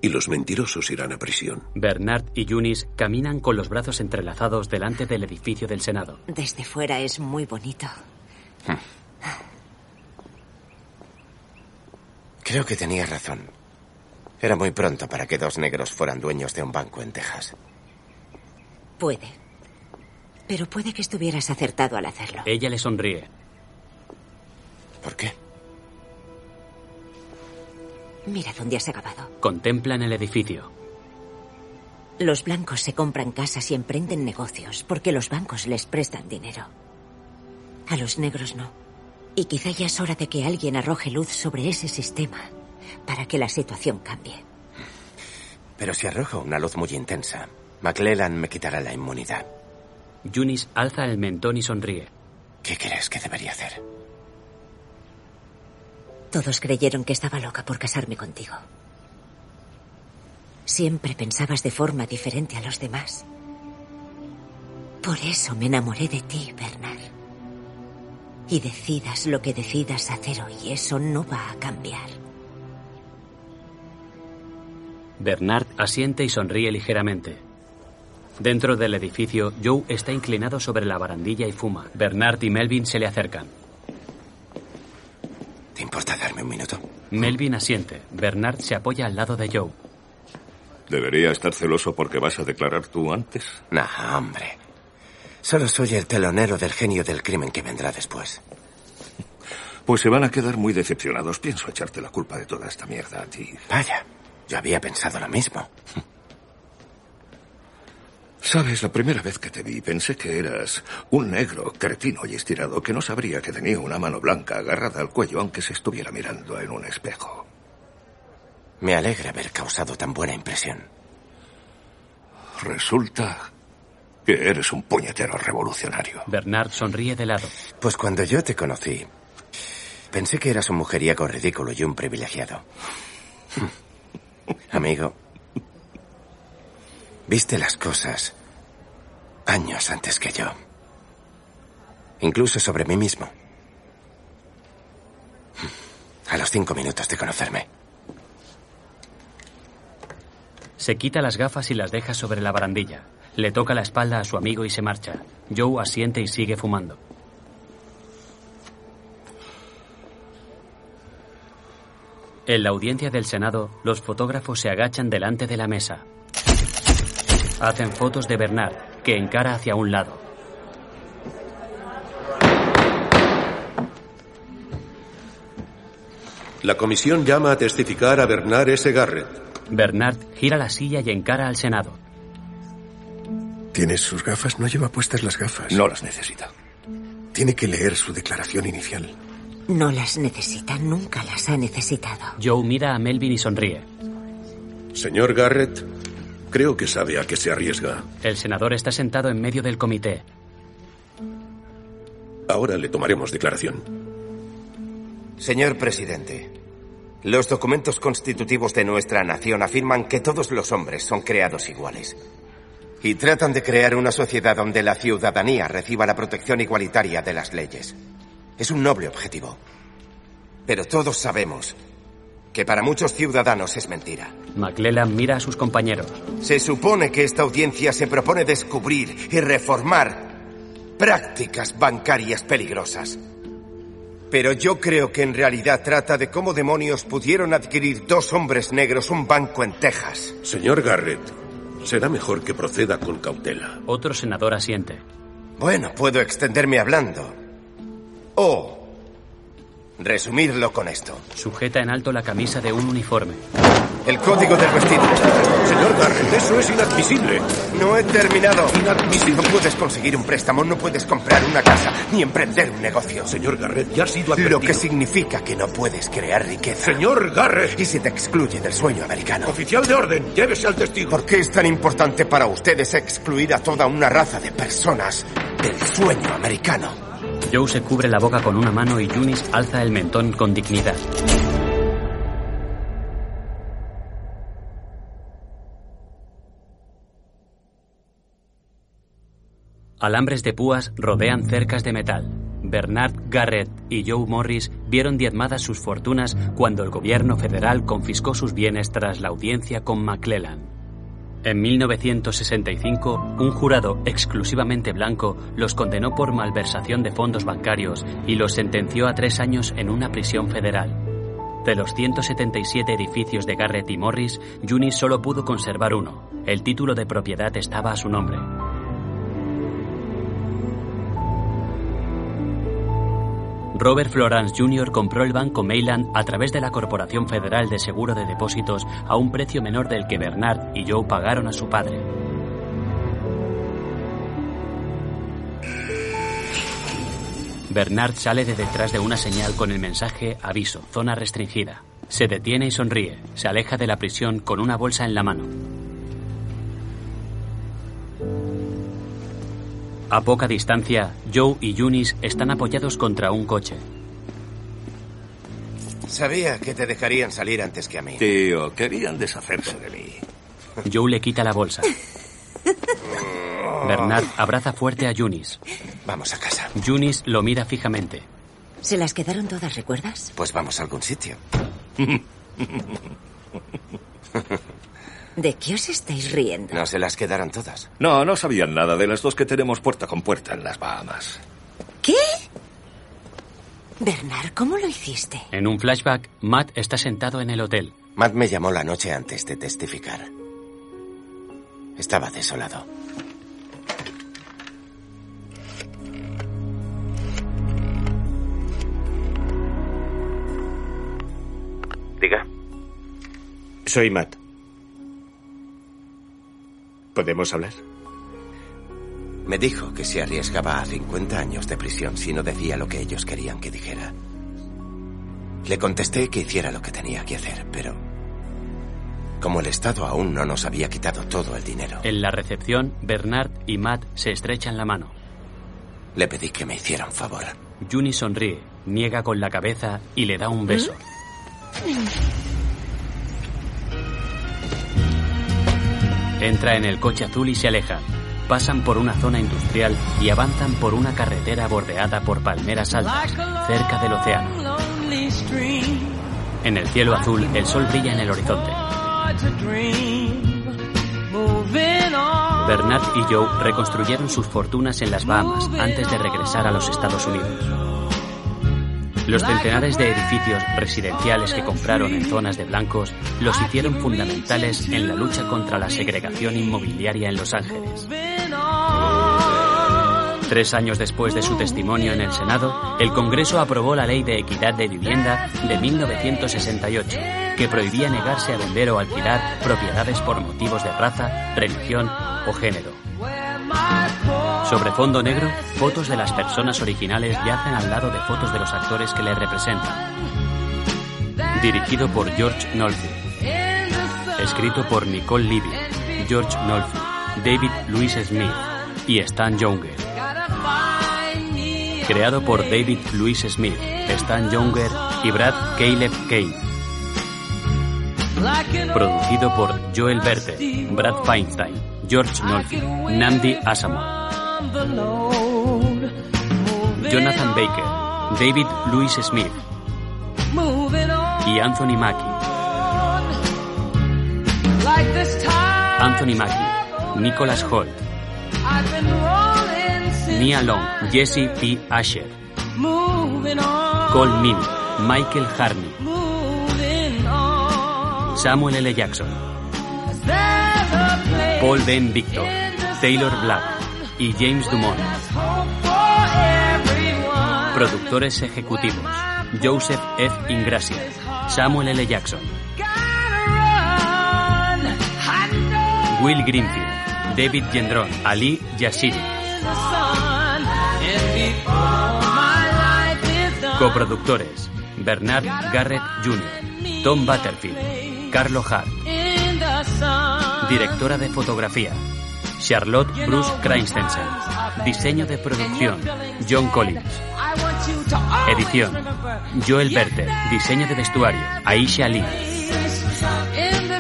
y los mentirosos irán a prisión. Bernard y Yunis caminan con los brazos entrelazados delante del edificio del Senado. Desde fuera es muy bonito. Creo que tenía razón. Era muy pronto para que dos negros fueran dueños de un banco en Texas. Puede. Pero puede que estuvieras acertado al hacerlo. Ella le sonríe. ¿Por qué? Mira dónde has acabado. Contemplan el edificio. Los blancos se compran casas y emprenden negocios porque los bancos les prestan dinero. A los negros no. Y quizá ya es hora de que alguien arroje luz sobre ese sistema para que la situación cambie. Pero si arrojo una luz muy intensa, McClellan me quitará la inmunidad. Yunis alza el mentón y sonríe. ¿Qué crees que debería hacer? Todos creyeron que estaba loca por casarme contigo. Siempre pensabas de forma diferente a los demás. Por eso me enamoré de ti, Bernard. Y decidas lo que decidas hacer hoy, eso no va a cambiar. Bernard asiente y sonríe ligeramente. Dentro del edificio, Joe está inclinado sobre la barandilla y fuma. Bernard y Melvin se le acercan. ¿Te importa darme un minuto? Melvin asiente. Bernard se apoya al lado de Joe. Debería estar celoso porque vas a declarar tú antes. Nah, hombre. Solo soy el telonero del genio del crimen que vendrá después. Pues se van a quedar muy decepcionados. Pienso echarte la culpa de toda esta mierda a ti. Vaya, yo había pensado lo mismo. Sabes, la primera vez que te vi pensé que eras un negro cretino y estirado que no sabría que tenía una mano blanca agarrada al cuello aunque se estuviera mirando en un espejo. Me alegra haber causado tan buena impresión. Resulta que eres un puñetero revolucionario. Bernard sonríe de lado. Pues cuando yo te conocí, pensé que eras un mujeriego ridículo y un privilegiado. Amigo, Viste las cosas años antes que yo. Incluso sobre mí mismo. A los cinco minutos de conocerme. Se quita las gafas y las deja sobre la barandilla. Le toca la espalda a su amigo y se marcha. Joe asiente y sigue fumando. En la audiencia del Senado, los fotógrafos se agachan delante de la mesa. Hacen fotos de Bernard, que encara hacia un lado. La comisión llama a testificar a Bernard S. Garrett. Bernard gira la silla y encara al Senado. ¿Tienes sus gafas? No lleva puestas las gafas. No las necesita. Tiene que leer su declaración inicial. No las necesita, nunca las ha necesitado. Joe mira a Melvin y sonríe. Señor Garrett, creo que sabe a qué se arriesga. El senador está sentado en medio del comité. Ahora le tomaremos declaración. Señor presidente, los documentos constitutivos de nuestra nación afirman que todos los hombres son creados iguales. Y tratan de crear una sociedad donde la ciudadanía reciba la protección igualitaria de las leyes. Es un noble objetivo. Pero todos sabemos que para muchos ciudadanos es mentira. McClellan mira a sus compañeros. Se supone que esta audiencia se propone descubrir y reformar prácticas bancarias peligrosas. Pero yo creo que en realidad trata de cómo demonios pudieron adquirir dos hombres negros un banco en Texas. Señor Garrett, será mejor que proceda con cautela. Otro senador asiente. Bueno, puedo extenderme hablando. O resumirlo con esto. Sujeta en alto la camisa de un uniforme. El código del vestido. Señor Garrett, eso es inadmisible. No he terminado. Inadmisible. No puedes conseguir un préstamo, no puedes comprar una casa, ni emprender un negocio. Señor Garrett, ya ha sido advertido. Lo que significa que no puedes crear riqueza. Señor Garrett. Y se te excluye del sueño americano. Oficial de orden, llévese al testigo. ¿Por qué es tan importante para ustedes excluir a toda una raza de personas del sueño americano? Joe se cubre la boca con una mano y Yunis alza el mentón con dignidad. Alambres de púas rodean cercas de metal. Bernard Garrett y Joe Morris vieron diezmadas sus fortunas cuando el gobierno federal confiscó sus bienes tras la audiencia con McClellan. En 1965, un jurado exclusivamente blanco los condenó por malversación de fondos bancarios y los sentenció a tres años en una prisión federal. De los 177 edificios de Garrett y Morris, Juni solo pudo conservar uno. El título de propiedad estaba a su nombre. Robert Florence Jr. compró el banco Mayland a través de la Corporación Federal de Seguro de Depósitos a un precio menor del que Bernard y Joe pagaron a su padre. Bernard sale de detrás de una señal con el mensaje aviso, zona restringida. Se detiene y sonríe. Se aleja de la prisión con una bolsa en la mano. A poca distancia, Joe y Yunis están apoyados contra un coche. Sabía que te dejarían salir antes que a mí. Tío, querían deshacerse de mí. Joe le quita la bolsa. Bernard abraza fuerte a Yunis. Vamos a casa. Yunis lo mira fijamente. Se las quedaron todas, ¿recuerdas? Pues vamos a algún sitio. ¿De qué os estáis riendo? No se las quedaron todas. No, no sabían nada de las dos que tenemos puerta con puerta en las Bahamas. ¿Qué? Bernard, ¿cómo lo hiciste? En un flashback, Matt está sentado en el hotel. Matt me llamó la noche antes de testificar. Estaba desolado. Diga. Soy Matt. ¿Podemos hablar? Me dijo que se arriesgaba a 50 años de prisión si no decía lo que ellos querían que dijera. Le contesté que hiciera lo que tenía que hacer, pero... Como el Estado aún no nos había quitado todo el dinero. En la recepción, Bernard y Matt se estrechan la mano. Le pedí que me hiciera un favor. Juni sonríe, niega con la cabeza y le da un beso. Entra en el coche azul y se aleja. Pasan por una zona industrial y avanzan por una carretera bordeada por palmeras altas, cerca del océano. En el cielo azul, el sol brilla en el horizonte. Bernard y Joe reconstruyeron sus fortunas en las Bahamas antes de regresar a los Estados Unidos. Los centenares de edificios residenciales que compraron en zonas de blancos los hicieron fundamentales en la lucha contra la segregación inmobiliaria en Los Ángeles. Tres años después de su testimonio en el Senado, el Congreso aprobó la Ley de Equidad de Vivienda de 1968, que prohibía negarse a vender o alquilar propiedades por motivos de raza, religión o género. Sobre fondo negro, fotos de las personas originales yacen al lado de fotos de los actores que le representan. Dirigido por George Nolfi. Escrito por Nicole Levy, George Nolfi, David Louis Smith y Stan Younger. Creado por David Louis Smith, Stan Younger y Brad Caleb Kane. Producido por Joel Berter, Brad Feinstein, George Nolfi, Nandi Asamo, Jonathan Baker, David Louis Smith y Anthony Mackie. Anthony Mackie, Nicholas Holt, Nia Long, Jesse P. Asher, Cole Min, Michael Harney, Samuel L. Jackson, Paul Ben Victor, Taylor Black, y James Dumont. Productores ejecutivos: Joseph F. Ingracia, Samuel L. Jackson, Will Greenfield, David Gendron, Ali Yassiri. Coproductores: Bernard Garrett Jr., Tom Butterfield, Carlo Hart. Directora de fotografía: Charlotte Bruce Christensen. Diseño de producción, John Collins. Edición, Joel Berter. Diseño de vestuario, Aisha Lee.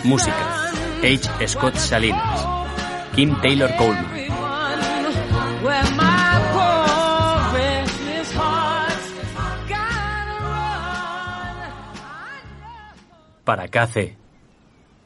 Música, H. Scott Salinas. Kim Taylor Coleman. Para KC.